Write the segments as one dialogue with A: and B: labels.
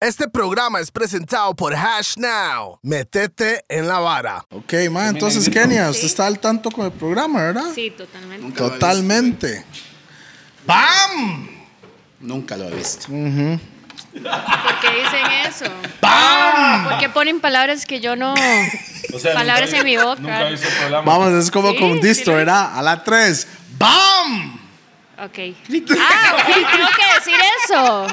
A: Este programa es presentado por Hash Now. Metete en la vara.
B: Ok, ma, entonces Kenia, usted está al tanto con el programa, ¿verdad?
C: Sí, totalmente.
B: Totalmente. ¡Bam!
D: Nunca lo he visto.
C: ¿Por qué dicen eso? ¿Por qué ponen palabras que yo no. palabras en mi boca.
E: Nunca he visto el programa.
B: Vamos, es como
C: Sí,
B: con
C: sí
B: Distro,
C: lo-
B: ¿verdad? A la 3. ¡Bam!
C: Ok. Ah, ok, tengo que decir eso.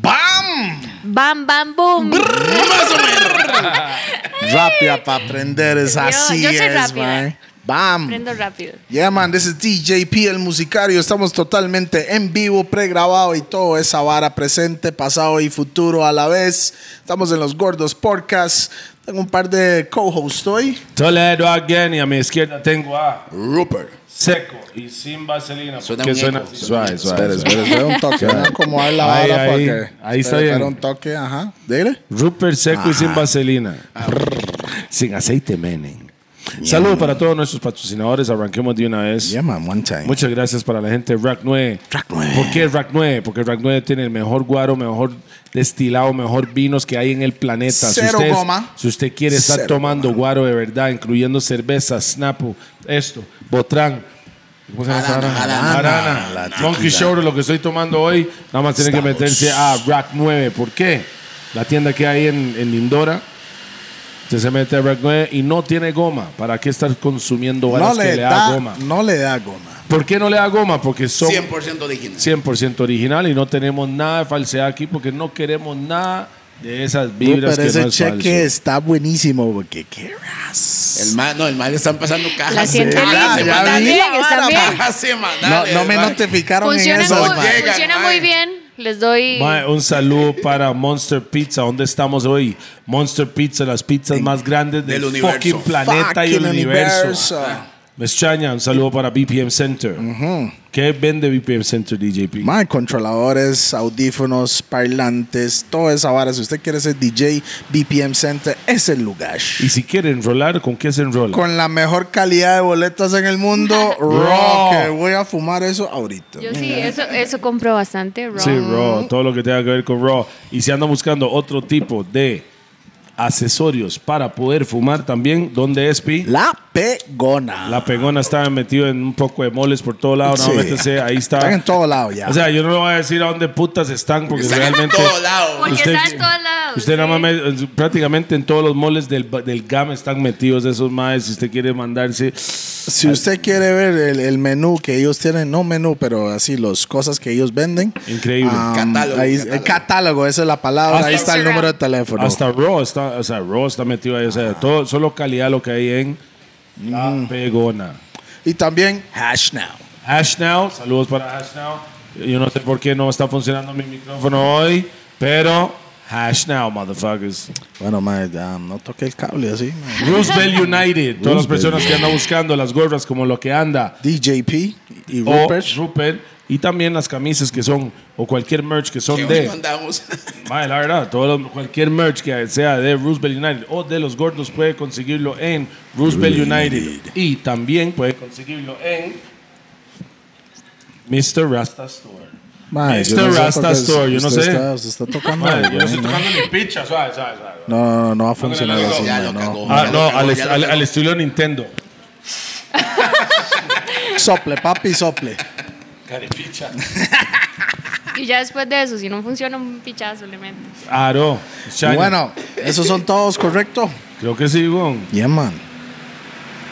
B: ¡Bam!
C: Bam, bam, boom.
B: Rápida para aprender, es así
C: yo soy
B: es,
C: rápida.
B: man. ¡Bam!
C: Prendo rápido.
B: Yeah, man, this is DJP, el musicario. Estamos totalmente en vivo, pregrabado y todo esa vara presente, pasado y futuro a la vez. Estamos en los Gordos Podcasts. Tengo un par de co-hosts hoy.
E: Toledo again y a mi izquierda tengo a
D: Rupert.
E: Seco y sin vaselina.
D: Suena
E: porque
D: un
E: suena
D: eco,
E: así.
D: suena
E: Suave,
D: un
E: suave, suave.
B: espera un toque, voy a acomodar la
E: Ahí,
B: vara
E: ahí,
B: porque-
E: ahí está
B: espera,
E: bien.
B: espera un toque, ajá. Dile.
E: Rupert Seco y sin vaselina.
D: Ah,
E: sin aceite, menen. Saludos para todos nuestros patrocinadores. Arranquemos de una vez.
B: Yeah, man, one time.
E: Muchas gracias para la gente de Rack 9.
B: Rack 9.
E: ¿Por qué Rack 9? Porque Rack 9 tiene el mejor guaro, mejor destilado, mejor vinos que hay en el planeta.
B: Cero
E: si usted,
B: goma.
E: Si usted quiere estar
B: Cero
E: tomando guaro de verdad, incluyendo cerveza, snapu, esto, botrán. ¿Cómo se llama esa
D: Arana,
E: vara?
D: arana.
E: Arana. Monkey Shoulder, lo que estoy tomando hoy, nada más tiene que
B: Estamos.
E: meterse a Rack 9. ¿Por qué? La tienda que hay en, en Lindora. Usted se mete a Rack 9 y no tiene goma. ¿Para qué estar consumiendo
B: No
E: varas que
B: le,
E: le
B: da,
E: da goma?
B: no le da goma.
E: ¿Por qué no le da goma? Porque son
D: 100% original.
E: 100% original y no tenemos nada de falsedad aquí porque no queremos nada de esas vibras
B: Pero
E: que
B: ese
E: no es
B: cheque
E: falso.
B: está buenísimo porque qué ras.
D: El mal, no, el mal le están pasando cajas.
C: La siente
D: Cajas
B: linda, ya
D: semanales.
B: vi la
C: vara,
D: Cajas
C: bien.
B: No,
D: semanales,
B: no me
D: mae.
B: notificaron
C: Funciona,
B: en eso.
C: muy,
B: man.
D: Llega,
C: funciona
D: mae.
C: muy bien. Les doy.
E: Mae, un saludo para Monster Pizza. ¿Dónde estamos hoy? Monster Pizza, las pizzas más grandes del,
D: del universo.
E: fucking planeta y el
B: Fucking
E: universo.
B: universo.
E: Me extraña. Un saludo para BPM Center. ¿Qué vende BPM Center, DJP?
B: Man, controladores, audífonos, parlantes, toda esa vara. Si usted quiere ser DJ, BPM Center es el lugar.
E: y si quiere enrolar, ¿con qué se enrola?
B: Con la mejor calidad de boletas en el mundo,
E: Raw.
B: rock. Voy a fumar eso ahorita.
C: Yo sí, eso, eso compro bastante. Raw.
E: Sí, Raw, todo lo que tenga que ver con Raw. Y si andan buscando otro tipo de accesorios para poder fumar también, ¿dónde es Pi?
B: La pegona.
E: La pegona está metido en un poco de moles por todo lado,
B: Sí.
E: no, métase, ahí está.
B: Están en todo lado ya.
E: O sea, yo no le voy a decir a dónde putas están porque
D: Están en
E: realmente...
D: todo lado.
C: Porque está en todos lados.
E: Usted nada más
C: sí.
E: me- prácticamente en todos los moles del, del GAM están metidos esos maes. Si usted quiere mandarse,
B: si usted quiere ver el, el menú que ellos tienen, no menú, pero así las cosas que ellos venden.
E: increíble.
B: ah,
D: Catálogo,
B: ahí-
D: catálogo.
B: El catálogo, esa es la palabra.
E: Hasta-
B: ahí está el
C: Instagram.
B: número de teléfono.
E: Hasta Raw está, o sea, Raw está metido ahí. O sea, todo, solo calidad lo que hay en
B: Mm.
E: La Pegona.
B: Y también Hash Now.
E: Hash Now, saludos para Hash Now. Yo no sé por qué no está funcionando mi micrófono hoy, pero Hash Now, motherfuckers.
B: Bueno, madre, ya, no toque el cable así. man.
E: Roosevelt United, todas las
B: Roosevelt.
E: personas que andan buscando las gorras como lo que anda
B: DJP y
E: o
B: Rupert.
E: Rupert y también las camisas que son o cualquier merch que son
D: Que hoy
E: de
D: mandamos.
E: Mae, la verdad, todo lo- cualquier merch que sea de Roosevelt United o de los gordos puede conseguirlo en Roosevelt United. Y también puede conseguirlo en Mr. Rasta Store.
B: Mae, yo
E: Mr.
B: no sé
E: Rasta
B: por qué
E: Store, yo no
B: usted
E: sé.
B: Está, usted está tocando.
E: Mae,
B: algo,
E: yo no estoy
B: ¿no?
E: tocando ni picha, suave, suave, suave.
B: No, no, no, no va a funcionar
E: no, no,
B: así.
D: ya
B: mae,
D: lo
B: no.
D: cagó.
E: Ah,
D: Ya lo
E: no,
D: cagó,
E: al,
D: ya lo
E: al-
D: cagó.
E: al estilo Nintendo.
B: Sople, papi, sople.
E: Carepicha.
C: Y ya después de eso, si no funciona, un pichazo le meto.
E: Aro. Shiny.
B: Bueno, esos son todos, ¿correcto?
E: Creo que sí, weón.
B: Yeah, man.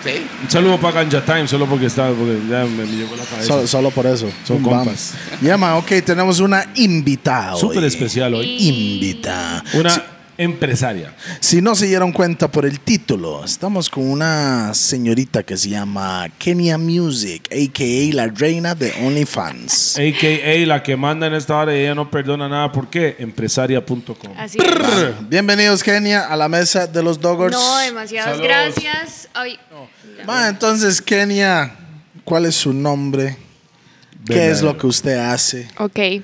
D: Sí.
E: Un saludo para Ganja Time, solo porque estaba, porque ya me, me llegó la cabeza.
B: So- solo por eso.
E: Son
B: Vamos.
E: compas.
B: Yeah, man, ok, tenemos una invitada. hoy.
E: Súper especial hoy.
B: Invitada.
E: Una empresaria.
B: Si no se dieron cuenta por el título, estamos con una señorita que se llama Kenya Music, a.k.a. la reina de OnlyFans.
E: AKA la que manda en esta hora y ella no perdona nada. ¿Por qué? Empresaria.com.
C: Así es.
B: Bienvenidos, Kenia, a la mesa de los Doggers.
C: No, demasiadas
E: Saludos.
C: gracias. Ay, ya.
B: Ma, entonces, Kenia, ¿cuál es su nombre? ¿Qué
E: Venga,
B: es lo que usted hace?
C: Ok.
B: Y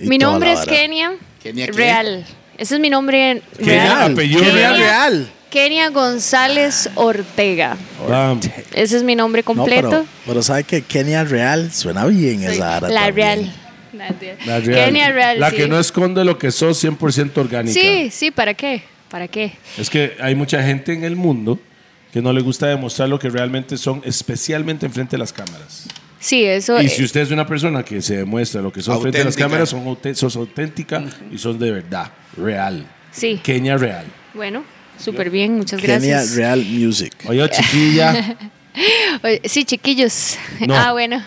C: Mi
B: toda
C: nombre
B: la
C: es
B: vara.
C: Kenia.
D: Kenia, ¿qué?
C: Real. Ese es mi nombre
E: Kenia,
C: real.
E: apellido
C: Kenia
B: Kenia
E: real.
B: Real.
C: Kenia González Ortega.
E: Bam.
C: Ese es mi nombre completo.
B: pero, pero ¿sabe que Kenia Real suena bien
C: Soy
B: esa vara
C: la
B: también.
C: real.
E: La real.
C: Kenia Real.
E: La
C: sí.
E: que no esconde lo que sos 100% orgánica.
C: Sí, sí, ¿para qué? ¿Para qué?
E: Es que hay mucha gente en el mundo que no le gusta demostrar lo que realmente son, especialmente enfrente de las cámaras.
C: Sí, eso.
E: Y
C: eh,
E: si usted es una persona que se demuestra lo que son frente a las
D: Auténtica.
E: cámaras, son aute- sos auténtica y sos de verdad, real.
C: Sí.
E: Kenia real.
C: Bueno, súper bien, muchas
B: Kenia
C: gracias.
B: Real Music.
E: Oye, chiquilla.
C: Oye, Sí, chiquillos.
E: No.
C: Ah, bueno.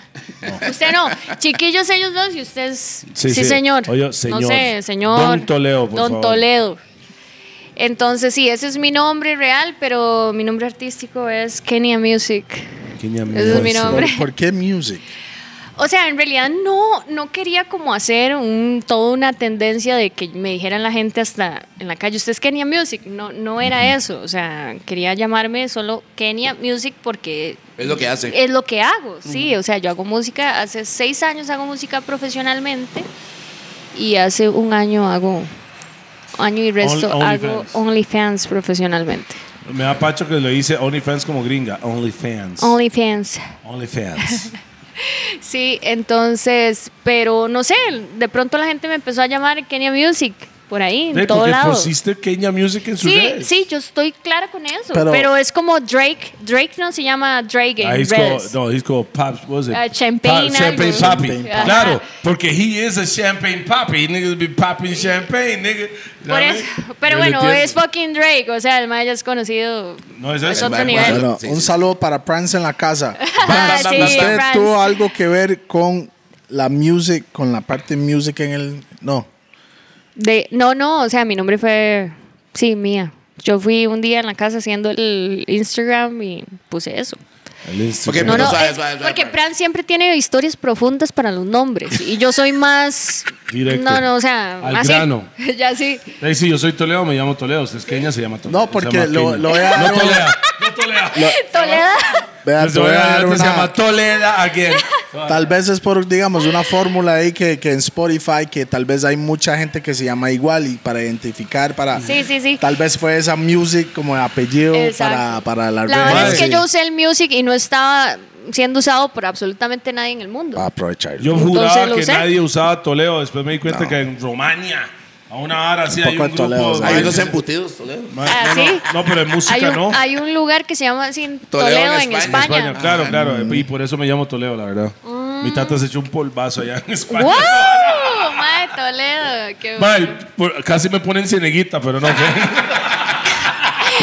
C: Usted no. Chiquillos ellos dos y usted es...
E: Sí,
C: Sí,
E: sí.
C: señor.
E: Oye,
C: No
E: señor.
C: sé, señor.
E: Don Toledo, por
C: Don
E: favor.
C: Toledo. Entonces, sí, ese es mi nombre real, pero mi nombre artístico es Kenia Music.
E: Kenia
C: Ese es mi
E: Real.
C: nombre.
B: ¿Por, por qué music?
C: O sea, en realidad no, no quería como hacer un, toda una tendencia de que me dijeran la gente hasta en la calle, usted es Kenia Music. No, no era eso. O sea, quería llamarme solo Kenia Music porque
D: Es lo que hace.
C: es lo que hago, sí. O sea, yo hago música, hace seis años hago música profesionalmente y hace un año hago, año y resto
E: Only-
C: hago
E: OnlyFans.
C: OnlyFans profesionalmente.
E: Me da pacho que lo dice OnlyFans como gringa. OnlyFans.
C: OnlyFans.
E: OnlyFans.
C: Sí, entonces, pero no sé, de pronto la gente me empezó a llamar Kenya Music por ahí, en
E: Ve,
C: todo
E: porque
C: lado.
E: pusiste Kenia Music en sus
C: Sí,
E: redes.
C: sí, yo estoy clara con eso,
B: Pero-
C: pero, es como Drake, Drake no se llama Drake en
E: Ah, he's
C: redes.
E: called, no, he's called Pops. What was it?
C: Uh, champagne
E: Pop- champagne
C: algo.
E: Poppy.
C: Champagne Poppy.
E: Claro,
C: Ajá.
E: porque he is a champagne poppy. Niggas be popping champagne, nigga.
C: Por eso- pero bueno, es fucking Drake, o sea, el Maya es conocido.
E: No, es eso.
C: otro
E: Vale,
C: nivel.
B: Bueno,
D: Sí,
B: un
D: sí.
B: saludo para Prance en la casa. Prance,
C: sí,
B: ¿usted
C: Prance.
B: tuvo algo que ver con la music, con la parte music en el... No.
C: De, no, no, o sea, mi nombre fue, sí, mía. Yo fui un día en la casa haciendo el Instagram y puse eso.
E: El Instagram.
C: No,
D: Pero
C: no,
D: suave,
C: es-
D: suave, suave,
C: porque
D: suave.
C: Fran siempre tiene historias profundas para los nombres y yo soy más
E: Directo.
C: No, no, o sea,
E: Al
C: así.
E: grano.
C: ya sí.
E: Ahí sí, yo soy Toledo, me llamo Toledo. Usted es Kenia, se llama Toledo.
B: No,
E: Se
B: porque
E: llama
B: lo-
E: Kenia.
B: lo voy a dar
E: No
B: una-
E: Toledo. No Toledo.
C: Toledo.
B: Vea,
E: Pues
B: te voy a dar
E: Se
B: una-
E: llama Toledo again.
B: Tal vez es por, digamos, una fórmula ahí que, que en Spotify, que tal vez hay mucha gente que se llama igual y para identificar, para...
C: Sí, sí, sí.
B: Tal vez fue esa music como apellido para,
C: Exacto.
B: para la,
C: La verdad
B: red.
C: es que
B: Sí.
C: yo usé el music y no estaba siendo usado por absolutamente nadie en el mundo.
E: Ah,
B: Para aprovecharlo.
E: Yo
C: Entonces
E: juraba
C: lo
E: que
C: usé.
E: nadie usaba Toledo. Después me di cuenta que en Romania, a una hora así, hay
B: Tampoco
E: un
B: en
E: grupo.
B: Toledo,
E: de-
B: ¿sabes?
D: Hay unos embutidos, Toledo.
E: Ma-
C: Ah,
E: no, no,
C: ¿sí?
E: no, pero en música
C: hay, un,
E: no.
C: hay un lugar que se llama así, en
D: Toledo
C: Toledo,
D: en
C: en
D: España.
C: España.
E: España, claro, claro.
B: Ah.
E: Y por eso me llamo Toledo, la verdad.
C: Mm.
E: Mi tata se echó un polvazo allá en España.
C: ¡Wow! Madre Toledo. qué bueno.
E: Mae, por- casi me ponen cieneguita, pero no. fue.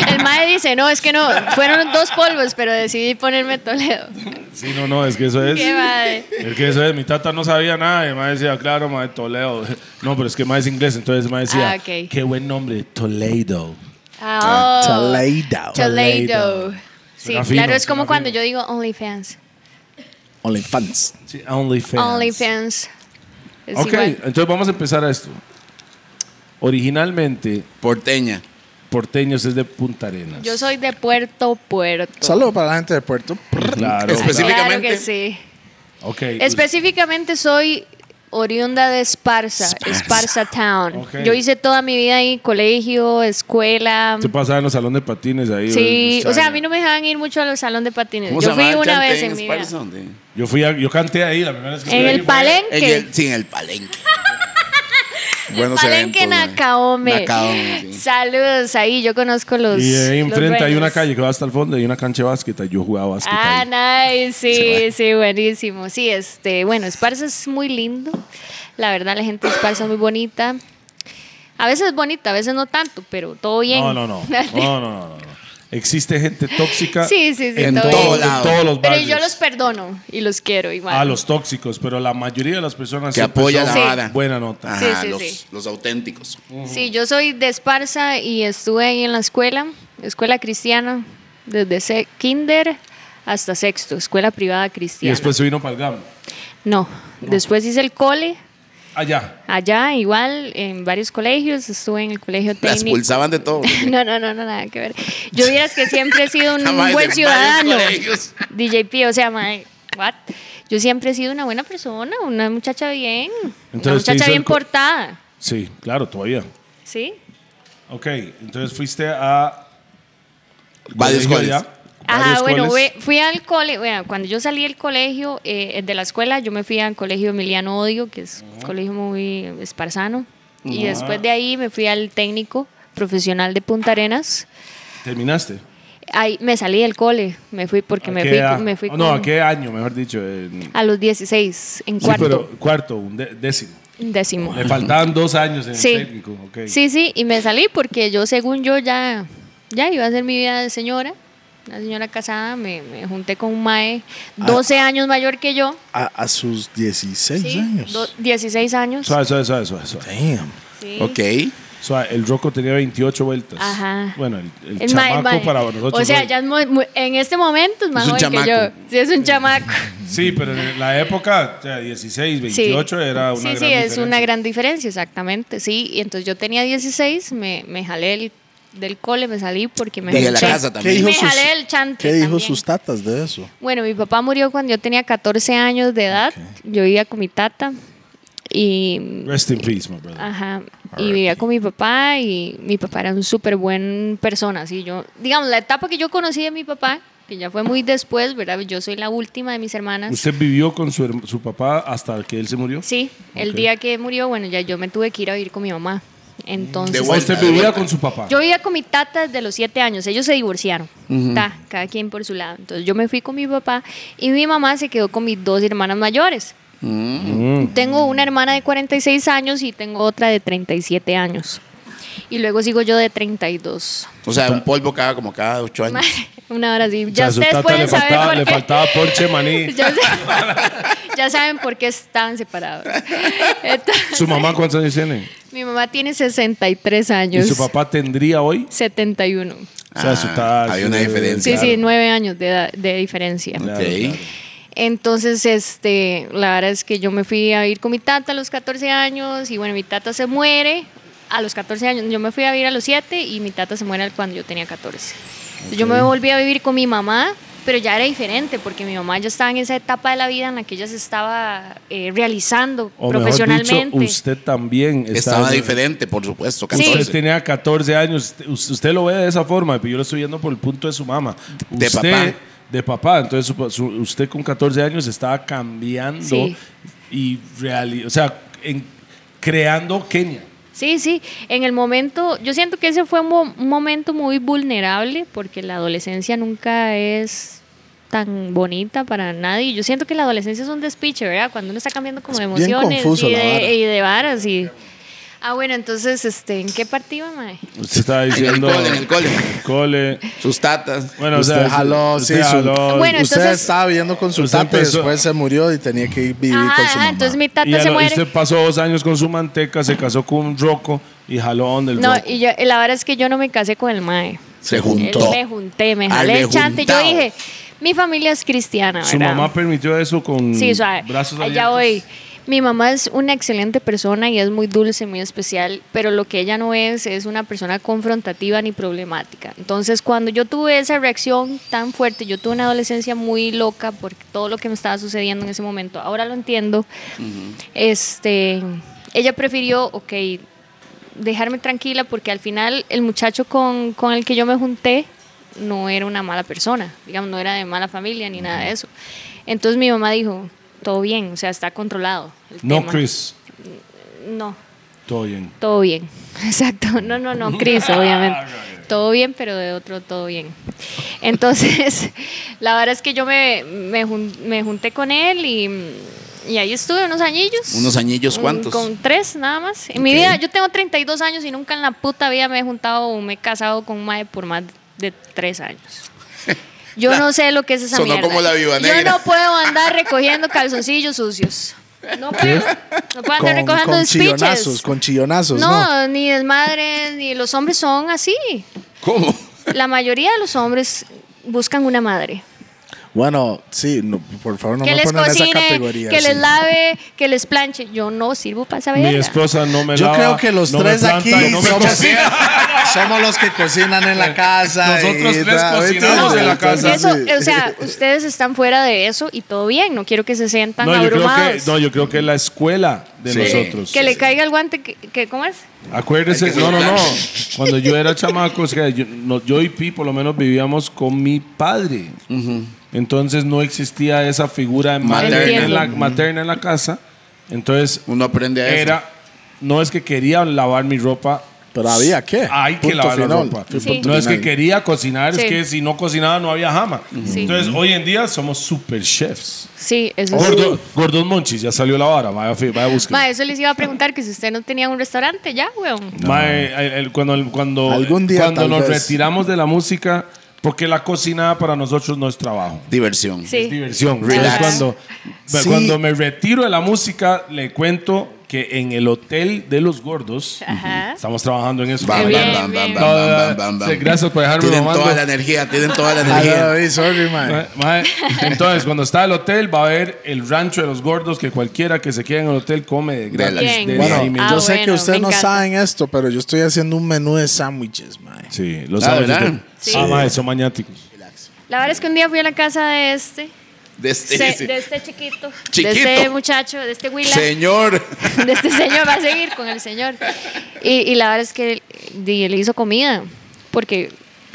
C: El madre dice, no, es que no, fueron dos polvos, pero decidí ponerme Toledo.
E: sí, no, no, es que eso es.
C: Qué madre.
E: Es que eso es, mi tata no sabía nada. Y además decía, claro, mae, Toledo. No, pero es que mae es inglés, entonces además decía,
C: Ah, ok.
E: qué buen nombre, Toledo.
C: Ah, oh.
B: Toledo.
C: Toledo. Sí,
E: Suena fino,
C: claro, es
E: suena
C: como cuando
E: fino.
C: yo digo OnlyFans.
B: OnlyFans.
E: Sí, OnlyFans.
C: OnlyFans. Es
E: Ok,
C: igual.
E: entonces vamos a empezar a esto. Originalmente,
D: Porteña.
E: porteños es de Punta Arenas.
C: Yo soy de Puerto Puerto.
B: Saludos para la gente de Puerto.
E: Claro.
D: Específico.
C: Claro
D: Específicamente.
C: que sí.
E: Ok.
C: Específicamente soy oriunda de Esparza, Esparza Town.
E: Ok.
C: Yo hice toda mi vida ahí, colegio, escuela.
E: Te pasaba en los salones de patines ahí.
C: Sí, o sea, a mí
E: no
C: no me dejaban ir mucho a los salón de patines.
D: ¿Cómo se
C: Yo fui
D: llamaba el
C: una
D: chante
C: vez en mi vida.
D: Esparza, dónde?
E: Yo fui a- yo canté ahí la primera vez que
C: En
E: estuve ahí
C: el
E: fue-
D: En
C: palenque.
D: el, sí, en el palenque. Buenos
C: Palenque
D: eventos, güey.
C: Nacaome.
D: Nacaome, eh. sí.
C: Saludos ahí, yo conozco los.
E: Y ahí
C: los
E: enfrente hay
C: dueños.
E: una calle que va hasta el fondo y una cancha de básquet. y Yo jugaba básquet.
C: Ah,
E: ahí.
C: nice, sí, sí, buenísimo. Sí, este, bueno, Esparza es muy lindo. La verdad, la gente de Esparza es muy bonita. A veces bonita, a veces no tanto, pero todo bien.
E: no, no, no. No, no, no, no, no. Existe gente tóxica
C: Sí, sí, sí,
E: en,
C: todo
E: todo-
D: bien.
E: en todos los
C: pero
E: barrios.
C: yo los perdono y los quiero igual.
E: a los tóxicos, pero la mayoría de las personas
D: Que
E: siempre
D: apoya
E: son
D: la
C: Sí. Ah.
D: vara.
E: buena nota.
D: Ajá,
C: Sí, sí,
D: los,
C: sí.
D: los auténticos.
C: Sí, yo soy de Esparza y estuve ahí en la escuela, escuela cristiana, desde se- kinder hasta sexto, escuela privada
E: Y
C: cristiana.
E: después se vino para el GAM.
C: No, después hice el cole,
E: Allá.
C: allá igual, en varios colegios, estuve en el
D: La
C: colegio técnico.
D: expulsaban de todo.
C: No, no, no, no, nada que ver. Yo vieras que siempre he sido un
D: Jamás de
C: buen
D: varios
C: ciudadano.
D: colegios.
C: DJP, o sea, mae, what? Yo siempre he sido una buena persona, una muchacha bien, una
E: Entonces, te hizo
C: muchacha
E: el
C: bien
E: co-
C: portada,
E: Sí, claro, todavía.
C: ¿sí?
E: Ok, entonces fuiste a
D: Varios
E: colegios.
D: colegios.
C: Ajá, Ah, bueno, ve- fui al cole, bueno, cuando yo salí del colegio, eh, de la escuela, yo me fui al colegio Emiliano Odio, que es
E: Mm.
C: un colegio muy esparzano, y después de ahí me fui al técnico profesional de Punta Arenas.
E: ¿Terminaste?
C: Ahí me salí del cole, me fui porque
E: ¿A
C: me
E: qué
C: fui,
E: edad?
C: me fui
E: Oh, No,
C: con-
E: ¿a qué año, mejor dicho? En-
C: a los 16, en cuarto,
E: Sí, pero cuarto, un dé- décimo.
C: décimo.
E: Le faltaban dos años en
C: Sí.
E: el técnico. ok.
C: Sí, sí, y me salí porque yo, según yo, ya, ya iba a hacer mi vida de señora, una señora casada, me, me junté con un mae
E: Ah.
C: 12 años mayor que yo.
B: A, a sus 16
C: Sí,
B: años.
C: do- 16 años.
E: Suave, suave, suave, suave. suave.
B: Damn.
C: sí.
D: Ok.
E: Suave, El Rocco tenía 28 vueltas.
C: Ajá.
E: Bueno, el, el
C: El mae,
E: chamaco
C: mae.
E: para nosotros.
C: O sea,
E: hoy.
C: ya es muy- muy- en este momento es más
D: Es un
C: joven que
D: chamaco.
C: yo. Sí, es un chamaco.
E: Sí, pero en la época, o sea, 16,
C: Sí.
E: 28 era una
C: sí,
E: gran
C: sí, es una
E: diferencia.
C: gran diferencia, exactamente. Sí, y entonces yo tenía 16, me, me jalé el- del cole, me salí porque me
D: Y de la
C: junté.
D: casa
B: ¿Qué
D: también.
B: dijo,
C: Me
B: sus,
C: jalé el chante
B: ¿Qué dijo
C: también.
B: sus tatas de eso?
C: Bueno, mi papá murió cuando yo tenía 14 años de edad. Yo vivía con mi tata y
E: Rest in peace, my brother.
C: Ajá. Y vivía con mi papá y mi papá era un súper buen persona. Así yo, digamos, la etapa que yo conocí de mi papá, que ya fue muy después, ¿verdad? Yo soy la última de mis hermanas.
E: ¿Usted vivió con su, herm- su papá hasta que él se murió?
C: Sí, el
E: Ok. Mm.
C: día que murió, bueno, ya yo me tuve que ir a vivir con mi mamá. Entonces,
D: De
E: ¿O
D: vuelta.
E: usted vivía con su papá?
C: yo vivía con mi tata desde los siete años. Ellos se divorciaron. Ta, cada quien por su lado. Entonces yo me fui con mi papá y mi mamá se quedó con mis dos hermanas mayores.
E: Mm.
C: Tengo una hermana de 46 años y tengo otra de 37 años. Y luego sigo yo de 32.
D: O sea, un polvo cada como cada ocho años.
C: Una hora así.
E: Mm. O
C: Ya
E: sea, su
C: ustedes
E: tata
C: pueden
E: le
C: saber
E: faltaba,
C: por
E: le
C: qué.
E: faltaba ponche maní.
C: ya, sa- ya saben por qué están separados. Entonces,
E: ¿Su mamá cuántos años tiene?
C: mi mamá tiene 63
E: ¿Y
C: años.
E: su papá tendría hoy?
C: 71.
E: O sea, su
D: Ah,
E: tal-
D: había una diferencia.
C: Sí, sí, nueve años de, edad- de diferencia.
E: Claro,
D: Ok.
E: claro.
C: Entonces, este, la verdad es que yo me fui a vivir con mi tata a los 14 años y bueno, mi tata se muere a los 14 años. Yo me fui a vivir a los 7 y mi tata se muere cuando yo tenía 14. Yo me volví a vivir con mi mamá, pero ya era diferente porque mi mamá ya estaba en esa etapa de la vida en la que ella se estaba eh, realizando
E: O mejor dicho,
C: profesionalmente.
E: usted también
D: Estaba
E: en-
D: diferente, por supuesto.
C: Sí.
D: 14.
E: Usted tenía 14 años, usted- usted lo ve de esa forma, pero yo lo estoy viendo por el punto de su mamá.
D: De
E: Usted-
D: papá.
E: De papá, entonces su- su- usted con 14 años estaba cambiando
C: Sí.
E: y reali- o sea, en- creando Kenia.
C: Sí, sí, en el momento, yo siento que ese fue un, mo- un momento muy vulnerable porque la adolescencia nunca es tan bonita para nadie. Yo siento que la adolescencia es un despiche, ¿verdad? Cuando uno está cambiando como de
B: bien
C: emociones
B: confuso
C: y,
B: la vara.
C: de, y de varas y... Ah, bueno, entonces, este, ¿en qué partido, mae?
E: Usted estaba
D: En el
E: diciendo.
D: cole, en el cole.
E: cole.
D: Sus tatas.
E: Bueno,
B: Usted
E: o sea,
B: jaló,
E: usted
B: sí, su-
E: jaló.
C: Bueno,
B: Usted
C: entonces-
B: estaba viviendo con su
E: Usted
B: tata y
E: empezó-
B: después se murió y tenía que ir vivir con
C: Ajá,
B: su
C: ajá,
B: mamá.
C: Ah, entonces mi
E: y
C: tata se
E: jaló- y
C: muere.
E: usted pasó dos años con su manteca, se casó con un roco y jaló donde el
C: No,
E: roco.
C: y yo, la verdad es que yo no me casé con el mae.
D: Se
C: Él
D: juntó.
C: me junté, me
D: Ah,
C: jalé
D: le
C: el chante. Yo
D: juntao.
C: dije, mi familia es cristiana, ¿verdad?
E: Su mamá permitió eso con
C: Sí, suave.
E: brazos abiertos.
C: Allá voy. Mi mamá es una excelente persona y es muy dulce, muy especial, pero lo que ella no es es una persona confrontativa ni problemática. Entonces, cuando yo tuve esa reacción tan fuerte, yo tuve una adolescencia muy loca por todo lo que me estaba sucediendo en ese momento. Ahora lo entiendo. Este, ella prefirió, ok, dejarme tranquila porque al final el muchacho con, con el que yo me junté no era una mala persona, digamos, no era de mala familia ni nada de eso. Entonces mi mamá dijo, todo bien, o sea, está controlado. el
E: No,
C: tema".
E: Chris.
C: No,
E: Todo bien.
C: todo bien. Exacto, no, no, no, Chris, obviamente.
E: Ah,
C: Todo bien, pero de otro todo bien. Entonces, la verdad es que yo me, me, jun- me junté con él y, y ahí estuve unos añillos.
D: Unos añillos,
C: Un-
D: ¿cuántos?
C: Mm, Con tres, nada más. En mi
D: Ok.
C: vida, yo tengo 32 años y nunca en la puta vida me he juntado o me he casado con un mae por más de tres años. Yo no sé lo que es esa
D: Sonó
C: mierda.
D: como la Viuda
C: Yo
D: Negra.
C: no puedo andar recogiendo calzoncillos sucios. No puedo. No puedo andar
B: Con,
C: recogiendo
B: con
C: despiches.
B: chillonazos, con chillonazos,
C: No,
B: ¿no?
C: ni desmadres, ni los hombres son así.
D: ¿Cómo?
C: La mayoría de los hombres buscan una madre.
B: Bueno, sí, no, por favor no
C: que
B: me
C: les
B: pongan en esa
C: cocine,
B: categoría.
C: que
B: sí.
C: les lave, que les planche. Yo no sirvo para saber.
E: Mi esposa no me
B: Yo
E: lava,
B: creo que los
E: no me
B: tres
E: planta
B: aquí
E: y no me
B: somos,
E: cocina. Eh,
B: somos los que cocinan en la casa.
D: Nosotros
B: y
D: tres
B: tal,
D: cocinamos
B: ¿viste?
D: en la
B: Entonces,
D: casa.
C: Eso,
B: sí.
C: o sea, ustedes están fuera de eso y todo bien. No quiero que se sientan
E: No, yo creo que,
C: abrumados.
E: no, yo creo que es la escuela de
B: Sí.
E: nosotros.
C: que le caiga el guante. Que, que- ¿Cómo es?
E: Acuérdese, no, no, no. Cuando yo era chamaco, es que yo, no- yo y Pi por lo menos vivíamos con mi padre. Entonces no existía esa figura materna en,
C: Entiendo.
E: la, materna en la casa. Entonces
D: Uno aprende a eso.
E: era, no es que quería lavar mi ropa.
B: Pero había que.
E: Hay que
B: Punto
E: lavar la
B: final.
E: ropa.
C: Sí. punto
E: No es que
B: final.
E: quería cocinar, es
C: Sí.
E: que si no cocinaba no había jama.
C: Sí.
E: Entonces hoy en día somos super chefs.
C: Sí, eso es.
E: Gordo, gordos Monchis, ya salió la vara, vaya, fe- vaya a buscar.
C: Ma, eso les iba a preguntar que si usted no tenía un restaurante ya, weón.
E: Mae, el- el- cuando el- cuando,
B: Algún día,
E: cuando
B: tal
E: nos
B: vez.
E: retiramos de la música, porque la cocina para nosotros no es trabajo.
D: Diversión.
E: Es
C: Sí.
E: diversión.
D: Relax.
E: Entonces, Cuando,
B: Sí.
E: cuando me retiro de la música, le cuento que en el Hotel de los Gordos
C: Ajá.
E: estamos trabajando en eso.
D: Bam, bam,
C: Qué bien,
D: bam, bam,
C: bien.
D: bam, bam, bam, bam, bam.
E: Sí, gracias por dejarme
D: Tienen
E: mamando.
D: toda la energía, tienen toda la
B: Ah, no,
D: energía.
B: David, sorry, man.
E: Mae, mae, Entonces, cuando está el hotel, va a ver el rancho de los gordos que cualquiera que se quede en el hotel come de gratis.
D: Bien.
E: de
B: Bueno,
E: ahí mismo.
C: Ah,
B: yo sé que
C: bueno,
B: ustedes
C: me
B: no
C: encanta.
B: saben esto, pero yo estoy haciendo un menú de sándwiches, man.
E: Sí, los
D: Ah,
E: sábados
D: ¿verdad?
E: de- Ah, mae, son maniáticos.
C: La verdad es que un día fui a la casa de este,
D: De este-
C: se-
D: ese-
C: de este chiquito,
D: Chiquito.
C: de este muchacho, de este Willa,
D: Señor.
C: de este señor, va a seguir con el señor. Y, y la verdad es que él, di- él hizo comida, porque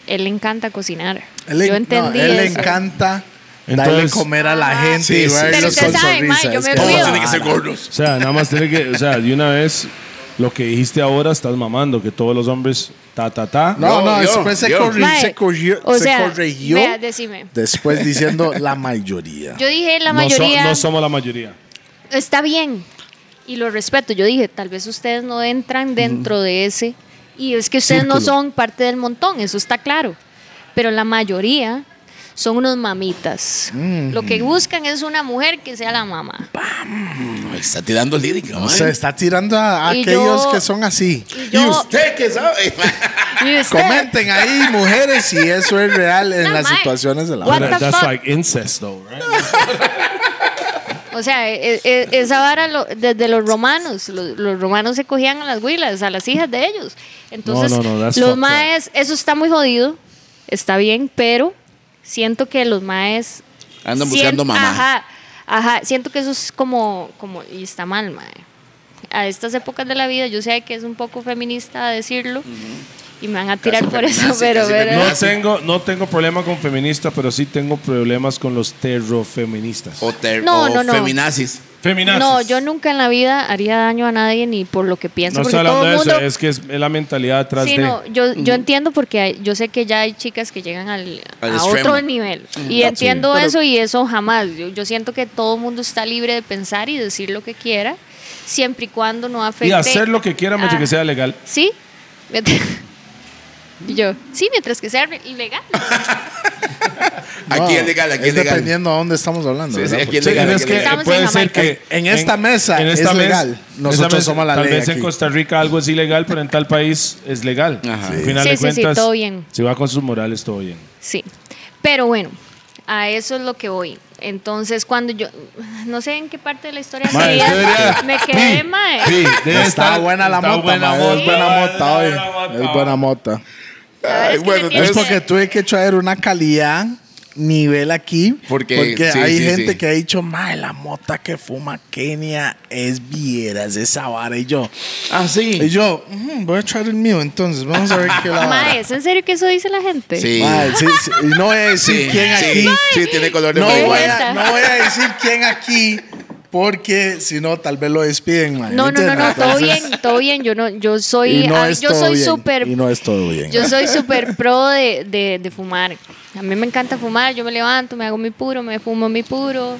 C: él le encanta cocinar.
B: Él le-
C: Yo
B: no,
C: entendí
B: él le
C: eso.
B: encanta darle
E: Entonces-
B: comer a la
C: Ah,
B: gente
D: sí,
B: y
D: sí.
B: verlos
D: Pero
B: con
C: ustedes saben, mae,
B: sonrisa.
C: yo
B: Es
C: me
B: que-
C: río.
D: Todos
C: Dios.
D: tienen que ser gordos.
E: O sea, nada más tiene que, o sea, de una vez lo que dijiste ahora estás mamando que todos los hombres ta ta ta.
B: No, no,
D: Yo, yo,
B: después se
D: yo.
B: corrió.
C: Mae,
B: Se corrió.
C: o
B: se
C: sea,
B: corrigió
C: vea, decime.
B: Después diciendo la mayoría.
C: Yo dije la
E: No so-
C: mayoría
E: no somos la mayoría.
C: está bien y lo respeto. Yo dije, tal vez ustedes no entran dentro de ese y es que ustedes no
E: Círculo.
C: son parte del montón, eso está claro. Pero la mayoría son unos mamitas. Lo
E: Mm.
C: que buscan es una mujer que sea la mamá.
D: Ay, Está tirando lírica,
B: O
D: man.
B: sea, está tirando a, a
C: Y
B: aquellos
C: yo-
B: que son así.
C: Y
D: Y
C: yo-
D: usted que sabe.
C: y usted-
B: Comenten ahí, mujeres, si eso es real en
C: No,
B: las
C: mae.
B: situaciones de la
C: What
B: hora.
E: That-
C: the
E: that's
C: fuck?
E: like incest though, right?
C: O sea, e- e- esa vara lo- desde los romanos, lo- los, romanos se cogían a las huilas, a las hijas de ellos. Entonces,
E: No, no, no, that's fucked
C: los
E: up.
C: maes, eso está muy jodido, está bien, pero siento que los maes...
D: Andan
C: sien-
D: buscando mamá.
C: Ajá, ajá, siento que eso es como, como y está mal, mae. A estas épocas de la vida, yo sé que es un poco feminista decirlo y me van a tirar
D: Casi
C: por eso,
D: feminazi,
C: pero...
D: casi
C: pero-
E: No
D: Así.
E: tengo no tengo problema con feministas, pero sí tengo problemas con los terrofeministas.
D: O, ter-
C: No,
D: o
C: no, no.
D: feminazis.
E: Feminazis.
C: No, yo nunca en la vida haría daño a nadie ni por lo que pienso,
E: No
C: porque
E: estoy hablando
C: todo el
E: de
C: mundo
E: eso, es que es, es la mentalidad atrás
C: Sí,
E: de
C: no, yo, yo entiendo porque hay- yo sé que ya hay chicas que llegan al,
D: Al
C: a
D: extremo.
C: otro nivel. Y entiendo eso y eso jamás. Yo, yo siento que todo el mundo está libre de pensar y decir lo que quiera, siempre y cuando no afecte.
E: y hacer lo que quiera mientras
C: Ah.
E: que sea legal.
C: Sí. Mientras- y yo, sí, mientras que sea ilegal.
D: Aquí es legal, aquí es legal.
B: dependiendo a dónde estamos hablando.
D: Sí, sí,
B: ¿verdad?
D: aquí es
E: Sí,
D: legal.
E: es
D: aquí es
E: que
D: legal.
C: Estamos
E: puede
C: en
E: ser que
C: Jamaica.
B: En esta mesa es legal. Nosotros somos la
E: tal
B: ley
E: vez en
B: aquí.
E: Costa Rica algo es ilegal, pero en tal país es legal.
D: Ajá.
E: Al final
C: Sí,
E: de
C: sí, sí,
E: cuentas,
C: todo bien.
E: Si va con sus morales, todo bien.
C: Sí. Pero bueno, a eso es lo que voy. Entonces, cuando yo. No sé en qué parte de la historia me
E: Mae,
C: quedé,
E: usted debería-
C: me quedé,
E: Pi,
C: mae.
E: pi,
B: Está
E: debe estar-
B: buena la
E: está
B: mota,
E: buena
B: mae,
E: mota,
B: es buena
E: mae,
B: mota hoy.
E: buena mota.
B: Es buena mota.
C: La verdad
D: Ay,
C: Ah, es que
D: bueno, Pero
C: me
B: Es
C: tiene
D: es-
B: porque
C: que-
B: tuve que traer una calidad nivel aquí.
D: Porque- sí,
B: hay
D: sí,
B: gente
D: sí.
B: que ha dicho, mae, la mota que fuma Kenia es vieras, esa vara. Y yo,
D: Ah,
B: y
D: sí.
B: yo "Ujú, voy a traer el mío entonces. Vamos a ver qué la
C: Mae,
B: vara.
C: ¿es en serio que eso dice la gente?
D: Sí.
B: Mae, sí, sí, y no voy a decir
D: Sí,
B: quién
D: sí,
B: aquí.
D: sí, tiene color de
B: No
C: Qué
B: voy,
D: marihuana.
B: a,
C: vergüenza.
B: no voy a decir quién aquí, porque si no, tal vez lo despiden, mae.
C: No, no, no, no,
B: ¿entiendes?
C: todo
B: Entonces-
C: bien, todo bien. Yo no, yo soy,
B: Y no
C: ah,
B: es
C: yo
B: todo
C: soy
B: bien,
C: súper,
B: Y no es todo bien.
C: yo soy súper pro de, de, de fumar. A mí me encanta fumar. Yo me levanto, me hago mi puro, me fumo mi puro.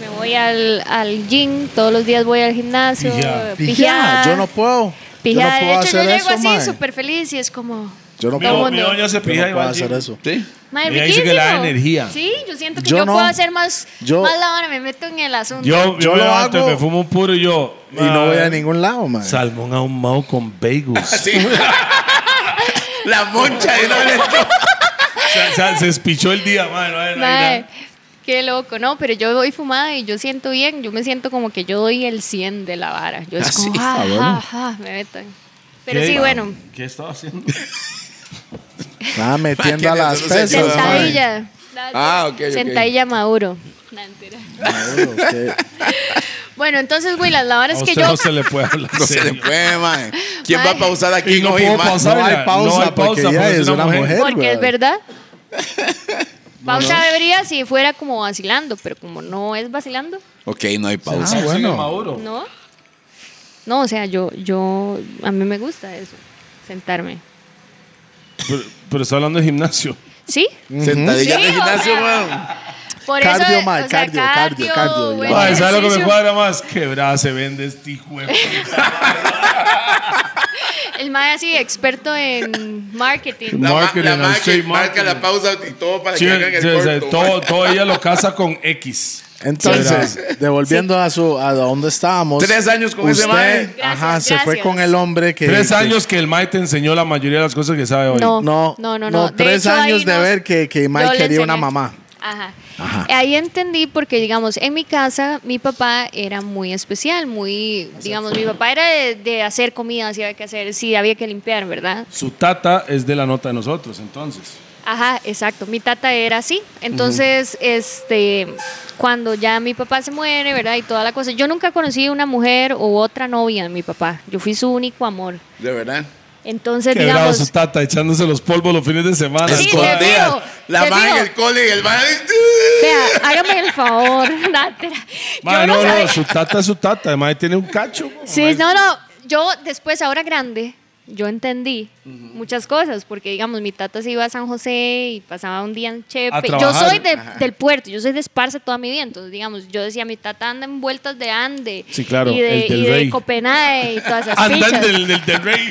C: Me voy al, al gym, todos los días voy al gimnasio.
E: Pijea.
C: Pijá,
B: Pijá, yo no puedo. yo no
C: Pijá,
B: puedo
C: de hecho, yo
B: hacer
C: llego
B: eso, mae.
C: así súper feliz y es como.
B: Yo no
E: Mi,
C: Todo
E: do-
B: puedo,
C: mundo.
E: mi doña se
B: yo no
E: pija y
B: puedo
E: va al
B: hacer
E: gym.
B: eso.
D: Sí.
C: Mae,
E: Ella dice que le da
C: riquísimo".
E: energía.
C: Sí, yo siento que
B: Yo
C: yo,
B: no.
C: puedo hacer más,
B: Yo-
C: más la hora, me meto en el asunto.
E: Yo, yo,
B: Yo
E: me
B: lo
E: levanto y
B: hago.
E: me fumo un puro y yo.
B: Y no voy a
E: ah,
B: ningún Ah, lado, man.
E: Salmón ahumado con bagels.
D: Sí. La moncha de una vez.
E: O sea, se espichó el día, mae, no hay- no hay
C: Mae,
E: nada.
C: Qué loco, no, pero yo voy fumada y yo siento bien, yo me siento como que yo doy el 100 de la vara. Yo es
D: Ah,
C: como,
D: sí,
C: ah,
D: está bueno.
C: ah, ah, me metan. Pero
E: ¿Qué?
C: sí, bueno,
E: ¿Qué estaba haciendo?
B: Estaba metiendo a
D: Máquina,
B: las
D: no sé,
B: pesas.
D: Eso,
C: sentadilla.
D: Ah, ok, ok.
C: Sentadilla Maduro. La entera.
B: mae.
C: Bueno, entonces, güey, las vara
E: A
C: es que
E: usted
C: yo.
E: no se le puede hablar.
D: No se le
E: serio.
D: puede, mae. ¿Quién va
C: Mae.
D: a pausar aquí
E: Y no
D: hoy,
E: puedo
D: mae?
E: pausar.
B: No hay
E: No
B: pausa,
E: hay pausa,
B: porque
E: porque
B: ya
E: es
B: es una
E: una mujer.
B: mujer.
C: Porque es
B: mae.
C: verdad. Pausa debería si fuera como vacilando, pero como no es vacilando,
D: Ok, no hay pausa.
E: Pausa en
B: Ah, bueno.
E: Maduro.
C: no. No, o sea, yo, yo, a mí me gusta eso, sentarme.
E: Pero, pero está hablando de gimnasio.
C: ¿Sí?
E: Ah.
D: Sentadilla
C: Sí,
D: en el
C: o
D: gimnasio,
C: sea,
D: mae.
C: Por
B: Cardio,
C: eso,
B: mae,
C: o sea,
B: cardio, cardio, cardio,
C: buen
B: ya.
E: Ay, ¿Sabes lo que me
C: ejercicio.
E: cuadra más? Quebrada se vende este hijo de puta.
C: El mae así, experto en marketing.
D: La, ma-
E: Marketing,
D: la ma-
E: sí,
D: que marca
E: marketing.
D: la pausa y todo para
E: Sí,
D: que hagan
E: sí, o sea,
D: el corto.
E: todo, todo ella lo casa con X.
B: Entonces, devolviendo a su a donde estábamos.
D: Tres años con ese
B: usted,
D: mae.
B: Ajá,
C: Gracias,
B: se fue
C: gracias.
B: con el hombre que.
E: Tres
B: que-
E: años que el Mae te enseñó la mayoría de las cosas que sabe hoy.
C: No,
B: No,
C: no, no, no.
B: no,
C: De
B: tres
C: hecho, ahí
B: años de
C: nos-
B: ver que- que Mike
C: yo le
B: quería una
C: enseñé.
B: mamá.
C: Ajá. Eh,
B: Ajá.
C: Ahí entendí porque, digamos, en mi casa, mi papá era muy especial, muy, digamos, mi papá era de, de hacer comida, si había que hacer, si había que limpiar, ¿verdad?
E: Su tata es de la nota de nosotros, entonces.
C: Ajá, exacto. Mi tata era así. Entonces, este, cuando ya mi papá se muere, ¿verdad? Y toda la cosa. Yo nunca conocí una mujer u otra novia de mi papá. Yo fui su único amor.
D: De verdad.
C: Entonces,
E: Quebrado su
C: digamos.
E: tata echándose los polvos los fines de semana.
C: Sí, te
E: Esconde-
D: Escondidas.
C: digo,
D: La
C: te
D: mae en
C: digo.
D: el cole y el mae.
C: Vea, hágame el favor. Dátela. Yo
E: Mae, no,
C: sabía-
E: no, su tata es su tata. El Mae tiene un cacho. po.
C: Sí,
E: Mae,
C: no, no. Yo después, ahora grande, yo entendí muchas cosas, porque digamos, mi tata se iba a San José y pasaba un día en Chepe. Yo
E: trabajar.
C: soy de- del puerto, yo soy de Esparza toda mi vida, entonces digamos, yo decía, mi tata anda en vueltas de Ande
E: Sí, claro,
C: y de,
E: el del
C: y de
E: rey.
C: Copenhague y todas esas
E: Andan
C: fichas.
E: del, del, del rey.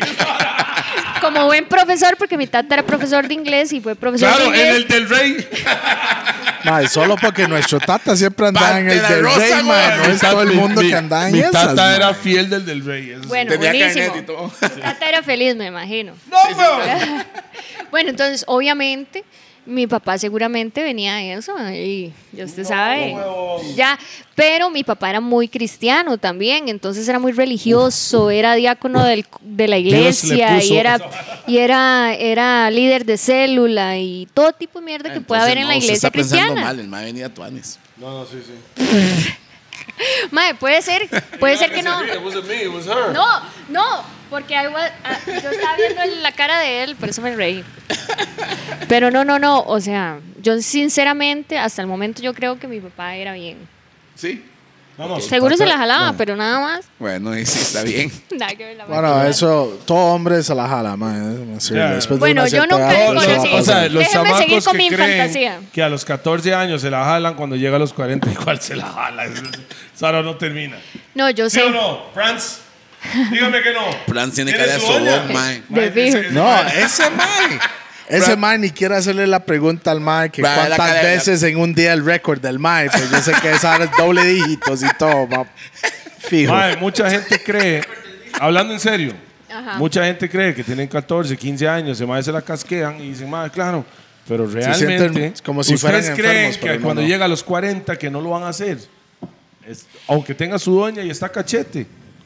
C: Como buen profesor, porque mi tata era profesor de inglés y fue profesor de
E: Claro,
C: inglés.
E: en el del rey.
B: Mae, solo porque nuestro tata siempre andaba en el
D: Pantera
B: del
D: Rosa,
B: rey,
D: güey.
B: mae, No
E: Mi
B: es todo el
E: tata-
B: mundo
E: mi-
B: que andaba en
E: Mi
B: esas,
E: tata
B: mae.
E: era fiel del del rey. eso sí.
C: Bueno,
D: Tenía
C: buenísimo.
D: carnet y todo.
C: Mi tata era feliz, me imagino. Bueno, entonces, obviamente, mi papá seguramente venía de eso, y ya usted sabe. Ya, pero mi papá era muy cristiano también, entonces era muy religioso, era diácono del- de la
E: le
C: iglesia y
E: puso-
C: era y era era líder de célula y todo tipo de mierda que puede haber en la
D: Ah, Entonces, no,
C: iglesia
D: usted está pensando
C: cristiana.
D: mal, el mae venía a Tuanes.
C: Mae, puede ser, puede ser que no. No, no, porque I was- ah, yo estaba viendo la cara de él, por eso me reí. Pero no, no, no, o sea, yo sinceramente, hasta el momento yo creo que mi papá era bien.
D: Sí.
E: No, no, su
C: Seguro se
E: tata-
C: la jalaba, pero nada más.
D: Bueno, y sí, está bien.
C: Nada que ver la
B: Bueno,
C: verdad.
B: eso, todo hombre se la jala, mae. Sí,
E: Yeah.
B: después de
C: Bueno,
B: una
C: yo
B: cierta
C: nunca
B: edad,
C: he
B: eso va a
E: Los-
C: conocido.
E: o sea,
B: pasar.
E: los
C: Déjeme
E: chamacos
C: seguir con
E: que
C: mi
E: creen
C: infantasía.
E: que a los 14 años se la jalan cuando llega a los 40 igual se la jala. Sara no termina.
C: No, yo
E: ¿Sí,
C: sé.
E: o no? France, dígame que no.
D: Franz tiene
E: ¿Tiene
D: cara de
E: su
D: sobón,
E: olla?
D: mae.
C: De
E: Mae, ese-
C: fijo.
E: ese
B: No,
E: mae-
B: ese mae. Ese mae ni quiere hacerle la pregunta al mae que
D: Mae, la
B: cuántas
D: cara de-
B: veces en un día el récord del mae. Pues yo sé que esa es doble dígitos y todo, mae. Fijo.
E: Mae, mucha gente cree, hablando en serio,
C: Ajá.
E: mucha gente cree que tienen 14, 15 años, se mae se la casquean y dicen, mae, claro, pero
B: sienten
E: realmente,
B: como si fueran
E: ustedes
B: enfermos,
E: creen
B: pero
E: que
B: no,
E: cuando
B: no.
E: llega a los 40 que no lo van a hacer, Es- aunque tenga su doña y está cachete,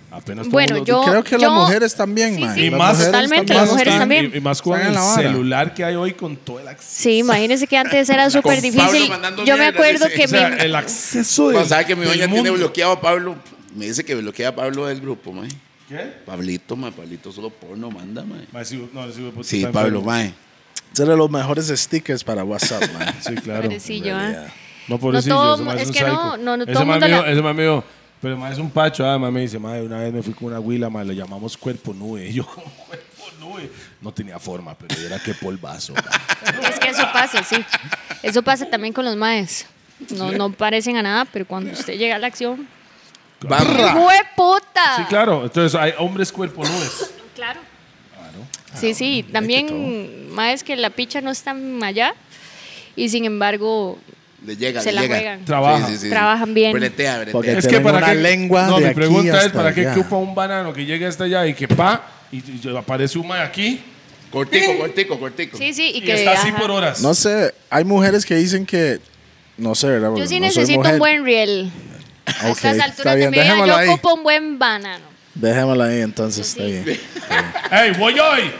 E: apenas todo
C: Bueno,
E: mundo-
C: yo.
B: creo que las
C: yo-
B: mujeres también,
C: sí,
B: mae.
C: sí,
E: y
B: Las
E: más
B: mujeres
C: totalmente,
B: también
C: las mujeres
E: están-
C: también.
E: y, y más con
B: Están en
E: el
B: la vara.
E: celular que hay hoy con todo el acceso.
C: Sí, imagínese que antes era súper difícil.
D: mandando
C: Yo me
D: mierda,
C: acuerdo
D: dice.
C: que
E: O sea,
C: mi-
E: el acceso de
D: Bueno, ¿Sabe que mi doña tiene bloqueado a Pablo? Me dice que bloquea a Pablo del grupo, mae.
E: ¿Qué?
D: Pablito, mae. Pablito solo porno manda, mae.
E: Mae, sí, no, sí, pues,
D: Sí,
E: está
D: Pablo,
E: enfermo.
D: mae.
B: Son de los mejores stickers para WhatsApp, mae.
E: Sí, claro.
C: Pobrecillo, ¿ah?
E: No, pobrecillo,
C: No todo
E: ese
C: mu-
E: mae
C: es
E: un
C: que no,
E: psycho.
C: no, no
E: Ese
C: todo
E: mae
C: mundo
E: mío-
C: la-
E: Ese mae mío, pero el mae es un pacho, además me dice, mae, una vez me fui con una huila, mae, le llamamos cuerpo nube. Y yo, como cuerpo nube? No tenía forma, pero era que polvazo. mae.
C: Es que eso pasa, sí. Eso pasa también con los maes. No, no parecen a nada, pero cuando usted llega a la acción.
D: Barra.
C: ¡Hue puta!
E: sí, claro. Entonces, hay hombres cuerpo nubes.
C: Claro. Sí, sí. También maes que la picha no está allá y sin embargo
D: Le llega,
C: se
D: le
C: la
D: llega.
C: juegan.
E: Trabaja.
C: Trabajan bien.
D: Bretea, bretea.
B: Porque-
E: Es
B: te
E: que
B: ven
E: para
B: una
E: qué
B: lengua
E: No,
B: de
E: mi
B: aquí
E: pregunta es
B: hasta
E: para qué
B: allá.
E: ocupa un banano que llegue hasta allá y que pa y, y aparece un mae aquí
D: Cortico, cortico, cortico.
C: Sí, sí. Y,
E: y,
C: que
E: está así
C: ajá.
E: por horas.
B: No sé, hay mujeres que dicen que No sé, ¿verdad?
C: Yo
B: Porque
C: sí
B: no soy
C: necesito
B: mujer.
C: un buen riel. a
B: Ok,
C: estas
B: está
C: alturas de
B: bien,
C: mi vida
B: dejémoslo
C: yo
B: ahí.
C: ocupo un buen banano.
B: Dejémoslo ahí entonces,
C: Sí.
B: está bien.
E: ¡Ey, voy hoy!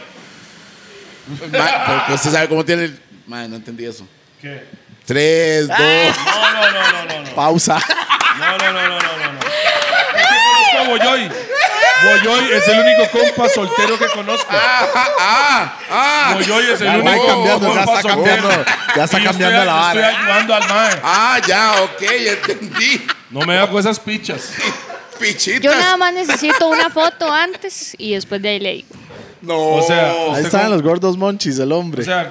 D: Ma- porque usted sabe cómo tiene el. Madre, no entendí eso.
E: ¿Qué?
D: Tres,
C: Ah.
D: dos.
E: No, no, no, no, no. no.
B: Pausa.
E: No, no, no, no, no, no. no. Yo sí conozco a Boyoy. Boyoy es el único compa soltero que conozco.
D: ¡Ah! ¡Ah!
E: Boyoy es el
B: Ya va
E: único
B: cambiando, ya
E: compa
B: está cambiando,
E: soltero.
B: ya está
E: Y
B: cambiando
E: estoy-
B: la vara.
E: Estoy ayudando al mae.
D: ¡Ah! Ya, ok, ya entendí.
E: No me hago esas pichas.
D: Pichitas.
C: Yo nada más necesito una foto antes y después de ahí le digo.
D: No.
E: O sea,
B: Ahí
E: usted
B: están
E: con-
B: los gordos monchis, el hombre.
E: O sea,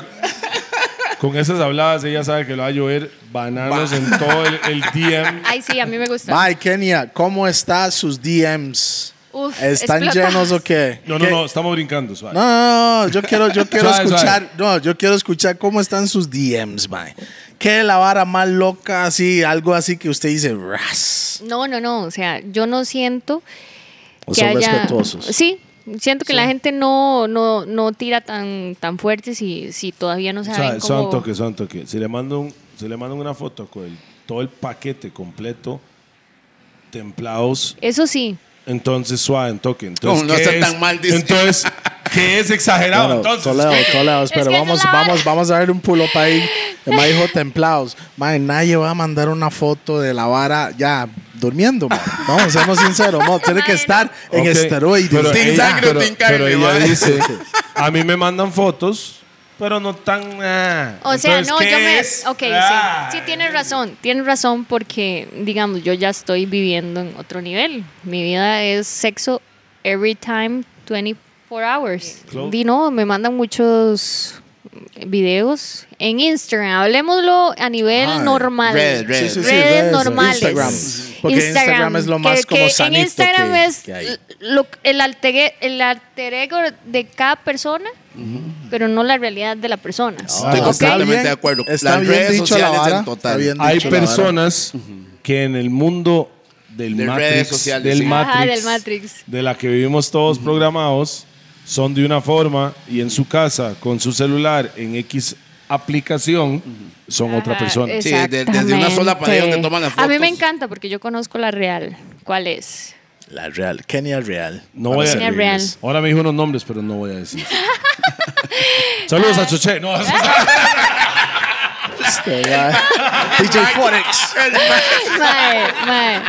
E: con esas habladas ella sabe que lo va a llover bananos en todo el, el DM.
C: Ay, sí, a mí me gusta.
B: Mike, Kenia, ¿cómo están sus DMs?
C: Uf,
B: ¿Están
C: explota.
B: llenos o qué?
E: No, no,
B: ¿Qué?
E: no, estamos brincando. suave.
B: No, no, no, yo quiero, yo quiero
E: Suave,
B: escuchar, no, yo quiero escuchar cómo están sus DMs, Mike. ¿Qué es la vara más loca, así, algo así que usted dice, ras?
C: No, no, no. O sea, yo no siento
B: O
C: que
B: son
C: haya-
B: respetuosos.
C: Sí, siento que la gente no, no, no tira tan, tan fuerte si, si todavía no saben
E: Suave, Son
C: cómo...
E: toque, son toque. Si le mando, un, si le mando una foto con el- todo el paquete completo, templados,
C: Eso sí.
E: entonces suave, en toque. Entonces,
D: No, no
E: ¿qué
D: está
E: es?
D: tan mal, dice.
E: Entonces, ¿qué es exagerado?
B: Bueno,
E: entonces,
B: Toledo, Toledo, espera,
C: que esa
B: vamos,
C: es la vara.
B: vamos, vamos a ver un pulo para ahí. El mae dijo templados. Mae, nadie va a mandar una foto de la vara ya durmiendo, mae. Vamos, seamos sinceros, mo, tiene que estar en
E: Ok,
B: esteroides.
E: pero
D: Tin
E: ella-
D: sangre o
E: pero-
D: tin carne,
E: pero ella
D: madre.
E: dice, a mí me mandan fotos, pero no tan... ah".
C: O sea,
E: Entonces,
C: no,
E: ¿qué
C: yo me...
E: es?
C: Ok,
E: Ah.
C: sí. Sí, tienes razón. Tienes razón porque, digamos, yo ya estoy viviendo en otro nivel. Mi vida es sexo every time, 24 hours.
E: Close.
C: Di no, me mandan muchos videos en Instagram. Hablemoslo a nivel
B: Ah,
C: normal.
D: red,
C: Eh,
D: red. Sí, sí,
B: sí,
C: redes
B: redes,
C: normales.
B: Instagram. Porque Instagram es lo más como sanito
C: En Instagram
B: que-
C: es
B: que hay.
C: lo- el, alter, e, el alter ego de cada persona, pero no la realidad de la persona.
D: Estoy
B: Ah,
C: ¿ok?
B: está
D: completamente
B: bien,
D: de acuerdo.
B: está
D: Las
B: bien
D: redes
B: dicho la
D: sociales
B: vara,
D: en total.
B: está bien
E: Hay
B: dicho la vara.
E: personas que en el mundo del
D: De
E: Matrix,
D: redes sociales,
E: del,
D: sí.
C: Ajá,
E: Matrix,
C: del Matrix.
E: de la que vivimos todos programados, son de una forma y en su casa, con su celular, en X aplicación, son otra
C: Ajá,
E: persona.
D: es- Sí, de- desde una sola pared donde toman las
C: Ah, A mí me
D: fotos.
C: encanta porque yo conozco la real. ¿Cuál es?
B: La real, Kenia real.
E: No
B: Para
E: voy a-
B: servirles.
C: Kenia real.
E: Ahora me dijo unos nombres, pero no voy a decir. Saludos
C: Ah.
E: a Choche. No,
B: Este, ya. DJ Forex.
C: Mae, mae.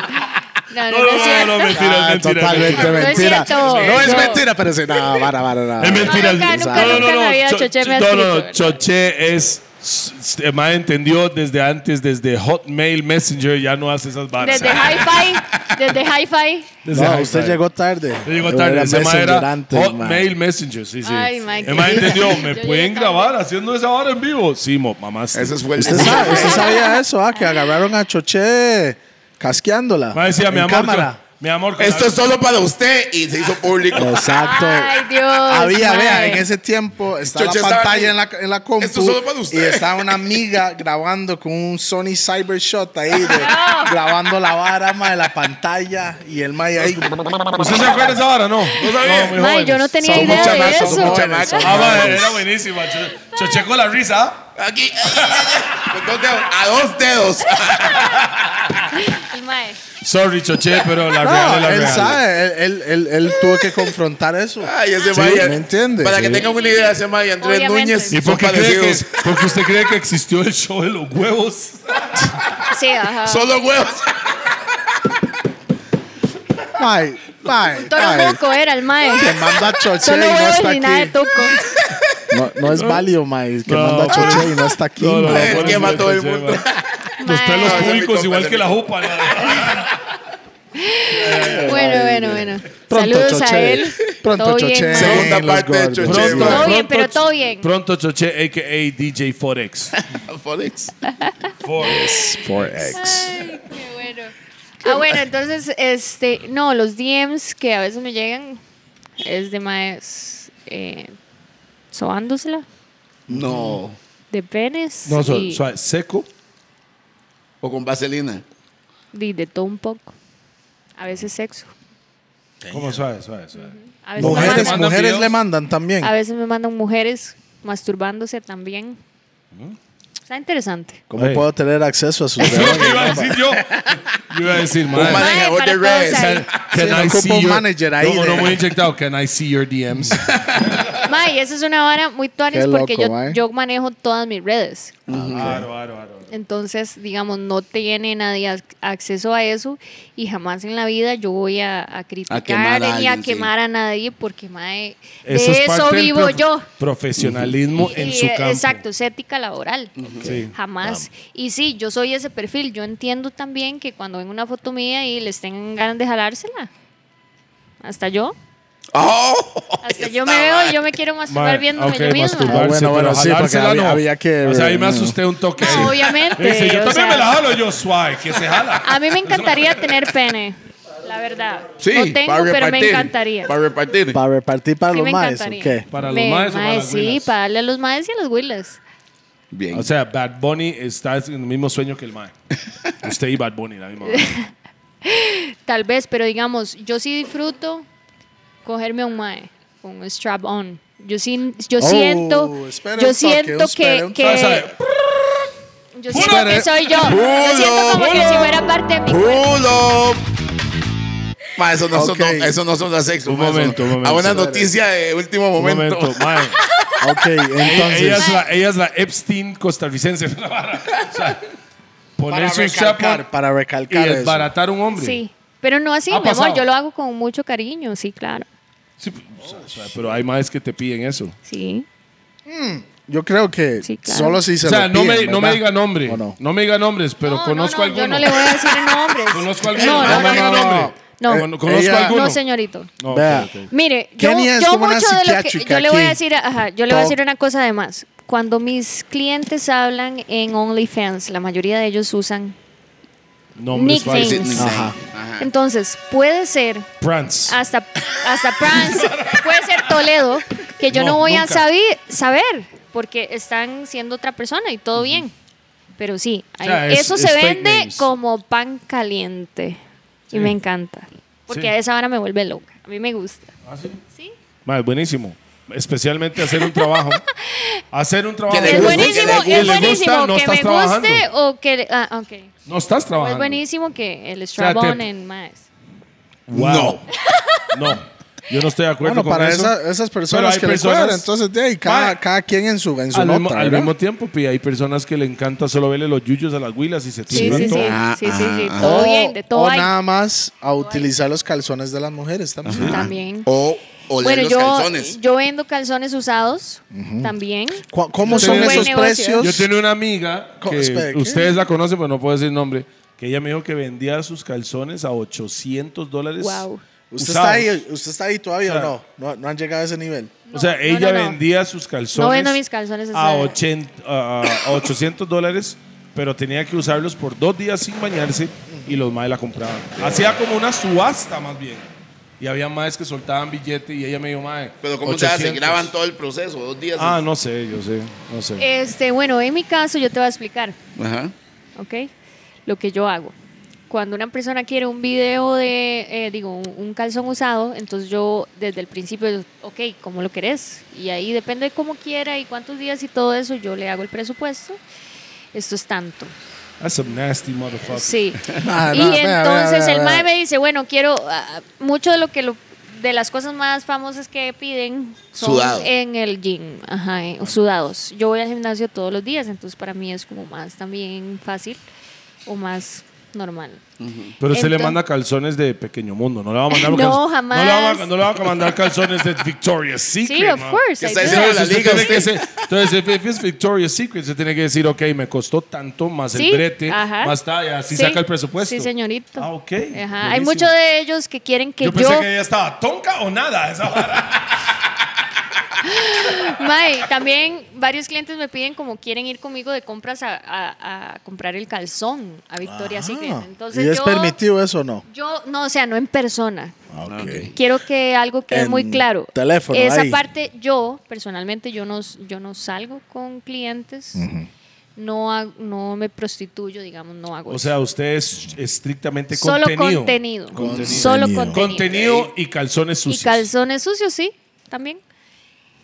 C: No, no,
E: no,
C: no es
E: no, no,
C: cierto.
E: mentira,
B: Ah,
E: mentira.
B: totalmente
E: mentira.
C: es
B: mentira.
C: cierto.
B: No es
C: No.
B: mentira, pero sí, no, vara, vara, no.
E: Es mentira.
C: nunca,
B: nunca,
E: no, no,
C: nunca en la
E: no,
C: vida
E: Cho-
C: Choché me ha
E: no, no,
C: escrito,
E: no,
C: ¿verdad?
E: Choché es. s- s- eh, Mae entendió desde antes, desde Hotmail Messenger, ya no hace esas barras.
C: Desde Hi-Fi, desde Hi-Fi.
E: Desde
B: No,
E: hi-fi.
B: usted llegó tarde.
E: Yo llego
B: Yo
E: tarde.
B: era
E: Ese mae
B: messenger
E: era
B: antes, man.
E: Hotmail Messenger, sí, sí.
C: Ay, mae, qué
E: El mae
C: risa.
E: entendió,
C: Yo
E: ¿me
C: llegué
E: pueden
C: tarde.
E: grabar haciendo esa hora en vivo? Sí, mo, mamá. sí.
D: Ese fue el.
B: ¿Usted, sabe- usted sabía eso, ah, que agarraron a Choché casqueándola.
E: Mae decía,
B: en
E: mi amor.
B: cámara.
E: con- Mi amor. con-
D: Esto es solo para usted y se hizo público.
B: Exacto.
C: Ay, Dios.
B: Había,
C: mae.
B: vea, en ese tiempo estaba
D: Choché
B: la
D: estaba
B: pantalla
D: en-
B: en la, en la compu
D: Esto solo para
B: y
D: usted.
B: estaba una amiga grabando con un Sony Cybershot ahí, de- grabando la vara ma, de la pantalla y el May ahí.
E: ¿Usted se acuerda de esa hora? No. No sabía.
C: Mae, yo no tenía
D: Son
C: idea
D: muchas
C: de
D: más, son
C: eso.
D: muchas chamacos.
E: Ah, mae, era buenísima. Cho- Choché con la risa.
D: Aquí. Con dos dedos. A dos dedos.
C: El mae.
E: Sorry, Choché, pero
C: Ah,
E: la real es
B: No,
E: la
B: él
E: real.
B: sabe, él, él, él- él tuvo que confrontar eso.
D: Ay, ese
B: Sí,
D: Maya.
B: ¿me entiende?
D: Para que
B: Sí.
D: tengan una idea, ese Maya Andrés
C: Obviamente.
D: Núñez. son
E: ¿Y por qué cree que,
D: parecidos.
E: porque usted cree que existió el show de los huevos?
C: Sí, ajá.
D: Solo huevos.
B: May, May,
C: Toro
B: May,
C: Moco era el mae.
B: Que manda a Choché
C: Solo
B: y no
C: huevos
B: está
C: ni nada de
B: aquí.
C: toco.
B: No, no es válido, May, que
E: No,
B: manda a
E: pero-
B: Choché y no está aquí.
E: No, no,
B: ma.
E: no,
D: que
E: por eso
D: mató el
E: pensé,
D: mundo.
E: man. Los pelos
C: Ah,
D: Mae.
E: públicos, igual
D: Ese
E: que
D: es mi
E: la jupa. la-
C: Bueno, bueno, bueno.
B: Pronto,
C: Saludos a
B: Choché.
C: él.
B: Pronto,
C: Todo bien,
B: Choché.
C: mae.
D: Segunda
B: en los
D: parte de
B: gordos.
D: Choché,
E: Pronto,
D: mae.
C: Todo bien,
E: pronto,
C: pero todo bien.
E: Pronto Choché, a.k.a. DJ Forex.
D: Forex.
E: Forex.
B: 4X.
C: Ay, qué bueno. Ah, bueno, entonces, este, no, los DMs que a veces me llegan es de más eh, sobándosela,
D: No.
C: de penes
E: No, so-
C: y,
E: suave, seco.
D: O con vaselina.
C: y de todo un poco. A veces sexo.
E: ¿Cómo suave, suave, suave?
C: A veces, me
B: Mujeres,
C: mandan,
E: mandan
B: mujeres
E: videos?
B: le mandan también.
C: a veces me mandan mujeres masturbándose también. Está interesante.
B: ¿Cómo
E: Oye.
B: puedo tener acceso a sus redes?
E: iba a decir yo. Yo iba a decir,
D: Un
E: madre.
D: manejador
C: para
D: de
C: todos
D: redes.
C: ahí.
E: Can
B: Sí, no
E: I
B: ocupa
E: see
B: un
E: your-
B: manager ahí
E: No,
B: de-
E: no muy inyectado. Can I see your DMs?
C: Ma, y esa es una vara muy
B: Qué
C: tuanis
B: loco,
C: porque
B: mae.
C: yo, yo manejo todas mis redes.
E: Claro, claro, claro.
C: Entonces, digamos, no tiene nadie ac- acceso a eso y jamás en la vida yo voy a, a criticar
D: quemar a
C: ni a
D: alguien, sí.
C: quemar a nadie porque mae, de eso,
E: Eso es parte del
C: vivo
E: prof-
C: yo.
E: Profesionalismo en
C: Y,
E: su
C: eh,
E: campo.
C: Exacto, es ética laboral.
E: Sí.
C: Jamás. Y sí, yo soy ese perfil. Yo entiendo también que cuando ven una foto mía y les tengan ganas de jalársela. Hasta yo.
D: ¡Oh!
C: Hasta
D: Está
C: yo me veo
D: mal.
C: y yo me quiero masturbar viéndome
E: ok,
C: yo misma.
E: masturbarse,
B: Ah, bueno, bueno,
E: pero
B: sí, porque
E: jalársela
B: había-
E: no.
B: había que-
E: O sea, ahí me asusté un toque.
C: No,
E: sí.
C: Ah, obviamente,
E: Dice, yo
C: o
E: también
C: sea-
E: me la jalo, yo suave, que se jala.
C: A mí me encantaría tener pene. La verdad.
D: Sí,
C: no tengo,
D: para
C: pero me
D: repartir,
C: encantaría.
D: Para repartir.
B: ¿Para repartir para
C: Sí,
B: los
C: me
B: maes o
C: encantaría.
B: qué?
E: Para los
C: Me-
E: maes o para las
C: Sí,
E: güilas.
C: para darle a los maes y a los huilas.
D: Bien.
E: O sea, Bad Bunny está en el mismo sueño que el Mae. Usted y Bad Bunny, la misma. vara.
C: Tal vez, pero digamos, yo sí disfruto cogerme a un mae con un strap on. Yo sí, yo
B: Oh,
C: siento,
B: espere
C: yo
B: un toque,
C: siento
B: un espere,
C: que,
B: un
C: que-
E: O sea,
C: yo siento que soy yo.
D: Pulo,
C: Yo siento como que si fuera parte de mi cuerpo.
D: ¡Pulo! Ma, eso no,
B: Ok.
D: son, no, eso no son las sexo.
E: Un
D: ma, eso-
E: momento, un momento.
D: A una noticia de último
E: un
D: momento.
E: momento, Mae.
B: Ok,
E: Ella
B: entonces.
E: es, la, ella es la Epstein costarricense. la vara. o sea, ponerse un chapo
B: recalcar, para
E: y
B: recalcar eso.
E: desbaratar un hombre.
C: Sí, pero no así,
E: Ha
C: mi amor.
E: pasado.
C: Yo lo hago con mucho cariño, sí, claro.
E: Sí, o sea, o sea, pero hay maes que te piden eso.
C: Sí.
B: Yo creo que
C: Sí, claro.
B: solo si se
E: o sea,
B: lo
E: no,
B: piden,
E: me, no me
B: ¿verdad?
E: diga nombre.
B: ¿O
E: No?
B: no?
E: me diga nombres, pero
C: No, no,
E: conozco
C: no,
E: alguno.
C: Yo no le voy a decir nombres.
E: Conozco alguno.
C: No,
E: No,
C: no,
E: me
C: no, no,
E: diga
C: no.
E: nombre.
C: No.
E: Con- conozco
B: ella-
E: alguno.
C: No, señorito.
E: No, ok,
B: Vea.
E: ok.
C: Mire, yo,
B: Kenny es
C: yo
B: como una
C: mucho de lo que
B: psiquiátrica
C: yo le voy a
B: aquí.
C: decir, ajá, yo le voy a
B: Todo.
C: decir una cosa además. Cuando mis clientes hablan en OnlyFans, la mayoría de ellos usan.
E: Nombres
C: Nicknames.
E: falsos.
B: Ajá.
C: Entonces, puede ser
E: Prance.
C: hasta hasta France, puede ser Toledo, que yo
E: No,
C: no, voy a
E: nunca.
C: sabi- saber porque están siendo otra persona y todo bien. Pero sí, hay-
E: sea, es-
C: eso
E: es
C: se
E: fake
C: vende
E: names.
C: como pan caliente y me encanta, porque
E: Sí.
C: a esa hora me vuelve loca. A mí me gusta.
E: Mae, buenísimo. Especialmente hacer un trabajo. hacer un trabajo.
D: Que le
C: Es
D: guste,
C: buenísimo,
D: que le
C: es
E: gusta,
C: buenísimo
E: no
C: que
E: estás
C: me
E: trabajando.
C: guste o que... Ah, ok.
E: No estás trabajando.
C: Es buenísimo que el
E: sea,
C: strap on
E: te-
C: en más.
E: Wow. No. Yo no estoy de acuerdo
B: Bueno,
E: con
B: para
E: eso.
B: esa- eh, esas
E: Pero
B: personas
E: hay
B: que
E: personas-
B: personas, entonces de ahí, cada,
E: Mae.
B: cada quien en su, en su
E: Al,
B: nota,
E: mismo, al
B: ¿verdad?
E: mismo tiempo, pi, hay personas que le encanta solo verle los yuyos a las huilas y se
C: Sí, sí, sí.
E: todo.
D: Ah,
C: Sí, sí, sí.
D: ah,
C: Todo
B: o,
C: bien, de todo
B: o
C: hay.
B: nada más a utilizar los calzones de las mujeres también.
C: También.
D: O oler
C: Bueno,
D: los
C: yo,
D: calzones.
C: yo vendo calzones usados también.
B: Cu- ¿Cómo
E: Yo
B: son
E: tenía-
B: esos
C: Buen negocio.
B: precios?
E: Yo tenía una amiga
B: Co-
E: que
B: espera, ¿qué?
E: ustedes la conocen, pero no puedo decir nombre. Que ella me dijo que vendía sus calzones a 800 dólares.
C: Wow.
B: ¿Usted,
E: usados.
B: está ahí, ¿Usted está ahí todavía
E: O sea,
B: o no? no? no han llegado a ese nivel.
E: O sea,
C: No, no,
E: ella
C: no, no.
E: vendía sus calzones.
C: No vendo mis calzones
E: a,
C: esa-
E: 80, a- a 800 dólares, pero tenía que usarlos por dos días sin bañarse y los maes la compraban. Hacía como una subasta más bien. Y había maes que soltaban billete y ella me dijo, mae.
D: Pero ¿cómo se hace?
E: 800".
D: Graban todo el proceso, dos días.
E: Ah, no sé, yo sé, no sé.
C: Este, bueno, en mi caso yo te voy a explicar,
D: Ajá.
C: ¿ok? Lo que yo hago. Cuando una persona quiere un video de, eh, digo, un, un calzón usado, entonces yo desde el principio, ok, ¿cómo lo querés? Y ahí depende de cómo quiera y cuántos días y todo eso, yo le hago el presupuesto. Esto es tanto.
E: That's a nasty motherfucker.
C: Sí.
B: Ah,
C: y
B: no,
C: entonces
B: vea, vea,
C: el
B: vea,
C: mae
B: vea.
C: me dice, bueno, quiero ah, mucho de lo que lo- de las cosas más famosas que piden son
D: Sudado.
C: en el gym, ajá, eh, sudados. Yo voy al gimnasio todos los días, entonces para mí es como más también fácil o más normal.
E: Pero usted le
C: Entonces-
E: manda calzones de Pequeño Mundo, no le va a mandar
C: No,
E: calzones-
C: jamás.
E: No le, va a, no le va a mandar calzones de Victoria's Secret.
C: Sí, of
E: mae.
C: course.
D: ¿Qué
C: I
D: está
C: do.
D: diciendo la
E: Entonces,
D: liga?
E: usted tiene
D: usted?
E: que ser- entonces, if- if it's Victoria's Secret, se tiene que decir, ok, me costó tanto, más
C: Sí,
E: el brete,
C: ajá.
E: más talla, así
C: Sí,
E: saca el presupuesto.
C: Sí, señorito.
E: Ah, ok.
C: Ajá, Hay
E: Buenísimo.
C: muchos de ellos que quieren que
E: Yo
C: yo,
E: pensé que ella estaba tonca o nada. Esa vara.
C: Mae, también varios clientes me piden como quieren ir conmigo de compras a, a- a comprar el calzón a Victoria Secret.
B: Ah,
C: Entonces
B: ¿Y es
C: yo,
B: permitido eso o no?
C: Yo, no, o sea, no en persona.
B: Ah, ok.
C: Quiero que algo quede
B: En
C: muy claro.
B: teléfono,
C: Esa
B: ahí.
C: parte, yo, personalmente, yo no, yo no salgo con clientes. No, ha- no me prostituyo, digamos, no hago
E: O
C: eso.
E: sea, usted es estrictamente
C: Pues Solo
E: contenido.
C: contenido.
B: Contenido.
C: Solo
B: Contenido.
C: contenido.
E: Contenido y calzones
C: Y
E: sucios.
C: calzones sucios, sí, también.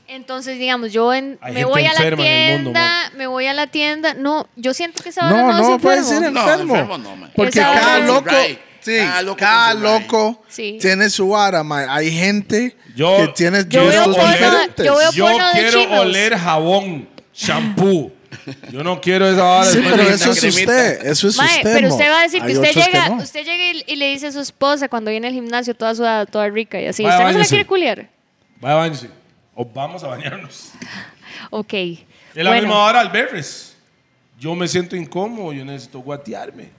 C: Entonces, digamos, yo en-
E: Hay
C: me
E: gente
C: voy a la
E: enferma en el mundo,
C: tienda, me voy a la tienda. No, yo siento que esa hora
B: No,
C: no,
B: no,
C: es
B: puede
C: enfermo.
B: ser
D: No,
B: enfermo.
D: enfermo no, man.
B: Porque
C: Esa
B: cada
C: vara-
B: loco,
D: Right.
B: sí, cada
D: Cada
B: loco,
D: loco con su
C: Sí.
B: tiene su vara, mae. Hay gente
E: Yo-
B: que tiene
E: yo veo
B: gustos
E: porno-
B: diferentes.
C: yo veo-
E: Yo
C: porno de
E: quiero
C: chinos.
E: oler jabón, shampoo. Yo no quiero esa vara.
B: Sí,
E: después
B: pero
E: de-
B: eso es
D: cremita.
B: usted, eso es
C: Mae,
B: usted.
C: pero
B: mo.
C: usted va a decir
B: Hay
C: que usted
B: otros
C: llega,
B: no.
C: usted llega y, y le dice a su esposa cuando viene al gimnasio toda sudada, toda rica y así.
E: Mae,
C: ¿Usted no se la
E: váyase.
C: quiere culiar?
E: Vaya, bañarse. O vamos a bañarnos.
C: Ok.
E: Es la
C: Bueno,
E: misma hora al berres. Yo me siento incómodo, yo necesito guatearme.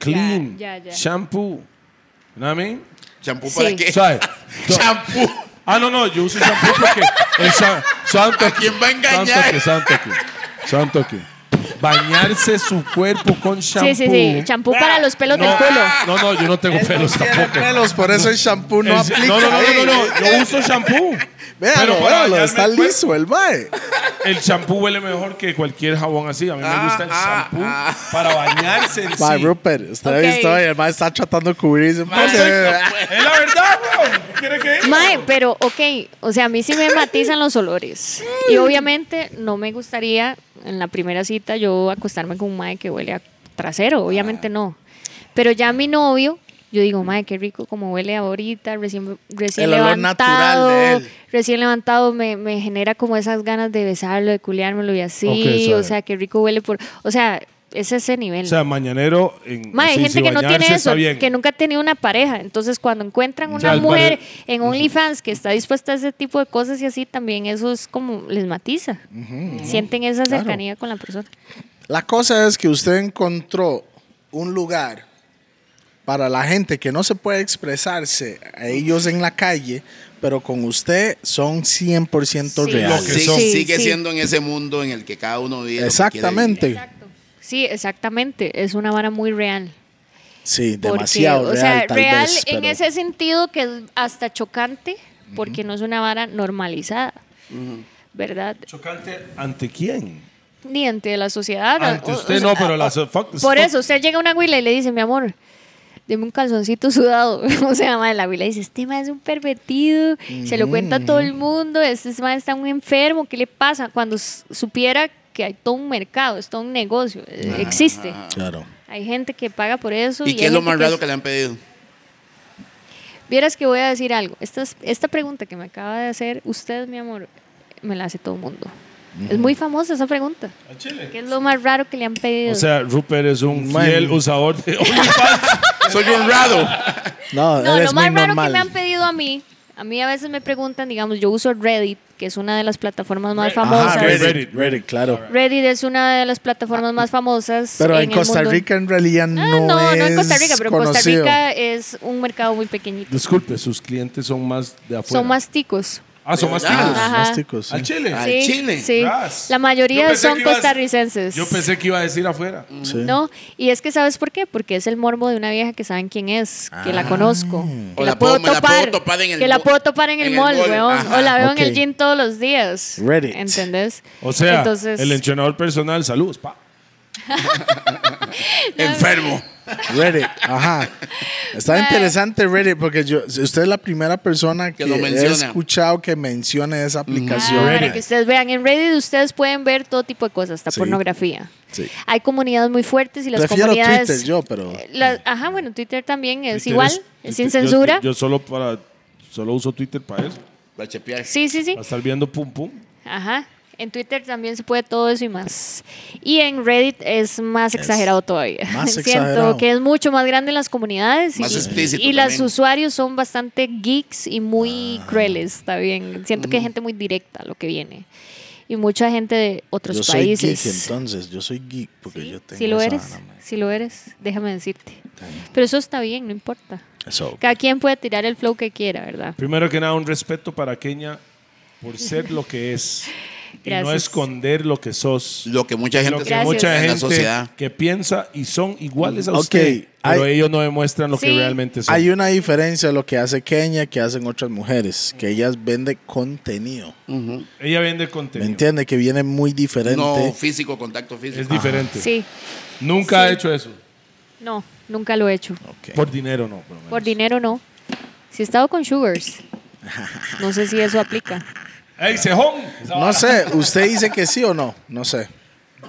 E: Clean.
C: ya, ya.
E: Shampoo. You know what I mean?
D: ¿Champú
C: Sí.
D: para qué?
E: ¿Sabe? So-
D: ¿Champú?
E: ah, no, no, yo uso shampoo porque. El sha- santo
D: ¿A quién va a engañar?
E: Santo que, santo que. Santo que. Bañarse su cuerpo con shampoo.
C: Sí, sí, sí. Champú para los pelos
E: No,
C: del culo.
E: No, no, yo no tengo pelos
B: Tiene
E: tampoco.
B: pelos, por eso el shampoo no
E: Es-
B: aplica.
E: no, no, no, no, no,
B: ahí.
E: no, Yo uso shampoo.
B: Véalo,
E: Pero para
B: véalo,
E: bañarme
B: está
E: el cuerpo,
B: liso el mae.
E: El champú huele mejor que cualquier jabón así. A mí me
D: Ah,
E: gusta el
D: ah,
E: champú
D: ah.
E: para bañarse en
B: Mae,
E: sí.
B: Rupert, usted
C: Ah, Ok.
B: ha visto, y el mae está tratando Ah, de cubrirse.
E: Es la verdad, weón. ¿Qué quiere que diga?
C: Mae, pero ok, o sea, a mí sí me matizan los olores. Y
B: Mm.
C: obviamente no me gustaría en la primera cita yo acostarme con un mae que huele a trasero,
B: Ah.
C: obviamente no. Pero ya mi novio, yo digo, mae, qué rico como huele ahorita, recién, recién
B: El olor natural
C: levantado.
B: de él.
C: Recién levantado me, me genera como esas ganas de besarlo, de culiármelo y así.
E: Ok, suave.
C: o sea, qué rico huele por. O sea, es ese nivel.
E: O sea, mañanero en
C: Mae, hay
E: sí,
C: gente
E: sí,
C: que no tiene
E: bañarse
C: eso,
E: está bien.
C: que nunca ha tenido una pareja. Entonces, cuando encuentran
E: sea,
C: una
E: el
C: mujer
E: pare-
C: en OnlyFans que está dispuesta a ese tipo de cosas y así, también eso es como les matiza. Sienten esa
B: Claro.
C: cercanía con la persona.
B: La cosa es que usted encontró un lugar para la gente que no se puede expresarse a ellos en la calle, pero con usted son 100%
C: Sí.
B: reales.
E: Lo que son.
C: Sí,
D: sigue
C: sí.
D: siendo en ese mundo en el que cada uno vive. lo que quiere vivir.
B: Exactamente.
C: Sí, exactamente. Es una vara muy real.
B: Sí,
C: Porque,
B: demasiado
C: o
B: real,
C: sea,
B: tal
C: real
B: vez,
C: en
B: pero-
C: ese sentido que es hasta chocante, porque no es una vara normalizada. ¿Verdad?
E: ¿Chocante ante quién?
C: Ni ante la sociedad.
E: Ante
C: o- o
E: usted
C: sea,
E: no, pero la so- fuck
D: Pues
E: the
C: Por
E: fuck.
C: eso, usted llega a una huila y le dice, mi amor, deme un calzoncito sudado. o sea, madre, la huila dice, este mae es un pervertido, se lo cuenta a todo el
D: Mm.
C: mundo, este mae está un enfermo, ¿qué le pasa? Cuando s- supiera que hay todo un mercado, es todo un negocio, eh, existe.
B: Claro.
C: Hay gente que paga por eso.
D: ¿Y
C: hay
D: qué es lo
C: gente
D: más raro que le han pedido?
C: Vieras que voy a decir algo. Esta, es- esta pregunta que me acaba de hacer usted, mi amor, me la hace todo el mundo. Es
D: Mm.
C: muy famosa esa pregunta.
E: ¿A Chile?
C: ¿Qué es lo más raro que le han pedido?
E: O sea, Rupert es un
B: Man.
E: fiel usador de OnlyFans.
D: Soy un raro.
B: No,
C: No,
B: él
C: lo
B: es
C: más
B: muy
C: raro que
B: normal.
C: me han pedido a mí, a mí a veces me preguntan, digamos, yo uso Reddit, que es una de las plataformas más famosas.
B: Ajá,
E: Reddit,
B: Reddit,
C: Reddit.
E: Reddit,
B: Reddit, claro.
C: es una de las plataformas más famosas.
B: Pero en,
C: el
B: Costa
C: mundo.
B: Rica en realidad
C: Ah,
B: no,
C: no,
B: es
C: no en Costa Rica, pero Costa
B: conocido. Ah,
C: Rica es un mercado muy pequeñito.
E: Disculpe, sus clientes son más de afuera.
C: Son más ticos.
E: Ah, son más
D: ¿Verdad?
E: tíos.
C: Ajá.
B: Más ticos, sí.
E: ¿A Chile?
D: ¿Al
C: Sí,
D: Chile?
C: sí.
E: Ras.
C: La
E: Yo
C: mayoría
E: pensé
C: son
E: que ibas-
C: costarricenses.
E: Yo pensé que iba a decir afuera.
B: Sí.
C: No, y es que ¿sabes por qué? Porque es el morbo de una vieja que saben quién es, que la conozco. Que
D: Ah. O la puedo- me la puedo topar en el
C: que la
D: mo-
C: puedo topar en, el mall, weón.
D: Ajá.
C: O la veo
B: Ok.
C: en el gym todos los días.
B: Reddit.
C: ¿Entendés?
E: O sea,
C: Entonces,
E: el entrenador personal, saludos, pa.
D: Enfermo.
B: Reddit, ajá. Está interesante Reddit porque yo, usted es la primera persona que,
D: lo
B: he
D: menciona.
B: escuchado que mencione esa aplicación.
C: Claro, ah, que ustedes vean. En Reddit ustedes pueden ver todo tipo de cosas, hasta
B: Sí.
C: pornografía.
B: Sí.
C: Hay comunidades muy fuertes y las
B: Prefiero
C: comunidades.
B: Twitter yo, pero
C: la- ajá, bueno, Twitter también es
E: Twitter
C: igual,
E: es-
C: es, sin
E: Twitter- yo-
C: censura.
E: Yo, solo para solo uso Twitter para eso,
D: Para chepear.
C: sí, sí, sí.
E: para estar viendo pum pum.
C: Ajá. En Twitter también se puede todo eso y más. Y en Reddit es más exagerado todavía.
B: más
C: Siento
B: exagerado.
C: que es mucho más grande en las comunidades.
D: Más
C: y,
D: explícito
C: Y los
D: también.
C: usuarios son bastante geeks y
B: Ah.
C: muy crueles, está bien. Siento
B: Mm.
C: que hay gente muy directa a lo que viene. Y mucha gente de otros
B: yo soy
C: países.
B: geek entonces, yo soy geek porque yo tengo
C: si lo
B: esa
C: eres,
B: vara, man.
C: si lo eres, déjame decirte. Pero eso está bien, no importa.
B: Eso.
C: Cada quien puede tirar el flow que quiera, ¿verdad?
E: Primero que nada, un respeto para Kenia por ser lo que es y no
C: Gracias.
E: esconder lo que sos.
D: Lo que mucha gente
E: Lo que
C: Gracias.
E: mucha
D: en
E: gente
D: la sociedad.
E: que piensa y son iguales a
B: Ok,
E: usted, pero
B: hay-
E: ellos no demuestran lo que
C: Sí.
E: realmente son.
B: Hay una diferencia lo que hace Kenia que hacen otras mujeres, que ellas venden contenido.
D: Ujú.
E: Ella vende
B: ¿Me
E: contenido.
B: entiende? Que viene muy diferente.
D: No físico, contacto físico.
E: Es diferente.
C: Ah, Sí,
E: Nunca ha hecho eso.
C: no, nunca lo he hecho.
B: Ok.
E: Por dinero no. lo menos.
C: Por dinero no. Si he estado con sugars. No sé si eso aplica.
E: ¡Ey, cejón!
B: No sé, ¿usted dice que sí o no? No sé.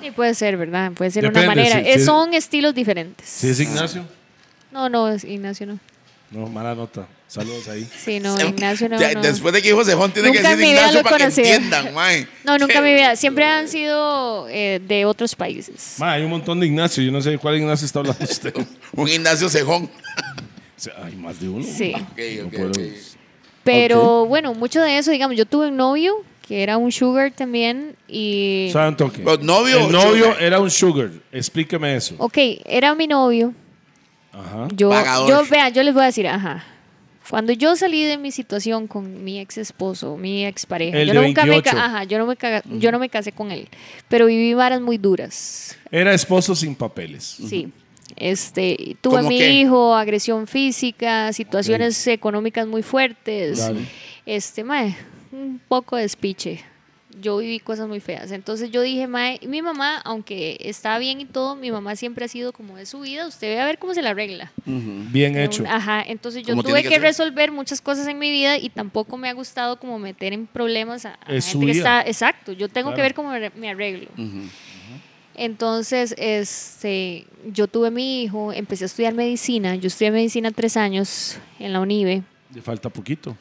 C: Sí, puede ser, ¿verdad? Puede ser
E: Depende,
C: una manera.
E: sí,
C: Eh,
E: sí.
C: Son estilos diferentes.
E: ¿Sí es Ignacio?
C: No, no, es Ignacio no.
E: No, mala nota. Saludos ahí.
C: Sí, no, Ignacio no.
D: Ya,
C: no.
D: Después de que dijo Cejón, tiene
C: Nunca
D: que
C: en mi
D: decir
C: vida lo
D: Ignacio
C: he
D: para que
C: conocido.
D: entiendan, mae.
C: No, nunca en mi vida. Siempre han sido eh, de otros países.
E: Ma, hay un montón de Ignacio. Yo no sé de cuál Ignacio está hablando usted. O
D: Un Ignacio Cejón.
E: sea, Hay más de uno.
C: Sí.
D: Ok,
E: No
D: ok,
E: puedo.
D: ok.
C: Pero bueno, mucho de eso, digamos, yo tuve un novio que era un sugar también y...
E: Saben toque.
D: Pero novio.
E: El novio
D: chupe.
E: era un sugar. Explíqueme eso.
C: Ok, era mi novio.
E: Ajá.
C: Yo,
D: Pagador.
C: yo, vea, yo les voy a decir, ajá. Cuando yo salí de mi situación con mi ex esposo, mi ex pareja,
E: El
C: yo
E: de
C: nunca me, ca-
E: 28.
C: ajá, yo, no me caga- yo no me casé con él, pero viví varas muy duras.
E: Era esposo sin papeles.
C: Sí. Este, y tuve
D: ¿Cómo
C: mi
D: qué?
C: hijo, agresión física, situaciones económicas muy fuertes.
E: Dale.
C: Este, mae, un poco de despiche. Yo viví cosas muy feas. Entonces yo dije, mae, mi mamá, aunque está bien y todo, mi mamá siempre ha sido como de su vida, usted ve a ver cómo se la arregla.
E: Bien hecho.
C: Ajá, entonces yo
D: Como
C: tuve
D: tiene
C: que,
D: que ser.
C: resolver muchas cosas en mi vida y tampoco me ha gustado como meter en problemas a, a
E: Es su
C: gente que
E: vida.
C: está... Exacto, yo tengo que
E: Claro.
C: ver cómo me- me arreglo. Entonces, este, yo tuve mi hijo, empecé a estudiar medicina. Yo estudié medicina tres años en la UNIVE.
E: Le falta poquito.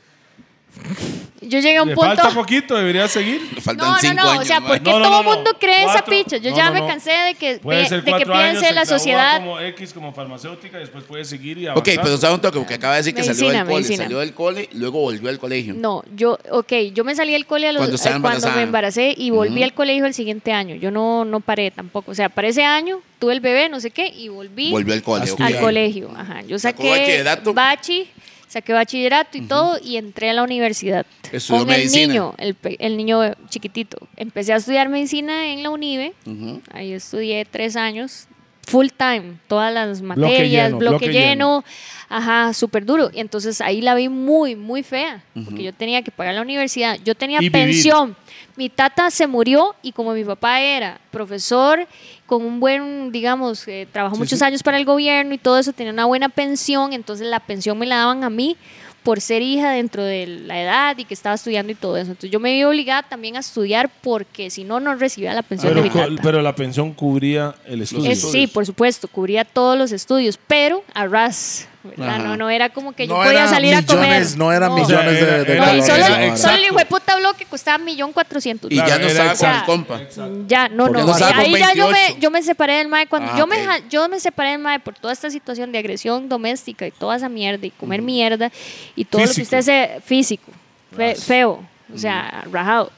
C: Yo llegué a un
E: Le
C: punto...
E: falta poquito. Debería seguir.
D: Le
C: No,
D: faltan
C: no,
D: cinco
C: no,
D: años.
C: o sea,
D: mae.
C: ¿por qué
E: No, no,
C: todo
E: no, no.
C: mundo cree esa
E: Cuatro.
C: picha? Yo
E: No,
C: ya
E: no,
C: me
E: no.
C: cansé de que,
E: Puede
C: de,
E: ser
C: de que
E: cuatro años,
C: piense
E: se
C: la
E: gradúa
C: sociedad.
E: como X, como farmacéutica, y después puede seguir y avanzar.
D: Ok, pero sabe un toque, porque acaba de decir que salió
C: Medicina,
D: del cole.
C: medicina.
D: Salió del cole y luego volvió al colegio.
C: No, yo, ok, yo me salí del cole a los,
D: Cuando estaba
C: eh, cuando
D: embarazada.
C: me embaracé y volví al colegio el siguiente año. Yo no, no paré tampoco. O sea, para ese año tuve el bebé, no sé qué, y volví
D: Volvió al cole.
E: Al
D: ok.
C: al
E: Bien.
C: colegio. Ajá. Yo
D: ¿Sacó
C: saqué
D: bachillerato?
C: bachi, saqué bachillerato y todo, y entré a la universidad.
D: Estudió
C: con
D: medicina.
C: el niño, el, pe- el niño chiquitito. Empecé a estudiar medicina en la UNIVE.
D: Ujú.
C: Ahí estudié tres años, full time, todas las materias,
E: lleno,
C: bloque,
E: bloque lleno.
C: lleno, ajá, súper duro. Y entonces ahí la vi muy, muy fea, porque yo tenía que pagar la universidad, yo tenía
E: Y vivir.
C: pensión. Mi tata se murió y como mi papá era profesor, con un buen, digamos, eh, trabajó muchos años para el gobierno y todo eso, tenía una buena pensión, entonces la pensión me la daban a mí por ser hija dentro de la edad y que estaba estudiando y todo eso. Entonces yo me vi obligada también a estudiar porque si no, no recibía la pensión de
E: Pero,
C: mi
E: co-
C: tata.
E: pero la pensión cubría el estudio.
C: Es- sí, por supuesto, cubría todos los estudios, pero a ras, ¿verdad?
D: Ajá.
C: No, no era como que yo
B: No
C: podía
B: era
C: salir a comer.
B: millones, no eran millones de-
E: era-
B: de,
C: No,
E: era-
C: y
B: colones,
C: solo,
E: era-
B: ahora.
C: solo el
E: exacto.
C: hijueputa bloque costaba millón cuatrocientos.
D: Y
E: Claro,
D: ya no
E: era
D: estaba con el
E: exacto.
D: compa.
C: Ya, no,
D: Porque
C: no.
D: no estaba con
C: ahí ya yo
D: 28.
C: me, yo me separé del MAE. Cuando
D: Ah,
C: yo, me,
D: ok.
C: ja- yo me separé del MAE por toda esta situación de agresión doméstica y toda esa mierda y comer mierda y todo lo que
E: Físico.
C: usted se. físico, fe- feo, o sea, rajado.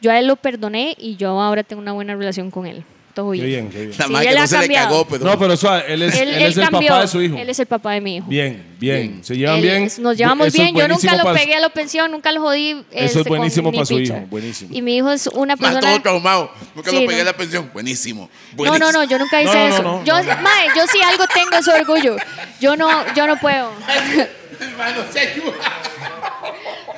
C: Yo a él lo perdoné y yo ahora tengo una buena relación con él. Todo
E: Qué bien, qué bien.
D: La
C: Sí,
D: madre
C: él
D: que
C: ha
D: no se le
C: cambiado.
D: cagó, pero.
E: No, pues, pero suave, él es,
C: él,
E: él
C: él
E: es el
C: cambió,
E: papá de su hijo.
C: Él es el papá de mi hijo.
E: Bien, bien. ¿Se llevan
C: Él
E: bien?
C: Eh, es- Nos llevamos
E: Eso es
C: bien. Yo nunca
E: buenísimo
C: lo
E: para-
C: pegué a la pensión, nunca lo jodí.
E: es
C: este, con
E: buenísimo
C: ni
E: para su
C: picha.
E: hijo, buenísimo.
C: Y mi hijo es una
D: Más
C: persona.
D: todo traumado. Nunca
C: Sí,
D: lo pegué
C: no.
D: a la pensión. Buenísimo.
C: No,
D: buenísimo.
C: no, no, yo nunca
E: No,
C: hice
E: no, no,
C: eso.
E: no,
C: yo,
E: no.
C: mae, yo sí algo tengo ese orgullo. Yo no, yo no puedo.
D: Hermano, se ayuda.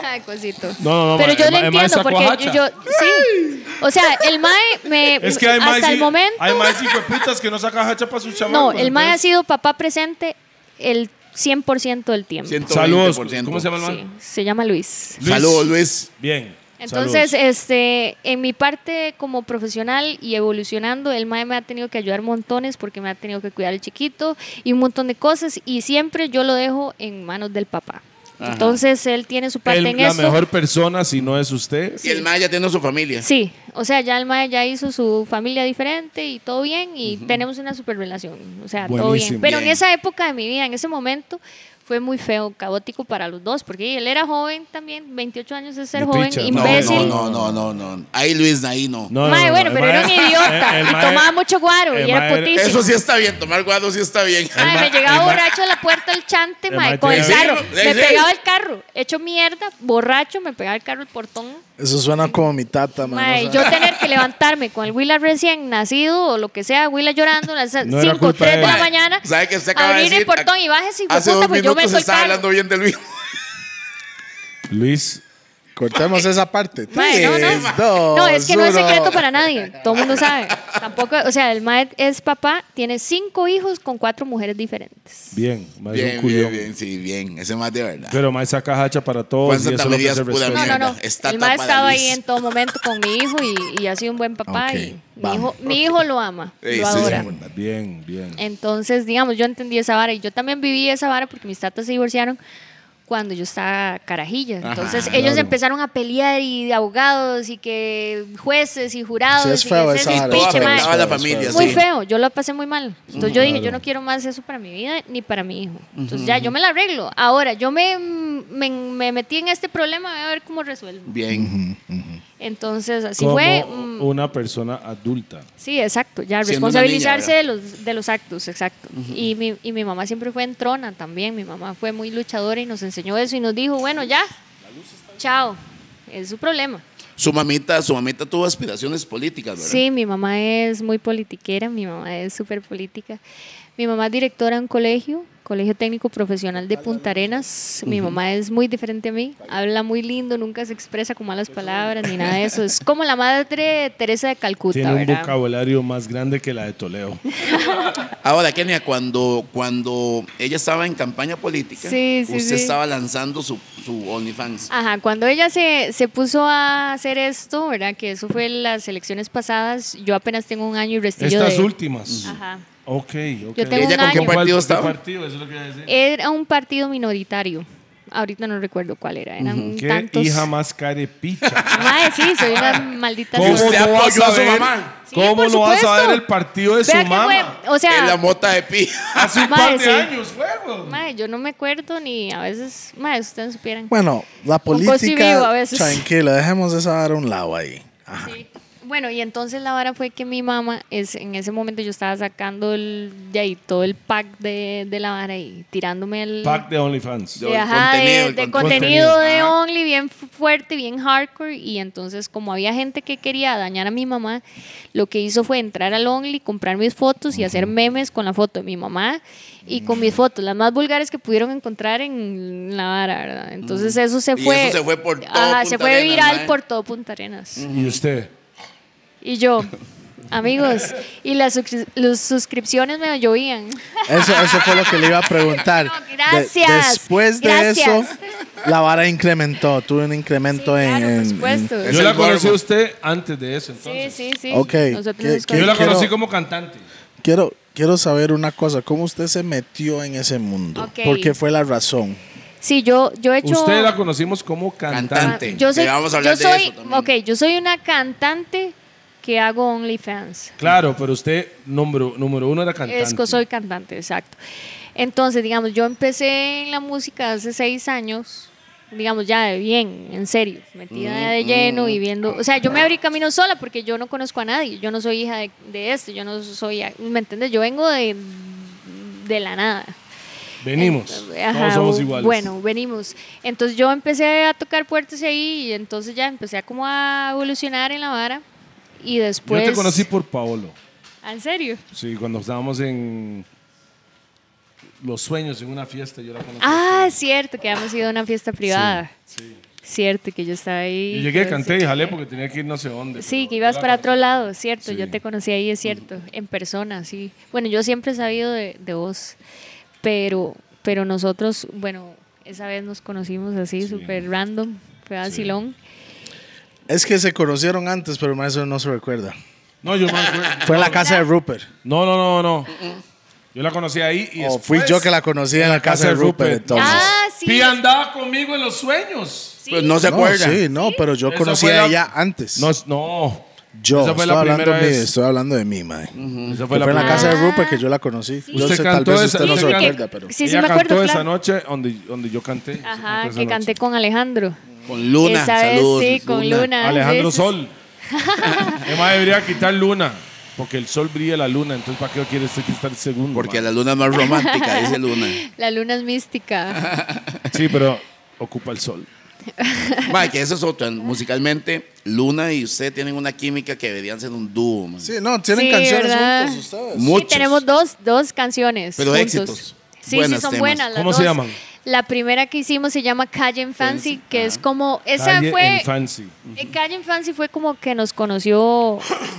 C: Ay, cosito.
E: No, no, no,
C: Pero
E: mae,
C: yo lo
E: el mae- el mae
C: entiendo
E: sacó
C: porque
E: hacha.
C: yo, yo- sí. O sea, el mae me
E: Es que hay
C: hasta
E: más
C: el momento
E: hay más hijueputas que no saca hacha para sus chamacos.
C: No, el mae ha
E: entonces-
C: sido papá presente el 100% del tiempo.
D: 120%.
E: Saludos. ¿Cómo se llama el mae?
C: Sí, se llama Luis.
E: Luis.
D: Saludos, Luis.
E: Bien.
C: Entonces,
E: saludos.
C: este, en mi parte como profesional y evolucionando, el MAE me ha tenido que ayudar montones porque me ha tenido que cuidar el chiquito y un montón de cosas y siempre yo lo dejo en manos del papá. Entonces, él tiene su parte
E: Él-
C: pues, en
E: la
C: esto.
E: mejor persona, si no es usted.
D: Y el Maya tiene su familia.
C: Sí, o sea, ya el MAE ya hizo su familia diferente y todo bien y tenemos una super relación, o sea, todo bien.
E: Buenísimo.
C: Pero en
D: Bien.
C: esa época de mi vida, en ese momento, fue muy feo, caótico para los dos, porque él era joven también, 28 años es ser
E: Ni
C: joven,
E: picha, no,
D: No,
C: imbécil.
D: no, no, no, no, no. Ahí Luis, ahí no.
E: No, no,
C: Mae,
E: no,
C: bueno,
E: el
C: pero era un
E: mae-
C: idiota
E: el-
C: y
E: el mae-
C: tomaba mucho guaro
E: el
C: y era
E: mae era-
C: putísimo.
D: Eso sí está bien, tomar guado sí está bien.
C: Mae,
E: mae-
C: me
E: el
C: llegaba
E: mae-
C: borracho a la puerta del chante,
E: el
C: mae,
E: mae
C: con el
E: tenía
C: carro.
D: vino,
C: Me
D: le- le-
C: pegaba el carro, hecho mierda, borracho, me pegaba el carro el portón.
B: Eso suena como mi tata, man.
C: Mae, yo tener que levantarme con el Willa recién nacido o lo que sea, Willa llorando a las
E: No era
C: 5,
E: culpa
C: 3 de
E: de él.
C: la mañana.
D: ¿Sabe qué se acaba de
C: abrir
D: decir?
C: el portón y bájese y
D: Hace
C: puta,
D: dos
C: pues yo
D: minutos
C: me
D: se
C: soy
D: estaba hablando bien de Luis.
E: Luis,
B: Cortemos esa parte.
C: Mae, no,
B: Tres,
C: no.
B: dos,
E: Pues,
C: no, es que no es
B: uno.
C: secreto para nadie. Todo el mundo sabe. Tampoco, o sea, el Mae es papá, tiene cinco hijos con cuatro mujeres diferentes.
E: Bien, mae es un
D: Bien, bien,
E: culión.
D: bien, sí, bien. Ese más de verdad.
E: Pero mae saca hacha para todos.
D: Juan
E: Y eso es lo que
D: Santamaría
E: se
D: es pura
E: respeta.
C: No, no, no.
D: Está
C: el Mae ha
D: tapa
C: estado
D: la
C: ahí
D: lis.
C: en todo momento con mi hijo y, y ha sido un buen papá.
D: Ok,
C: y mi,
D: vamos.
C: hijo, mi hijo lo ama,
D: Sí,
C: lo
D: sí, sí.
C: adora.
E: Bien, bien.
C: Entonces, digamos, yo entendí esa vara y yo también viví esa vara porque mis tatas se divorciaron cuando yo estaba carajilla. Entonces, ellos
E: claro.
C: empezaron a pelear y de abogados y que jueces y jurados.
B: Sí, es
C: y
B: feo
C: que
B: esa
C: ese
B: vara,
D: Todo
B: es
C: piche,
B: feo,
C: mae.
B: es
D: afectaba a la
B: feo, es
D: familia.
B: feo.
C: Muy
D: sí.
C: feo, yo lo pasé muy mal. Entonces yo dije, yo
E: Claro.
C: no quiero más eso para mi vida ni para mi hijo. Entonces ya yo me la arreglo. Ahora, yo me, me, me metí en este problema, voy a ver cómo resuelvo.
D: Bien.
C: Entonces así
E: Como
C: fue. mm,
E: una persona adulta.
C: Sí, exacto,
D: Siendo
C: ya
D: una
C: responsabilizarse
D: niña,
C: de los, de los actos, exacto. y, mi, y mi mamá siempre fue entrona también, mi mamá fue muy luchadora y nos enseñó eso y nos dijo, bueno, ya, chao, es su problema.
D: Su mamita, su mamita tuvo aspiraciones políticas, ¿verdad?
C: Sí, mi mamá es muy politiquera, mi mamá es súper política. Mi mamá es directora en un colegio, Colegio Técnico Profesional de Punta Arenas. Mi mamá es muy diferente a mí, habla muy lindo, nunca se expresa con malas palabras ni nada de eso. Es como la madre Teresa de Calcuta,
E: Tiene un
C: ¿verdad?
E: vocabulario más grande que la de Toledo.
D: Ahora, Kenia, cuando, cuando ella estaba en campaña política,
C: Sí, sí, Ah,
D: usted
C: sí.
D: estaba lanzando su, su OnlyFans.
C: Ajá, cuando ella se, se puso a hacer esto, ¿verdad? Que eso fue las elecciones pasadas, yo apenas tengo un año y restillo
E: Estas
C: de...
E: últimas.
C: Ajá.
E: Ok, ok.
C: Yo tengo
D: ¿Ella
C: un
D: con qué partido
C: año.
E: ¿Cuál-
D: estaba?
E: partido? Eso es lo que iba a decir.
C: Era un partido minoritario. Ahorita no recuerdo cuál era. Eran
E: ¿Qué
C: Mm, tantos.
E: hija más carepicha?
C: Mae, sí, soy una maldita
E: ¿Cómo
C: zorra.
D: usted
E: no vas
D: apoyó
E: a
D: a su
E: ver-
D: mamá?
C: Sí,
E: ¿Cómo
C: por
E: no vas a
C: supuesto.
E: ver el partido de su
C: Vea que
E: mamá?
C: fue- o
D: en la
C: sea,
D: mota de pi.
E: Hace un
C: Madre,
E: par de
C: sí.
E: años, fue, weón.
C: mae, yo no me acuerdo ni a veces, mae, ustedes supieran.
B: Bueno, la
C: Con costo y vivo a
B: política.
C: veces.
B: Tranquila, dejemos esa vara a un lado ahí. Ajá.
C: Sí. Bueno, y entonces la vara fue que mi mamá, es, en ese momento yo estaba sacando el, de ahí todo el pack de, de la vara y tirándome el...
E: Pack de OnlyFans.
D: Yo-
C: de,
D: el
C: ajá, de-
D: contenido, el
C: de
D: contenido.
C: contenido de
D: Ajá.
C: Only bien fu- fuerte, bien hardcore. Y entonces, como había gente que quería dañar a mi mamá, lo que hizo fue entrar al Only, comprar mis fotos y hacer memes con la foto de mi mamá y con mis fotos, las más vulgares que pudieron encontrar en la vara, ¿verdad? Entonces, eso se
D: Y
C: fue.
D: eso se fue por todo
C: Ajá,
D: Punta
C: se fue
D: Arenas,
C: viral
D: mae.
C: por todo Punta Arenas.
E: ¿Y usted?
C: Y yo, amigos, y las, suscri- las suscripciones me llovían.
B: Eso, eso fue lo que le iba a preguntar.
C: No,
B: De-
C: gracias,
B: después de
C: gracias.
B: eso, la vara incrementó. Tuve un incremento
C: Sí,
B: en-
C: claro,
B: en.
C: por
B: en-
C: supuesto.
D: Es
E: Yo
D: el
E: la conocí a
D: verbo.
E: usted antes de
C: Sí,
E: eso, entonces.
C: sí, sí.
B: Ok,
C: Nosotros
B: ¿qué-
C: nos
B: qué-
E: Yo la conocí
B: Quiero-
E: como cantante.
B: quiero, quiero saber una cosa. ¿Cómo usted se metió en ese mundo?
C: Ok.
B: ¿Por qué fue la razón?
C: Sí, yo, yo he hecho.
E: Usted la conocimos como
C: Ah,
E: cantante.
D: Cantante.
C: Yo soy,
D: Ya vamos a hablar
C: yo
D: de
C: soy-
D: eso también.
C: ok, yo soy una cantante que hago OnlyFans.
E: Claro, pero usted, número, número uno, era cantante.
C: Es que soy cantante, exacto. Entonces, digamos, yo empecé en la música hace seis años, digamos, ya de bien, en serio, metida
D: Mm,
C: de lleno y viendo. O sea, yo me abrí camino sola porque yo no conozco a nadie. Yo no soy hija de, de esto, yo no soy. ¿Me entiendes? Yo vengo de, de la nada.
E: Venimos.
C: eh, Ajá,
E: Todos somos
C: u-
E: iguales.
C: Bueno, venimos. Entonces yo empecé a tocar puertas ahí y entonces ya empecé a como a evolucionar en la vara y
E: Yo
C: después...
E: te conocí por Paolo.
C: Ah, ¿En serio?
E: Sí, cuando estábamos en Los Sueños, en una fiesta, yo la conocí.
C: Ah, cierto, que habíamos ido a una fiesta privada. Cierto, que yo estaba ahí.
E: Yo llegué,
C: que-
E: canté y jalé porque tenía que ir no sé dónde.
C: Sí,
E: pero
C: que ibas
E: yo la
C: para
E: conocí.
C: otro lado, cierto.
E: Sí.
C: Yo te conocí ahí, es cierto. En persona, sí. Bueno, yo siempre he sabido de, de vos, pero, pero nosotros, bueno, esa vez nos conocimos así, súper random. Fue a Silón.
B: Es que se conocieron antes, pero el maestro no se recuerda.
E: No, yo me acuerdo.
B: Fue en la
C: Ah,
B: casa de Rupert.
E: No, no, no, no.
C: Mm,
E: Yo la conocí ahí
B: O
E: y después...
B: Oh, fui yo que la conocí en la casa de Rupert, entonces.
C: Ah, sí.
E: Pía andaba conmigo en Los Sueños.
D: Pues no se
B: no,
D: acuerda.
B: sí, no, pero yo
E: Esa
B: conocí
E: fue
B: a
E: la-
B: ella antes.
E: No, no.
B: yo,
E: esa fue
B: estoy,
E: la
B: hablando
E: primera
B: de mí,
E: vez.
B: estoy hablando de mí, mae.
E: Esa
B: Mm. Fue,
E: fue la
B: en la
E: primera
B: casa de
C: primera.
B: Rupert que yo la conocí. Yo
E: Usted
B: sé, tal
E: cantó
B: vez
E: esa-
B: usted no
C: Sí,
B: se
C: que-
B: recuerda, pero.
C: Sí, sí
E: Ella
C: me acuerdo,
E: cantó esa
C: claro.
E: noche donde, donde yo canté. Esa
C: Ajá,
E: fue esa
C: que
E: noche.
C: canté con Alejandro.
D: Con Luna.
C: Esa vez
D: saludos.
C: sí, con Luna.
E: Alejandro
C: sí, sí,
E: Sol. Además debería quitar Luna. Porque el sol brilla la luna, entonces ¿para qué quiere usted quitar el segundo?
D: Porque
E: man?
D: la luna es más romántica, dice Luna.
C: La luna es mística.
E: Sí, pero ocupa el sol.
D: Ma, que eso es otra. Musicalmente, Luna y usted tienen una química que deberían ser un dúo, man.
B: Sí, no, tienen
C: Sí,
B: canciones
C: ¿verdad?
B: juntos ustedes.
D: Muchos.
C: Sí, tenemos dos, dos canciones.
D: Pero
C: juntos.
D: éxitos.
C: Sí,
D: Buenos
C: sí, son
D: temas.
C: buenas. las
E: ¿Cómo se
C: dos.
E: llaman?
C: La primera que hicimos se llama Calle en Fancy,
D: Fancy,
C: que
D: ah.
C: es como. Esa
E: Calle
C: fue.
E: en Fancy.
C: eh, Calle en Fancy fue como que nos conoció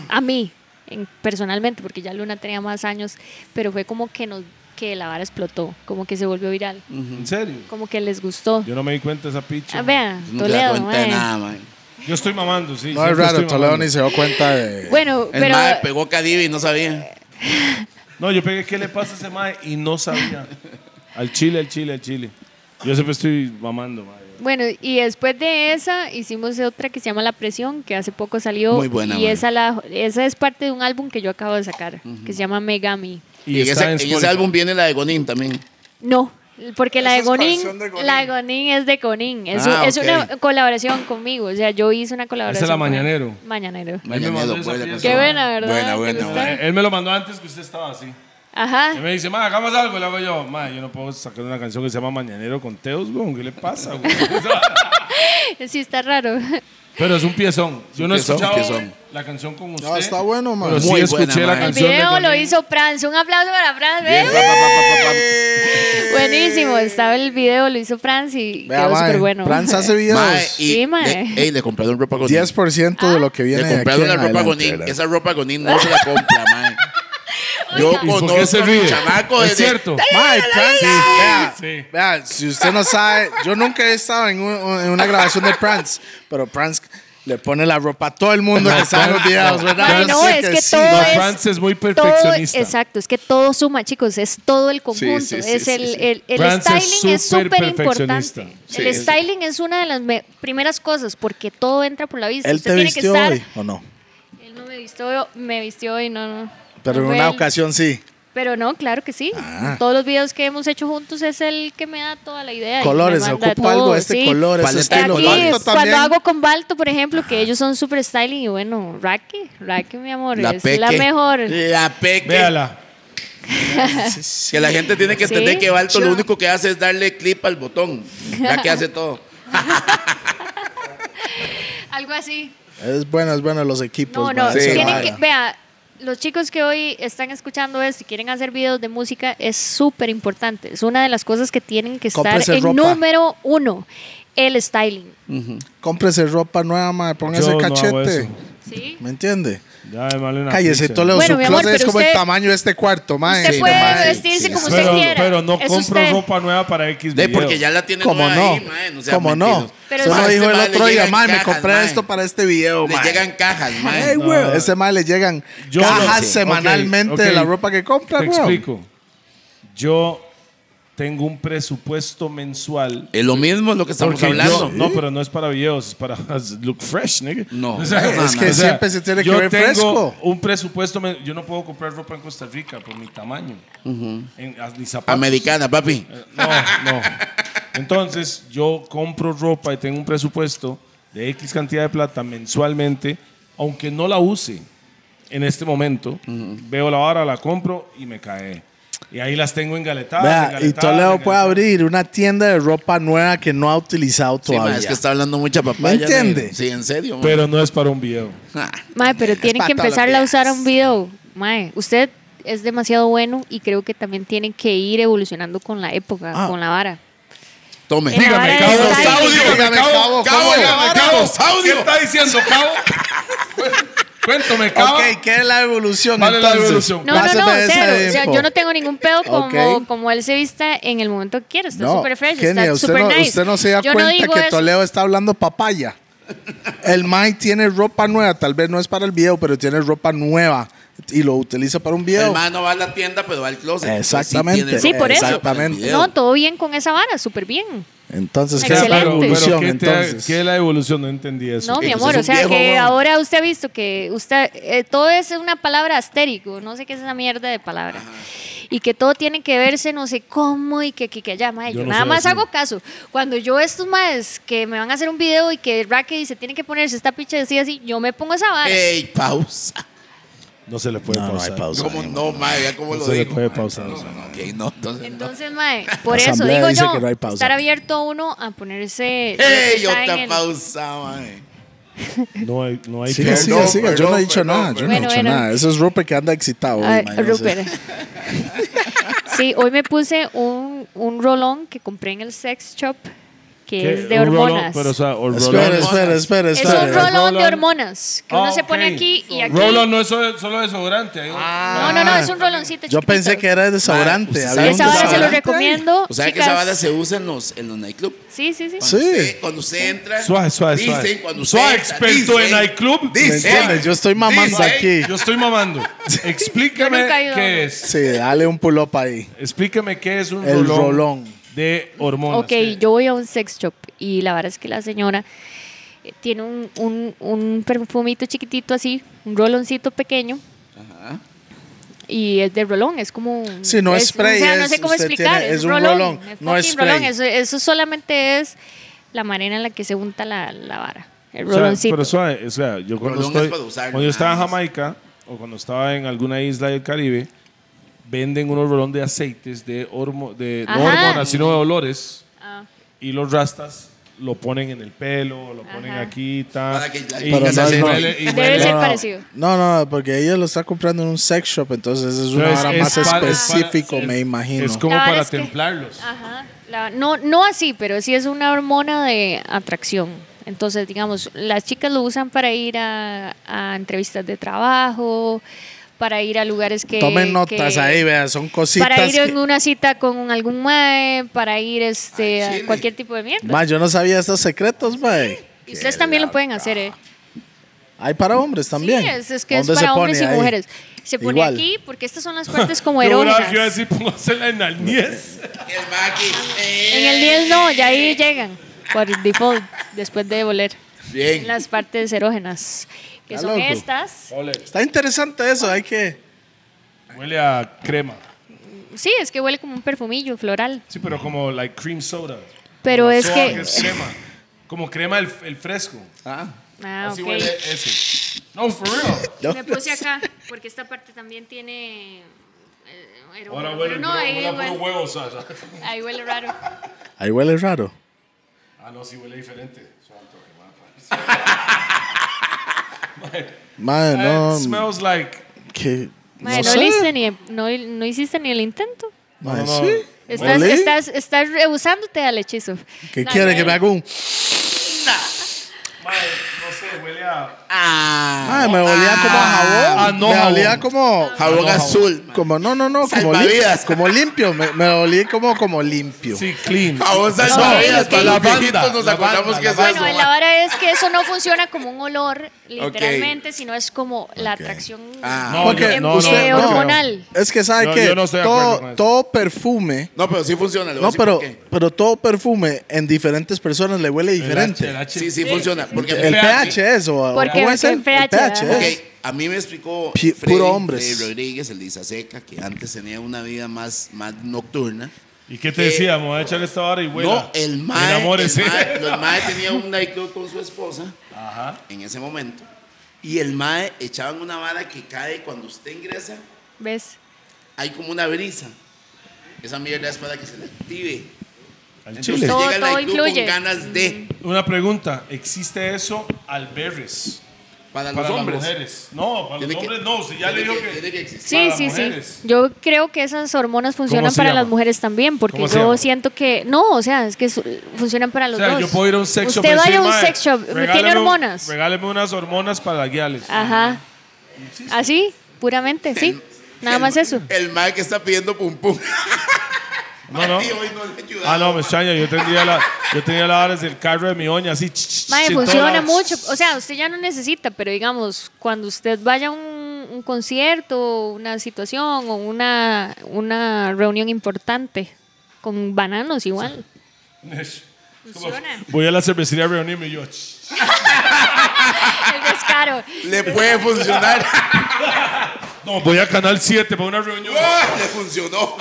C: a mí. en- personalmente, porque ya Luna tenía más años, pero fue como que nos que la vara explotó, como que se volvió viral,
E: ¿En serio?
C: como que les gustó.
E: Yo no me di cuenta de esa picha.
C: Ah, vean,
D: No te das
C: Toledo, eh.
D: cuenta de
C: mae.
D: nada, mae.
E: Yo estoy mamando, sí.
B: No es
E: siempre
B: raro,
E: estoy
B: Toledo
E: mamando.
B: ni se dio cuenta de.
C: Bueno,
D: El
C: pero
D: mae pegó Cadivi y no sabía.
E: No, yo pegué qué le pasa a ese mae y no sabía. al chile, al chile, al chile. Yo siempre estoy mamando, mae.
C: bueno, y después de esa hicimos otra que se llama La Presión, que hace poco salió
D: Muy buena,
C: y
D: mae.
C: esa la esa es parte de un álbum que yo acabo de sacar, que se llama Megami.
D: Y, en, ese,
E: está
D: en ese
E: Spotify.
D: álbum viene la de Gonin también.
C: No, porque
B: Esa
C: la de,
B: es
C: Gonin,
B: versión de Gonin.
C: la de Gonin es de Gonin. Es,
D: Ah,
C: es
D: ok.
C: una colaboración conmigo. O sea, yo hice una colaboración.
E: Esa es la
C: con-
E: Mañanero.
C: Mañanero.
D: Mañanero,
E: mandó
D: buena
E: esa
D: canción.
C: Qué buena, ¿verdad?
D: Buena,
C: ¿Te
D: buena,
C: gusta?
D: buena.
E: Él me lo mandó antes que usted estaba así.
C: Ajá.
E: Y me dice, ma, hagamos algo. Y le hago yo, ma, yo no puedo sacar una canción que se llama Mañanero con Teos, güey. ¿Qué le pasa, güey?
C: Sí, está raro.
E: pero es un piezón. Yo no he
D: piezón,
E: escuchado
D: piezón.
E: la canción con usted.
B: No, está bueno, man.
E: Pero sí
D: Muy
E: escuché
D: buena,
E: la
D: ma.
C: El
E: canción. de
C: video lo
E: Juanín.
C: hizo Franz. Un aplauso para Franz.
D: Bien,
C: ¿ves?
D: pa, pa, pa, pa, pa, pa.
C: Buenísimo. Estaba el video, lo hizo Franz y
B: Vea,
C: quedó
B: mae,
C: súper bueno.
B: Franz hace videos.
D: Mae, y
C: Sí, mae.
D: de- ey, le compraron ropa Gonin.
B: 10% de lo que viene
D: Le
B: de aquí
D: compraron
B: en
D: la ropa
B: adelante,
D: Gonin.
B: ¿verdad?
D: Esa ropa Gonin no se la compra, mae. Yo
E: ¿Y por qué se
D: conozco a mi
E: ríe?
D: chamaco
E: Es
D: desde-
E: cierto.
B: Mae, Pranks, vea,
E: Sí.
B: vea, si usted no sabe, yo nunca he estado en, un- en una grabación de Prance, pero Prance le pone la ropa a todo el mundo que está en los videos, ¿verdad?
C: Ay,
B: Yo
C: no,
B: sé
C: es que todo
B: mae.
E: No,
C: es-
E: Franz es muy
C: Todo- e-
E: perfeccionista.
C: exacto, es que todo suma, chicos, es todo el conjunto.
D: sí, sí,
C: es
D: sí,
C: el,
D: sí.
C: el- el
E: Franz es
C: styling es
E: súper
C: súper
E: perfeccionista.
C: importante. el styling es una de las me- primeras cosas porque todo entra por la vista.
B: ¿Él
C: Usted
B: te
C: tiene
B: vistió
C: que estar.
B: hoy o no?
C: Él no me vistió, me vistió hoy, no, no.
B: Pero
C: No
B: en
C: fue
B: una Ah.
C: él.
B: ocasión sí.
C: Pero no, claro que sí. Todos los videos que hemos hecho juntos es el que me da toda la idea. y me
B: Colores,
C: manda
B: ocupo algo
C: todo,
B: de este
C: sí.
B: color, ese
D: Paleta de
B: estilo.
C: Aquí,
D: colores.
B: Balto
C: cuando
B: también.
C: hago con Balto, por ejemplo, que ellos son super styling y bueno, Raki, Raki, mi amor,
D: La
C: es
D: peque.
C: la mejor.
D: La peque.
E: Véala.
D: Que la gente tiene que entender
C: Sí.
D: que Balto lo único que hace es darle clip al botón. Ya que hace todo.
C: Algo así.
B: Es bueno, es bueno los equipos.
C: No, no,
B: mae,
D: sí.
B: esa
C: tienen
B: vara.
C: que, vea, los chicos que hoy están escuchando esto y quieren hacer videos de música es súper importante. Es una de las cosas que tienen que estar
B: Cómprese
C: en
B: ropa.
C: número uno, el styling.
B: Cómprese ropa nueva, mae,
E: Yo
B: póngase
E: no hago
B: cachete.
E: eso.
C: ¿Sí?
B: ¿Me entiende?
E: Ya, de mal una
B: Cállese,
E: picha.
B: Toledo,
C: Bueno,
B: su
C: mi amor,
B: closet es
C: pero
B: como el
C: usted-
B: tamaño de este cuarto, mae.
C: Usted
B: Sí,
C: puede
B: mae,
C: vestirse
B: sí,
C: como
B: sí.
C: usted
E: Pero,
C: quiera.
E: pero no
C: Es
E: compro
C: usted.
E: ropa nueva para X
D: De
E: videos.
D: porque ya la tiene
B: ¿Cómo
D: nueva
B: no?
D: ahí, mae, no sean
B: ¿Cómo no?
D: mentirosos.
C: Pero
B: Usted
C: sí.
B: no
D: Ma,
B: dijo
D: este
B: el
D: mae le
B: otro día,
D: llegan
B: mae, me
D: cajas,
B: compré
D: mae.
B: esto para este video,
D: Le
B: mae.
D: llegan cajas, mae.
B: Ay, güey. Ese mae le llegan
E: Yo-
B: cajas
E: Sí.
B: semanalmente
E: Ok, ok.
B: de la ropa que compra,
E: Te
B: güey.
E: explico. Yo tengo un presupuesto mensual.
D: Es lo mismo lo que estamos
E: Porque
D: hablando.
E: yo- no, pero no es para videos, es para look fresh, nigga.
D: No.
B: Es que siempre se tiene que
E: yo
B: ver
E: tengo
B: fresco.
E: un presupuesto, men- yo no puedo comprar ropa en Costa Rica por mi tamaño. En- a- ni zapatos.
D: Americana, papi.
E: No, no. Entonces, yo compro ropa y tengo un presupuesto de X cantidad de plata mensualmente, aunque no la use en este momento. Veo la hora, la compro y me cae. Y ahí las tengo engaletadas.
B: Vea, y
E: engaletadas,
B: Toledo puede
E: engaletadas.
B: abrir una tienda de ropa nueva que no ha utilizado
D: Sí, mae,
B: todavía.
D: es que está hablando mucha papaya.
B: ¿Me entiende?
D: negro. Sí, en serio. mae.
E: Pero no es para un video.
D: Ah,
C: Mae, pero tienen
B: para
C: que
B: todas las
C: empezarla a usar a
B: viejas.
C: un video. Mae, usted es demasiado bueno y creo que también tienen que ir evolucionando con la época,
B: Ah.
C: con la vara.
D: Tome.
C: En la Dígame, vara cabo, del cabo, styling.
B: dígame, cabo, cómo es la vara.
E: ¿Qué está diciendo, cabo? Cuéntame, cabo.
B: Ok, ¿qué es la evolución
E: ¿Cuál es la
B: entonces?
E: evolución?
C: No, no, no,
B: Pásame esa
C: cero. O sea,
B: info.
C: yo no tengo ningún pedo como,
B: Ok.
C: como él se vista en el momento que quiera. Está
B: No,
C: súper fresh,
B: Kenia,
C: está
B: usted,
C: súper
B: no,
C: nice.
B: usted no se da
C: Yo no
B: cuenta
C: digo
B: que
C: eso.
B: Toledo está hablando papaya. El Mike tiene ropa nueva, tal vez no es para el video, pero tiene ropa nueva y lo utiliza para un
D: El
B: video.
D: mae no va a la tienda, pero va al closet. Pues
B: Exactamente.
D: tiene
C: Sí,
D: ropa
C: por eso.
D: para el video.
C: No, todo bien con esa vara, súper bien.
B: Entonces, ¿qué es la
C: Excelente.
E: pero- pero
B: evolución?
E: ¿qué, te-
B: entonces?
E: qué es la evolución? No entendí eso.
C: No, mi
D: usted
C: amor,
D: es
C: o
D: un
C: sea,
D: viejo,
C: que
D: weón.
C: ahora usted ha visto que usted eh, todo es una palabra astérico, no sé qué es esa mierda de palabra. Y que todo tiene que verse no sé cómo y que, que, que allá, mae,
E: Yo
C: yo,
E: no
C: nada
E: sé
C: más
E: decir.
C: hago caso. Cuando yo estos maes que me van a hacer un video y que Raque dice, tiene que ponerse esta picha así, así, yo me pongo esa vara.
D: Ey, pausa.
E: No se le puede
B: No, no hay
E: pausar.
B: pausa.
D: ¿Cómo no, mae? Ya cómo Pues
E: No
D: lo
E: se le
D: digo.
E: puede pausar.
D: Ok, no, entonces no.
C: Entonces, mae, por
B: La
C: eso
B: asamblea
C: digo
B: dice
C: yo,
B: que no hay pausa.
C: estar abierto uno a ponerse... lo que
D: ¡Ey,
C: está en
D: otra
C: el-
D: pausa, mae!
E: No hay, no hay
B: Siga,
E: pausa.
B: siga,
D: Perdón,
B: siga. Yo no he
D: perdón,
B: dicho
D: perdón,
B: nada. Yo no he
C: perdón.
B: dicho
C: Bueno,
B: nada. Eso es Rupert que anda excitado. hoy,
C: Ay,
B: man, yo no sé.
C: Rupert. Sí, hoy me puse un, un rolón que compré en el sex shop que
E: ¿Qué?
C: es de
E: Un rolón,
C: hormonas.
E: pero, o sea, o
B: Espera,
E: rolón.
B: espera, espera,
C: es
B: espera.
C: un rolón de
E: Rolón.
C: hormonas que uno
E: Ah,
C: se pone
E: ok.
C: aquí y aquí.
E: Rolón no es solo, solo desodorante. hay un-
C: No, no, no, es un roloncito.
B: Yo
C: chiquitito.
B: pensé que era
D: Madre,
B: desodorante.
D: ¿usted
B: había
D: sabe
B: un
C: Esa vara se lo
B: desodorante.
C: recomiendo.
D: O sea que
C: chicas.
D: esa bala se Ah, usa en los, en los nightclubs.
C: Sí, sí, sí.
B: Sí.
D: Cuando usted entra.
E: Suave, suave,
D: dicen,
E: suave.
D: Cuando usted
E: Suave,
D: entra,
E: experto
D: dicen-
E: en nightclub.
B: ¿Me
D: Dicen.
B: entiendes? Yo estoy mamando
D: Dice-
B: aquí.
E: Yo estoy mamando.
C: Yo
E: Explícame
C: nunca he ido.
E: qué es.
B: Sí, dale un pull up ahí.
E: Explícame qué es un
B: El
E: rolón,
B: rolón.
E: de hormonas.
C: Ok, yo voy a un sex shop y la verdad es que la señora eh, tiene un, un, un perfumito chiquitito así, un roloncito pequeño. Y es de rolón, es como. un-
B: Sí, no es spray,
C: O sea, no
B: es-
C: sé cómo
B: usted
C: explicar.
B: tiene-
C: es un rolón.
B: no es
C: fucking rolón,
B: spray.
C: Eso, eso solamente es la manera en la que se unta la, la vara. El
E: O sea,
C: roloncito.
E: pero suave, o sea, yo cuando,
D: Rolón
E: estoy-
D: es para usarlo,
E: cuando yo estaba en
D: nada más.
E: Jamaica o cuando estaba en alguna isla del Caribe, venden unos rolón de aceites, de, hormo- de no
C: Ajá.
E: hormonas, sino de olores.
C: Ah.
E: Y los rastas lo ponen en el pelo, lo ponen
C: Ajá.
E: aquí, tal.
D: Para que la-
E: y,
D: Pero
E: huele-
D: no es
E: y
D: lo-
E: huele- y
C: Debe
E: huele-
C: ser
B: No, no,
C: parecido.
B: No, no, porque ella lo está comprando en un sex shop, entonces es una
E: Pero es-
B: hora
E: es
B: más
E: para- es para-
B: específico,
E: es-
B: me imagino.
E: Es como
C: La verdad
E: para
C: es que- Ah,
E: templarlos.
C: Ajá. La- no, no así, pero sí es una hormona de atracción. Entonces, digamos, las chicas lo usan para ir a, a entrevistas de trabajo, para ir a lugares que...
B: Tomen notas
C: que-
B: ahí, vean, son cositas.
C: Para ir
B: que-
C: en una cita con algún mae, para ir este,
D: Al
C: a
D: cine.
C: cualquier tipo de mierda.
B: Ma, yo no sabía estos secretos, mae.
C: Y ustedes también lo pueden hacer, ¿eh?
B: Hay para hombres también.
C: Sí, es, es que es
B: ¿Dónde
C: para
B: se pone
C: hombres y
B: ahí?
C: mujeres. Se pone
B: Igual.
C: aquí porque estas son las partes como
E: Yo juraba que iba a
C: erógenas.
E: decir, póngasela en el 10.
D: El eh, maqui.
C: En el 10 no, ya ahí llegan, por default, después de voler.
D: Bien.
C: las partes erógenas, que
B: Está
C: son
B: loco.
C: estas.
B: Está interesante eso, hay que.
E: Huele a crema.
C: Sí, es que huele como un perfumillo floral.
E: Sí, pero como like cream soda.
C: Pero
E: Como
C: es
E: soda,
C: que.
E: es crema. Como crema el, el fresco.
C: Ah,
E: Así
C: ok.
E: huele ese. No, for real.
C: Me puse acá, porque esta parte también tiene. eh, aeroma.
E: Ahora
C: Pero
E: huele
C: no,
E: puro-
C: ahí
E: huele a puro
C: huele,
E: huevo, Sasha.
C: ahí huele raro.
B: Ahí huele raro.
E: Ah, no, sí huele diferente. Santo, qué mal,
B: Mae,
E: parece. Eh, It
B: no.
E: smells like...
B: Que,
C: Mae,
B: no
C: no,
B: sé.
C: hiciste ni, no, no hiciste ni el intento.
B: Mae,
E: No, no,
B: sí.
C: Estás,
B: ¿Olé?
C: estás, estás rehusándote al hechizo.
B: ¿Qué
C: No,
B: quiere
C: no,
B: que me
C: no.
B: haga un?
E: Mae, no sé, huele a...
D: ah.
B: Mae, me olía como a jabón.
E: Ah, no,
B: me
E: jabón.
B: olía como.
C: Ah,
D: Jabón azul. ma.
B: Como, no, no, no, como, lim-
D: Salvavidas.
B: como limpio. Me, me olí como, como limpio.
E: Sí, clean.
D: Jabón salvavidas.
C: ok.
D: Para los
E: La banda,
D: viejitos nos
E: la
D: acordamos
E: banda,
D: que
E: la
D: es
E: banda.
D: eso.
C: Bueno, la
D: ma.
C: vara es que eso no funciona como un olor, literalmente, sino es como la atracción
D: Ah.
E: No,
B: Porque
E: yo- no,
C: usted-
E: no, no.
C: hormonal.
B: Es que sabe
E: No,
B: que
E: yo no estoy de acuerdo
B: todo,
E: con eso.
B: todo perfume,
D: No, pero sí funciona. le voy a
B: no,
D: decir por
B: pero,
D: qué.
B: pero todo perfume en diferentes personas le huele diferente.
E: El
B: El,
E: H,
D: Sí, sí funciona. Porque
E: El
B: pH,
E: pH.
B: es o o
C: Porque-
B: ¿cómo es el,
C: porque
B: el pH
C: pH,
B: es.
D: Ok, a mí me explicó
B: Pi- puro
D: Freddy,
B: hombres.
D: Freddy Rodríguez, el de Isaseca, que antes tenía una vida más, más nocturna.
E: ¿Y qué te
D: Eh,
E: decía? Me voy a echar esta vara y huele.
D: No, el mae,
E: Enamórese.
D: el mae- los mae tenían un nightclub con su esposa en ese momento. Y el mae echaban una vara que cae cuando usted ingresa,
C: ¿Ves?
D: hay como una brisa. Esa mierda es para que se le active.
E: Al
D: Entonces
E: chile.
C: Todo- Mm.
D: llega al
C: todo
D: nightclub
C: incluye.
D: con ganas de
E: Una pregunta. ¿Existe eso al berries?
D: para,
E: Para
D: los
E: las
D: Pues hombres.
E: mujeres. No, para
D: Tiene
E: los
D: que-
E: hombres no. Si ya le
D: tiene
E: digo
D: tiene
E: que...
D: existir.
C: Sí,
E: para
C: sí,
E: mujeres.
C: sí. Yo creo que esas hormonas funcionan
E: se
C: para
E: llama?
C: las mujeres también, porque
E: ¿Cómo
C: yo
E: se llama?
C: siento que no, o sea, es que su- funcionan para los
E: O sea,
C: dos.
E: yo puedo ir a un sex shop. y
C: Usted vaya
E: decir,
C: a un
E: "Mae,
C: sex shop, tiene
E: regáleme un-
C: hormonas.
E: Regáleme unas hormonas para guiales.
C: Ajá. Así, puramente, sí. Nada
D: El-
C: más eso.
D: El mae que está pidiendo pum pum.
E: No, no.
D: Mati, hoy no le ayudamos.
E: Ah, no, me extraña. Yo tenía la, yo tenía la vara desde el carro de mi oña, así. ch, ch, ch,
C: Mae,
E: en
C: funciona
E: todas.
C: mucho. O sea, usted ya no necesita, pero digamos, cuando usted vaya a un, un concierto, una situación o una, una reunión importante con bananos igual.
E: Es como,
C: Funciona.
E: Voy a la cervecería a reunirme y yo. ch, ch.
C: El descaro.
D: Le puede funcionar.
E: No, voy a Canal 7 para una reunión.
D: Le funcionó.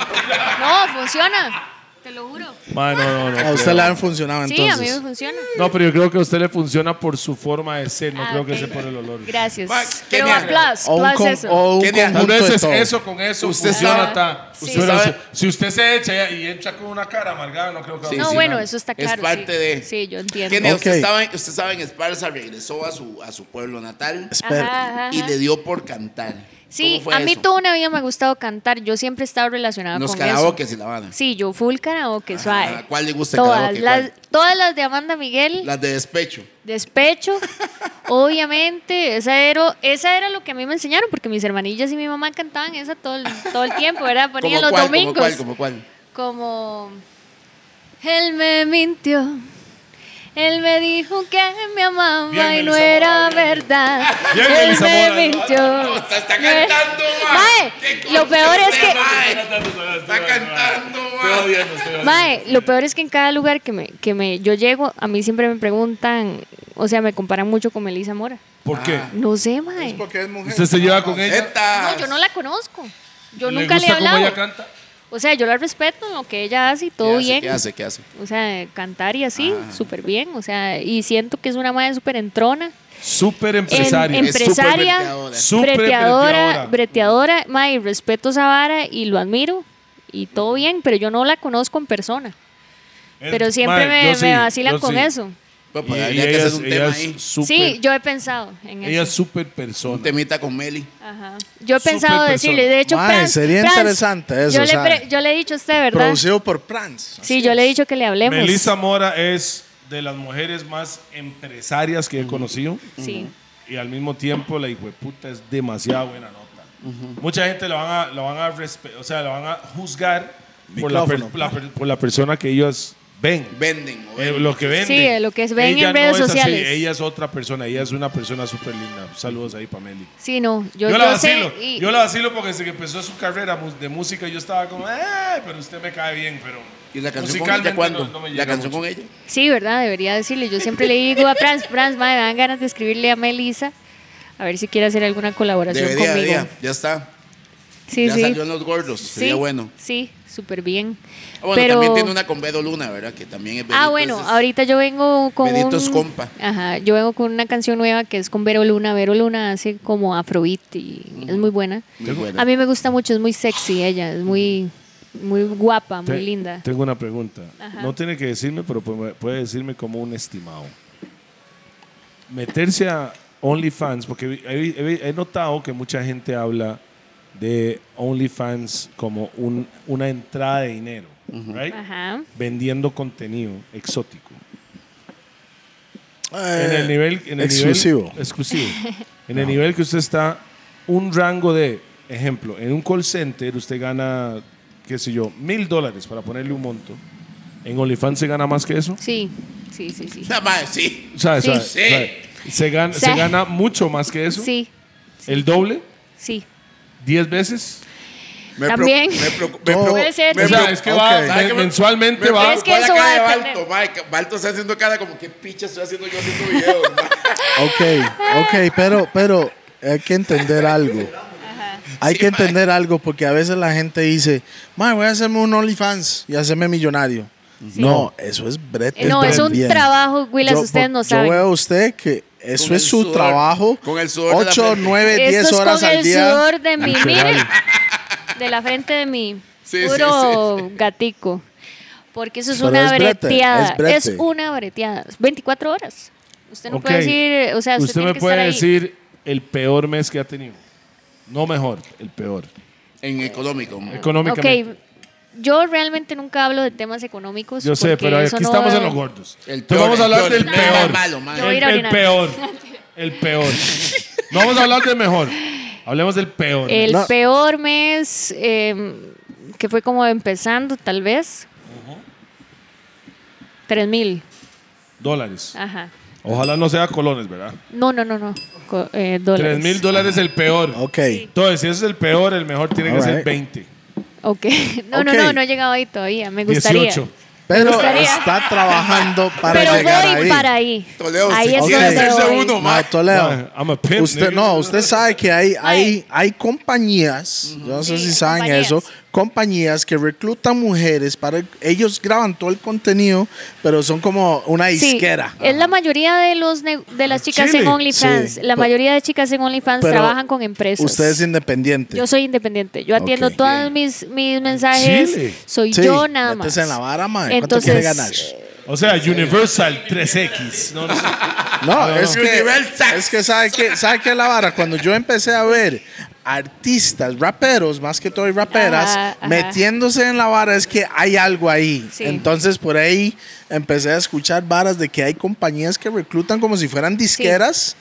C: No, funciona. Te lo juro.
E: Mae, no, no, no.
B: A
E: creo.
B: usted le han funcionado
C: Sí, a mí
B: entonces.
C: me funciona.
E: No, pero yo creo que a usted le funciona por su forma de ser, no
C: Ah,
E: creo
C: ok.
E: que sea por el olor.
C: Gracias.
D: Ma,
C: Pero
D: Kenia.
C: va plus,
B: o un,
C: plus
B: con-
C: eso.
B: o un
D: Kenia,
E: Tal
B: conjunto
E: vez
B: de
E: es
B: todo.
E: eso, con eso
D: Usted
E: funciona.
C: sabe-
E: ta.
C: Sí.
E: Usted
D: sabe-
E: no- si usted se echa y y entra con una cara amargada, no creo que
D: Sí,
E: a
C: no,
D: sí,
C: bueno,
E: funcionar.
C: eso está
D: Es
C: claro.
D: parte
C: sí.
D: de-
C: Sí, yo entiendo.
D: Kenia,
B: Ok.
D: usted, sabe, usted sabe, en Esparza regresó a su, a su pueblo natal
B: Espera.
C: Ajá, ajá,
D: y
C: ajá.
D: le dio por cantar.
C: Sí,
D: ¿Cómo fue
C: a mí
D: eso?
C: toda una vida me ha gustado cantar. Yo siempre he estado relacionada
D: Los
C: con
D: karaoke
C: eso.
D: y la vara.
C: Sí, yo full karaoke,
D: Ajá,
C: suave.
D: ¿cuál le gusta el
C: todas,
D: karaoke?
C: Las,
D: ¿Cuál?
C: todas las de Amanda Miguel,
D: Las de despecho.
C: despecho, obviamente. Esa era, esa era lo que a mí me enseñaron, porque mis hermanillas y mi mamá cantaban esa todo el, todo el tiempo, ¿verdad? Ponían los
D: cuál,
C: domingos.
D: ¿Como cuál? ¿Como cuál?
C: como él me mintió. Él me dijo que me amaba
E: Bien,
C: y no
E: Melissa
C: era
E: Mora, bien.
C: verdad.
E: Bien,
C: él
E: Melissa
C: me
E: Mora.
C: mintió.
D: No, está- está cantando, ma.
C: Mae,
D: Qué
C: lo peor es que
D: mae,
E: Está
D: Está cantando,
E: Estoy
D: mae.
E: jodiendo, estoy jodiendo.
C: Mae, lo peor es que en cada lugar que me, que me yo llego, a mí siempre me preguntan, o sea, me comparan mucho con Melissa Mora.
E: ¿Por
D: Ah.
E: qué?
C: No sé, mae.
B: Es porque es mujer.
E: ¿Usted se lleva con ella?
D: Eta.
C: No, yo no la conozco. Yo
E: ¿Le
C: nunca le he
E: gusta cómo
C: hablado.
E: ella canta?
C: O sea, yo la respeto en lo que ella hace y
D: ¿Qué
C: todo
D: hace,
C: bien.
D: ¿Qué hace? ¿Qué hace?
C: O sea, cantar y así,
D: Ah.
C: súper bien. O sea, y siento que es una madre súper entrona.
E: Súper empresaria.
C: Em-
D: Es súper
C: empresaria,
D: breteadora.
E: Súper
C: breteadora,
E: breteadora.
C: breteadora. Mae, respeto esa vara y lo admiro. Y todo bien, pero yo no la conozco en persona. Pero siempre
E: Mae,
C: me,
E: yo sí,
C: me vacilan
E: yo
C: con
E: sí.
C: eso.
D: Pues,
E: Y-
D: pues,
E: y
D: habría que
E: ella
D: hacer
E: es-
D: un
E: ella
D: tema
E: es
D: ahí.
E: súper-
C: Sí, yo he pensado en
E: Ella es
C: eso.
E: súper
D: Un
E: persona.
D: temita con Meli.
C: Ajá. Yo he
E: súper
C: pensado decirle,
E: persona.
C: de hecho,
B: Mae,
C: Franz,
B: sería
C: Franz,
B: interesante eso,
C: Yo,
B: o
C: le,
B: sea,
C: pre- yo le he dicho a usted, ¿verdad?
B: Producido por Prance.
C: sí, yo le he dicho que le hablemos.
E: Melissa Mora es de las mujeres más empresarias que he conocido.
C: Sí.
E: Y al mismo tiempo la hijueputa es demasiado buena nota. Mucha gente la van a, la van a, respe- o sea, la van a juzgar por la, per-
B: Micrófono.
E: la per- por la persona que ellos ven.
D: Venden. o
E: Eh,
D: venden.
E: lo que venden.
C: Sí, eh, lo que es- ven
E: Ella
C: en redes
E: es así,
C: sociales.
E: ella es otra persona. Ella es una persona súper linda. Saludos ahí, Pameli.
C: Sí, no. Yo,
E: Yo, la
C: yo sé.
E: vacilo.
C: y-
E: Yo la vacilo porque desde que empezó su carrera mu- de música yo estaba como, "Ay, pero usted me cae bien, pero.
D: ¿Y la canción con
E: musicalmente
D: ella cuándo?
E: no- no me
D: ¿La
E: llega
D: canción
E: mucho".
D: con ella?
C: Sí, ¿verdad? Debería decirle. Yo siempre le digo a Franz, Franz, mae, me dan ganas de escribirle a Melissa a ver si quiere hacer alguna colaboración
D: Debería,
C: conmigo.
D: debería. Ya está.
C: Sí,
D: ya
C: sí.
D: salió en los gordos. Sería
C: sí,
D: bueno.
C: Sí, súper bien.
D: Ah, Bueno,
C: Pero,
D: también tiene una con Bedo Luna, ¿verdad? Que también es
C: ah,
D: Bedito,
C: bueno,
D: ese es-
C: ahorita yo vengo con
D: Benito es
C: un-
D: compa.
C: Ajá, yo vengo con una canción nueva que es con Vero Luna. Vero Luna hace como afrobeat y es muy buena.
D: Muy buena.
C: A mí me gusta mucho, es muy sexy ella, es muy, muy guapa, muy
E: Te-
C: linda.
E: Tengo una pregunta.
C: Ajá.
E: No tiene que decirme, pero puede puede decirme como un estimado. Meterse a OnlyFans, porque he, he- he notado que mucha gente habla de OnlyFans como un- una entrada de dinero, right?
C: Ajá.
E: vendiendo contenido exótico.
B: Eh,
E: en el nivel en el
B: exclusivo.
E: nivel- exclusivo. en el nivel que usted está, un rango de, ejemplo, en un call center usted gana, qué sé yo, mil dólares para ponerle un monto. En OnlyFans se gana más que eso.
C: Sí, sí, sí, sí.
D: Ah, mae, sí.
E: O sea,
C: Sí.
E: o sea,
D: Sí.
E: o sea, se, gana,
C: Sí.
E: se gana mucho más que eso.
C: Sí,
E: El doble,
C: sí.
E: diez veces.
D: Me
C: También.
D: preocu- me preocu- me
B: Todo-
D: preocu-
C: Puede ser.
D: me
E: O sea,
D: preocu-
E: es que va
B: ok.
E: men- mensualmente
D: me
E: va.
C: Es que
D: preocupa
C: eso
D: la
C: va a
D: cara de
C: depender.
D: Balto, mae, que Balto está haciendo cara como que picha estoy haciendo yo haciendo videos, mae.
B: Ok, ok, pero, pero hay que entender algo. Hay que entender algo porque a veces la gente dice, "Mae, voy a hacerme un OnlyFans y hacerme millonario. No, eso es brete.
C: Eh, no, es un
B: también.
C: trabajo, Willas,
B: Yo-
C: ustedes no
B: yo
C: saben.
B: veo a usted que eso
D: Con
B: es
D: el
B: su
D: sudor-
B: trabajo.
D: con el sudor de la
B: 8,
D: frente.
B: 9,
C: Esto
B: 10
C: es
B: horas
C: con
B: al
C: el
B: día.
C: sudor de mi,
E: Literal.
C: miren, de la frente de mi
D: Sí, sí,
C: puro gatico. Porque eso es
B: Pero
C: una
B: es brete,
C: breteada.
B: es brete.
C: es, una breteada. 24 horas. Usted no
E: Ok.
C: puede decir, o sea, usted,
E: usted
C: tiene
E: me
C: que
E: puede
C: estar ahí.
E: decir el peor mes que ha tenido. No mejor, el peor.
D: En económico. mae.
E: Económicamente.
C: Ok, yo realmente nunca hablo de temas económicos.
E: Yo sé,
C: porque
E: pero
C: eso
E: aquí
C: no-
E: estamos en los gordos.
D: El
E: El
D: peor,
E: vamos a
D: el
E: hablar
D: peor,
E: del
D: el malo,
E: peor.
D: el malo, man.
C: Yo voy a ir a
E: El, el
C: orinar.
E: peor. El peor. No vamos a hablar del mejor. Hablemos del peor.
C: El
B: No.
C: peor mes, eh, que fue como empezando, tal vez. Tres mil.
E: Dólares.
C: Ajá.
E: Ojalá no sea colones, ¿verdad?
C: No, no, no, no. Co- eh,
E: Tres
C: dólares.
E: mil dólares el peor.
B: Ok.
E: Entonces, si ese es el peor, el mejor tiene que ser
B: Alright.
E: 20.
C: Ok. No, no,
B: Ok.
C: no, no he llegado ahí todavía. Me gustaría.
E: 18.
B: Pero
C: gustaría.
B: está trabajando para
C: Pero voy
B: llegar ahí.
C: para ahí.
D: Toledo,
C: ahí
D: si
C: es
D: quieres
C: donde
D: hacerse
C: voy.
D: uno,
B: No,
D: mae.
B: Toledo.
E: I'm a pimp,
B: usted
E: nigga.
B: no, usted sabe que hay, hay, hay compañías, yo no sé
C: Sí,
B: si saben
C: compañías.
B: eso, compañías que reclutan mujeres para ellos graban todo el contenido, pero son como una
C: Sí,
B: disquera.
C: es la mayoría de los ne- de las chicas
E: Chile.
C: en OnlyFans.
B: Sí,
C: la
B: pero-
C: mayoría de chicas en OnlyFans
B: Pero
C: trabajan con empresas.
B: Usted es independiente.
C: yo soy independiente. Yo atiendo
B: Ok.
C: todos mis, mis mensajes.
E: Chile.
C: Soy
B: Sí,
C: yo nada más.
B: métese en la vara, mae. ¿Cuánto quiere ganar?
C: eh,
E: O sea, Universal 3X. No, no sé.
D: Ah,
B: No, es, que,
D: Universal Sax.
B: es que sabe que sabe que la vara cuando yo empecé a ver artistas, raperos, más que todo y raperas
C: Ajá, ajá.
B: metiéndose en la vara es que hay algo ahí.
C: Sí.
B: Entonces por ahí empecé a escuchar varas de que hay compañías que reclutan como si fueran disqueras.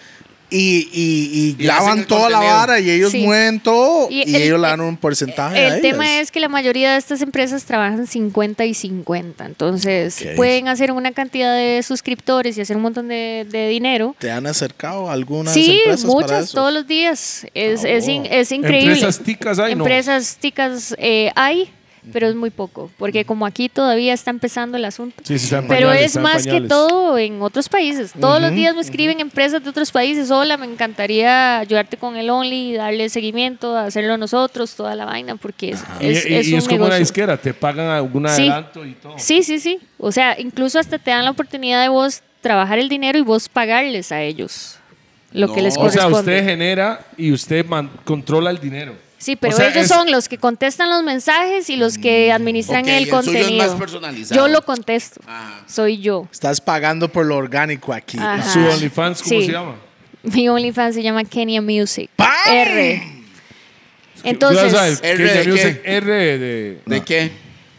B: Y, y- y
D: Y hacen
B: graban
D: el
B: toda la
D: contenido.
B: vara y ellos
C: Sí.
B: mueven todo y,
C: el-
B: ellos le
C: el-
B: dan un porcentaje.
C: El
B: a
C: tema
B: ellas.
C: es que la mayoría de estas empresas trabajan 50 y 50. Entonces,
B: Ok.
C: pueden hacer una cantidad de suscriptores y hacer un montón de, de dinero.
B: ¿Te han acercado algunas
C: Sí,
B: empresas para
C: muchas,
B: eso?
C: todos los días. Es, es, in- es increíble.
E: Empresas ticas hay, no.
C: Empresas ticas eh, hay, pero es muy poco. Porque como aquí todavía está empezando el asunto.
E: Sí, sí, está en
C: Pero
E: pañales,
C: es
E: está en
C: más que
E: pañales.
C: todo en otros países. Todos los días me escriben empresas de otros países. Hola, me encantaría ayudarte con el Only, darle seguimiento, hacerlo nosotros, toda la vaina, porque es,
E: Ah, Y
C: es,
E: y- y
C: es
E: es,
C: un
E: como una
C: negocio.
E: disquera, te pagan algún
C: Sí.
E: adelanto y todo.
C: Sí, sí, sí. O sea, incluso hasta te dan la oportunidad de vos trabajar el dinero y vos pagarles a ellos lo que
D: No,
C: les
E: O sea,
C: corresponde.
E: usted genera y usted man- controla el dinero.
C: Sí, pero
E: O sea,
C: ellos
E: es-
C: son los que contestan los mensajes y los que administran
D: Mm, Ok,
C: el,
D: y el suyo es
C: contenido.
D: más personalizado. Ah.
C: Yo lo contesto.
D: Ajá.
C: Soy yo.
B: Estás pagando por lo orgánico aquí.
C: Ajá.
E: ¿Su OnlyFans cómo
C: Sí.
E: se llama?
C: Mi OnlyFans se llama Kenya Music.
B: ¡Pam!
C: R.
E: Ya
C: Entonces,
E: sabes,
D: R
E: Kenya
D: de qué?
E: Music, R de...
D: ¿De qué?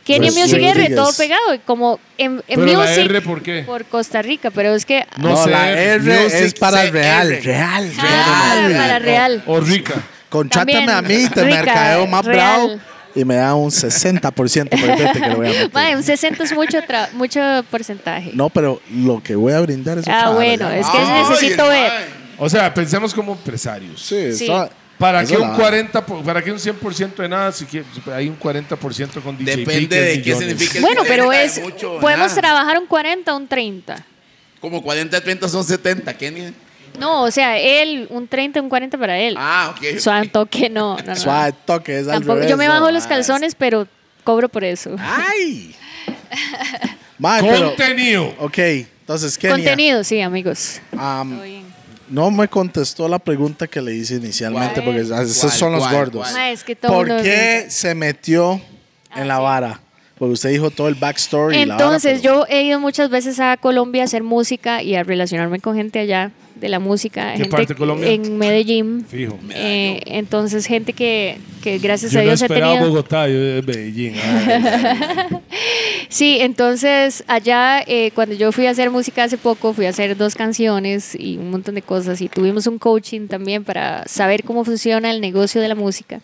C: Kenya
B: Pues,
C: Music R,
B: Rodríguez.
C: todo pegado. y Como en, en
E: Pero la
C: Music.
E: R, ¿por qué?
C: Por Costa Rica, pero es que.
E: No sé,
B: la R
E: music,
B: es para
D: CR.
B: real, real,
C: Ah,
B: real.
D: Oh,
C: para real.
E: O rica.
B: Contrátame a mí, te
C: Rica,
B: mercadeo más
C: real.
B: bravo y me da un 60% por el vete que le voy a
D: oh,
B: meter.
C: Mae, un 60 es mucho, tra- mucho porcentaje.
B: No, pero lo que voy a brindar es otra
C: Ah, bueno,
B: vara.
C: es que
D: Ay,
C: necesito
D: el
C: ver.
D: mae.
E: O sea, pensemos como empresarios.
B: Sí,
C: Sí.
B: está-
E: ¿Para
B: eso
E: qué
B: la
E: un
B: vara.
E: 40, por- para qué un 100% de nada? Si quie- hay un 40% con DJ
D: Depende de qué significa el
C: Bueno,
D: que
C: pero
D: debe
C: es.
D: caer mucho,
C: podemos
D: nada.
C: trabajar un 40, un 30.
D: Como 40, 30 son 70, Kenia.
C: No, o sea, él, un 30, un 40 para él.
D: Ah, ok.
C: Suave, toque, no. no, no.
B: Suave, toque, es al
C: Tampoco-
B: revés,
C: yo me
B: no,
C: bajo los
B: ah,
C: calzones, pero cobro por eso.
B: ¡Ay!
E: Ah,
B: Mae, pero,
E: Contenido.
B: ok, entonces, Kenia. um,
C: Contenido, sí, amigos.
B: am, no me contestó la pregunta que le hice inicialmente porque esos son los
D: ¿Cuál?
B: gordos.
D: ¿Cuál?
C: Ma, es que todo
B: ¿Por
C: mundo
B: qué
C: brinca.
B: se metió en la vara? Porque usted dijo todo el backstory. y la vara,
C: Ah, Entonces,
B: pero-
C: yo he ido muchas veces a Colombia a hacer música y a relacionarme con gente allá de la música.
E: ¿Qué
C: gente
E: parte de Colombia?
C: En Medellín.
E: Fijo.
C: Eh, entonces, gente que, que gracias
E: Yo
C: a
E: no
C: Dios he
E: esperaba
C: tenido.
E: Bogotá, yo de Medellín. Ah, Ay,
C: Sí, entonces allá eh, cuando yo fui a hacer música hace poco, fui a hacer dos canciones y un montón de cosas y tuvimos un coaching también para saber cómo funciona el negocio de la música.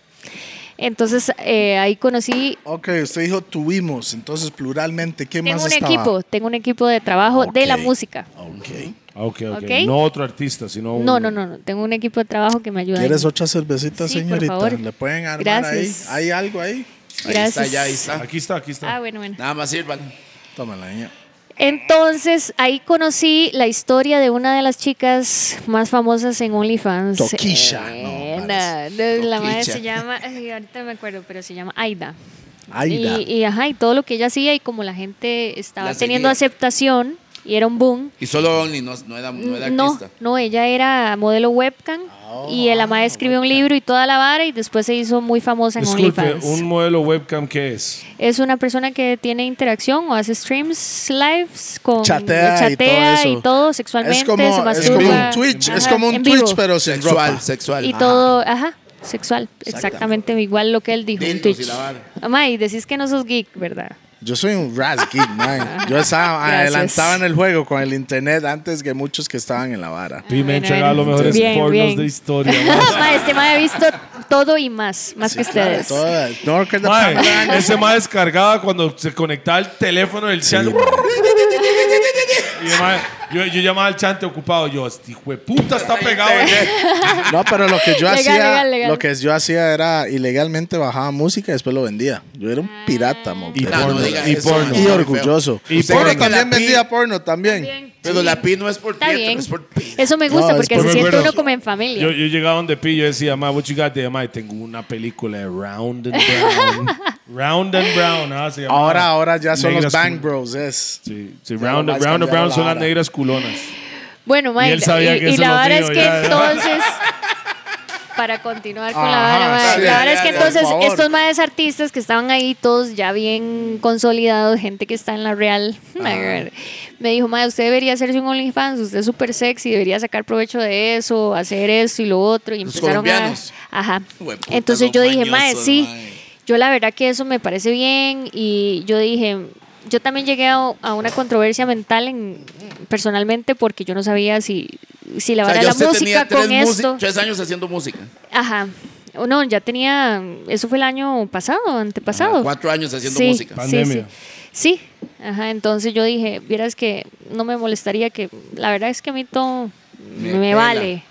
C: Entonces eh, ahí conocí,
B: Ok, usted dijo tuvimos, entonces pluralmente, ¿qué
C: tengo
B: más
C: un
B: estaba?
C: equipo, tengo un equipo de trabajo de la
B: Ok.
C: música.
B: Ok.
E: ah, ok, ok.
C: Ok.
E: No otro artista, sino un-
C: No, no, no, no, tengo un equipo de trabajo que me ayuda.
B: Oh. ¿Quieres otra cervecita,
C: Sí, por
B: señorita?
C: favor.
B: ¿Le pueden armar
C: Gracias.
B: ahí? ¿Hay algo ahí?
D: Ahí
C: Gracias.
D: está, ya, ahí está.
E: Aquí está, aquí está.
C: Ah, bueno, bueno.
D: Nada más sirvan.
B: Tómala, niña.
C: Entonces ahí conocí la historia de una de las chicas más famosas en OnlyFans.
B: Toquilla, no,
C: na- de- la madre
D: Toquilla.
C: se llama, ay, ahorita no me acuerdo, pero se llama Aida.
B: Aida.
C: Y, y, ajá, y todo lo que ella hacía y como la gente estaba
D: La
C: teniendo
D: seguía.
C: aceptación y era un boom.
D: Y solo Only, no, no era, no era
C: No,
D: artista.
C: no, ella era modelo webcam y la
B: Ah,
C: madre escribió un libro y toda la vara y después se hizo muy famosa en
E: Disculpe,
C: OnlyFans.
E: ¿un modelo webcam qué es?
C: Es una persona que tiene interacción o hace streams, lives con
B: Chatea, y
C: chatea
B: todo eso.
C: y todo sexualmente,
B: es como,
C: se
B: es como
C: masturba.
B: un Twitch, es
C: Ajá,
B: como un
C: en vivo.
B: Twitch, pero sin
D: Sexual,
B: ropa.
D: sexual.
C: y
D: Ajá.
C: todo, ajá, sexual, exactamente igual lo que él dijo, un
D: Dildos y
C: Twitch.
D: la vara.
C: Mamá, y decís que no sos geek, ¿verdad?
B: Yo soy un ras geek, man. Yo estaba
C: Gracias.
B: adelantaba en el juego con el internet antes que muchos que estaban en la vara.
E: Y me
C: bueno,
E: he entregado los
C: bueno.
E: mejores
C: Bien,
E: pornos
C: bien.
E: de historia.
C: Ma, este ma ha visto todo y más, más que ustedes.
B: Todas. No, que es de
E: Mae,
B: Pamela Anderson.
E: ese más descargaba cuando se conectaba el teléfono del chat. Y el mae- yo, yo llamaba al chante ocupado. Yo, este hijo de puta está pegado. ¿eh?". en él".
B: No, pero lo que yo
C: Legal,
B: hacía,
C: legal, legal.
B: lo que yo hacía era ilegalmente bajaba música y después lo vendía. Yo era un
C: Ah.
B: pirata, mo,
E: Y
B: pero-
E: porno,
D: diga
E: y
D: eso,
E: porno.
D: no,
B: y
D: muy
B: orgulloso.
E: feo. Y
B: Usted
E: porno
B: cree que
D: también
B: la pi-
D: vendía
B: porno también.
D: Pero la pi no es por
C: Está
D: Pietro,
C: bien.
D: es por pi.
C: Eso me gusta
B: No,
C: porque
B: después
C: se
E: me
C: siente
E: acuerdo.
C: uno como en familia.
E: Yo, yo llegaba donde pillo y decía, ma, what you got there?" Mae, tengo una película de Round and Brown. Round and Brown, ah, se llamaba.
B: Ahora, ahora ya son
E: Negras
B: los Bang
E: cul-
B: Bros. Es.
E: Sí, sí,
B: Ya
E: Round,
B: lo vas
E: and- Round and Brown
B: cambiando
E: son
B: la
E: las
B: vara.
E: negras culonas.
C: bueno, ma,
E: Y
C: y,
E: él sabía
C: y-
E: que
C: y
E: eso
C: la
E: lo
C: vara
E: mío,
C: es que
E: ya.
C: entonces para continuar con la
B: Ajá,
C: vara, mae.
B: sí,
C: la vara
B: ya,
C: es que
B: ya,
C: entonces
B: por favor.
C: estos maes artistas que estaban ahí todos ya bien consolidados, gente que está en la real, mae, me dijo, madre, usted debería hacerse un OnlyFans, usted es súper sexy, debería sacar provecho de eso, hacer eso y lo otro. Y
D: Los
C: empezaron a...
D: colombianos.
C: Ajá.
D: Hueputa,
C: Entonces
D: los
C: yo dije, madre,
D: mañosos,
C: sí,
D: mae.
C: yo la verdad que eso me parece bien y yo dije, yo también llegué a, a una controversia mental en, personalmente porque yo no sabía si, si la
D: O sea,
C: vara
D: ya usted
C: de la
D: tenía
C: música
D: tres,
C: con
D: musi-
C: esto.
D: tres años haciendo música.
C: Ajá. O No, ya tenía, eso fue el año pasado, antepasado.
D: Cuatro años haciendo
C: Sí,
D: música.
C: Sí,
E: Pandemia.
C: sí. Sí, ajá, entonces yo dije, vieras que no me molestaría que, la verdad es que a mí todo
D: Me Mm.
C: me,
D: pela.
C: vale.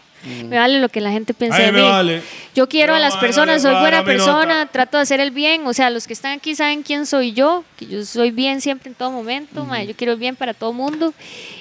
C: Me vale lo que la gente piense
E: A mí
C: de
E: me
C: mí.
E: vale.
C: Yo quiero a
E: Yo,
C: las
E: mae, no
C: personas,
E: les
C: soy
E: va a
C: buena
E: dar mi
C: persona,
E: nota.
C: trato de hacer el bien. O sea, los que están aquí saben quién soy yo, que yo soy bien siempre en todo momento. mae, yo quiero el bien para todo mundo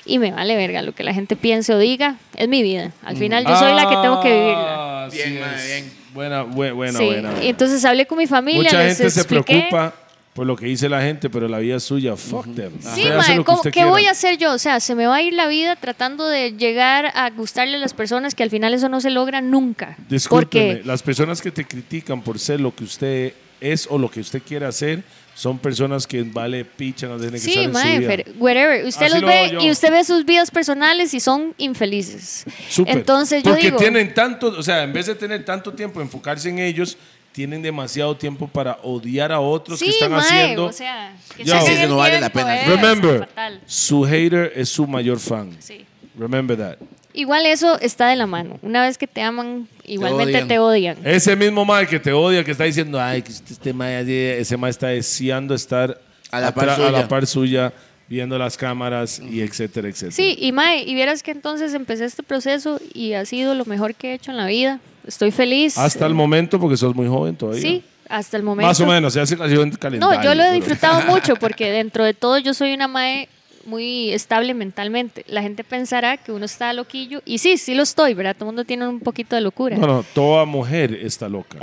C: y me vale verga lo que la gente piense o diga. Es mi vida. Al final yo soy la que tengo que vivirla.
E: Ah,
D: Bien,
E: así
D: mae,
E: es.
D: bien.
E: Buena, bue- buena,
C: Sí,
E: buena.
C: y entonces hablé con mi familia.
E: Mucha
C: les
E: gente se
C: expliqué.
E: preocupa por lo que dice la gente, pero la vida es suya. Fuck them.
C: Sí,
E: Usted hace
C: mae,
E: lo que
C: ¿cómo-
E: usted
C: ¿qué voy
E: quiera.
C: a hacer yo? O sea, se me va a ir la vida tratando de llegar a gustarle a las personas que al final eso no se logra nunca.
E: Discúlpeme,
C: Porque
E: las personas que te critican por ser lo que usted es o lo que usted quiere hacer son personas que vale picha, no tienen que estar
C: Sí,
E: en su
C: mae,
E: vida.
C: pero whatever. Usted
E: Así
C: los
E: lo
C: ve
E: veo yo.
C: y usted ve sus vidas personales y son infelices.
E: Súper.
C: Entonces yo
E: Porque
C: digo,
E: tienen tanto, o sea, en vez de tener tanto tiempo enfocarse en ellos, tienen demasiado tiempo para odiar a otros que
C: sí,
E: están
C: mae,
E: haciendo.
C: o sea, que
E: Yo.
C: saquen
E: Sí, sí,
C: el
D: no vale la
C: tiempo,
D: pena.
C: eh,
E: Remember,
C: fatal.
E: su hater es su mayor fan.
C: Sí.
E: Remember that.
C: Igual eso está de la mano. Una vez que te aman, igualmente
D: odian.
C: te odian.
E: Ese mismo mae que te odia, que está diciendo, ay, que este, este mae así", ese mae está deseando estar
D: A la par
E: atra- a
D: suya.
E: la par suya, viendo las cámaras y etcétera, etcétera.
C: Sí, y Mae, y vieras que entonces empecé este proceso y ha sido lo mejor que he hecho en la vida. Estoy feliz. Eh,
E: Hasta el momento, porque sos muy joven todavía.
C: Sí, hasta el momento.
E: Más o menos, se hace casi un calendario.
C: No, yo lo he
E: pero-
C: disfrutado mucho porque dentro de todo yo soy una Mae muy estable mentalmente. La gente pensará que uno está loquillo y sí, sí lo estoy, ¿verdad? Todo el mundo tiene un poquito de locura.
E: No, no, toda mujer está loca.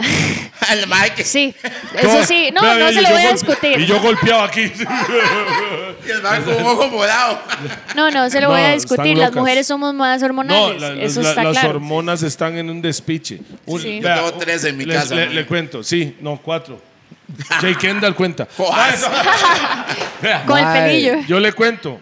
D: Al Mike.
C: Sí, eso sí, no,
E: Vea,
C: no
E: y
C: se lo
E: yo
C: voy a
E: gol-
C: discutir.
E: Y yo golpeado aquí.
D: Y el Mike con un ojo morado.
C: No, no se lo
E: No,
C: voy a
E: están
C: discutir. Las
E: locas.
C: mujeres somos más
E: No,
C: hormonales.
E: la-
C: eso
E: la-
C: está
E: las
C: claro.
E: hormonas están en un despiche. Un-
C: Sí. Yo
D: tengo tres en mi
E: les-
D: casa,
E: Le,
D: man.
E: le cuento, sí, no, cuatro. Jay Kendall cuenta. Ah,
D: Jodas.
E: Vea,
C: Con el
B: Mae,
C: pelillo.
E: yo le cuento.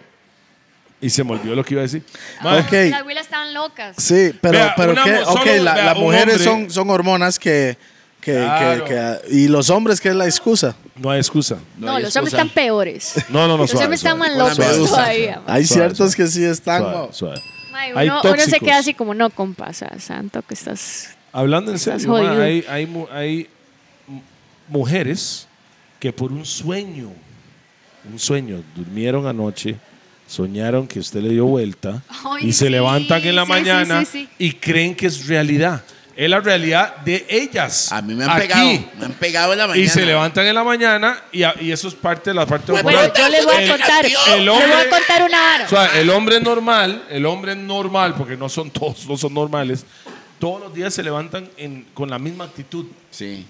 E: Y se me olvidó lo que iba a decir. Mae,
B: Ok.
C: Las abuelas estaban locas.
B: Sí, pero,
E: Vea,
B: pero
E: una
B: ¿qué?
E: mo- solo-
B: Ok, la-
E: vea,
B: las
E: un
B: mujeres
E: hombre.
B: son, son hormonas que, que- que-
E: Claro.
B: que- Y los hombres, ¿qué es la excusa?
E: No hay excusa.
C: No, los hombres están peores.
E: No, no, no.
C: Los
E: suave,
C: hombres están
E: suave.
C: más
D: Una
C: locos
D: medusa.
C: todavía. ma.
B: Hay
E: Suave,
B: ciertos que sí están.
E: Suave,
B: wow.
E: suave.
C: Ma,
E: Hay
C: uno, uno se
E: tóxicos.
C: queda así como, no, compa, o sea, santo que estás...
E: Hablando en
C: Estás
E: serio, ma,
C: jodido.
E: hay, hay, mu- hay mu- mujeres que por un sueño, un sueño, durmieron anoche, soñaron que usted le dio vuelta
C: Ay,
E: y se
C: sí,
E: levantan en la
C: sí, sí,
E: mañana
C: sí, sí.
E: y creen que es realidad. Es la realidad de ellas.
D: A mí me han
E: aquí.
D: pegado. Me han pegado en la mañana.
E: Y se levantan en la mañana y, a- y eso es parte de la parte
C: Bueno,
E: hormonal.
C: Pues, yo les voy a
E: El-
C: contar,
E: el
C: les voy a
E: hombre-
C: contar una vara.
E: O sea, el hombre normal, el hombre normal, porque no son todos, no son normales, todos los días se levantan en- con la misma actitud.
D: Sí.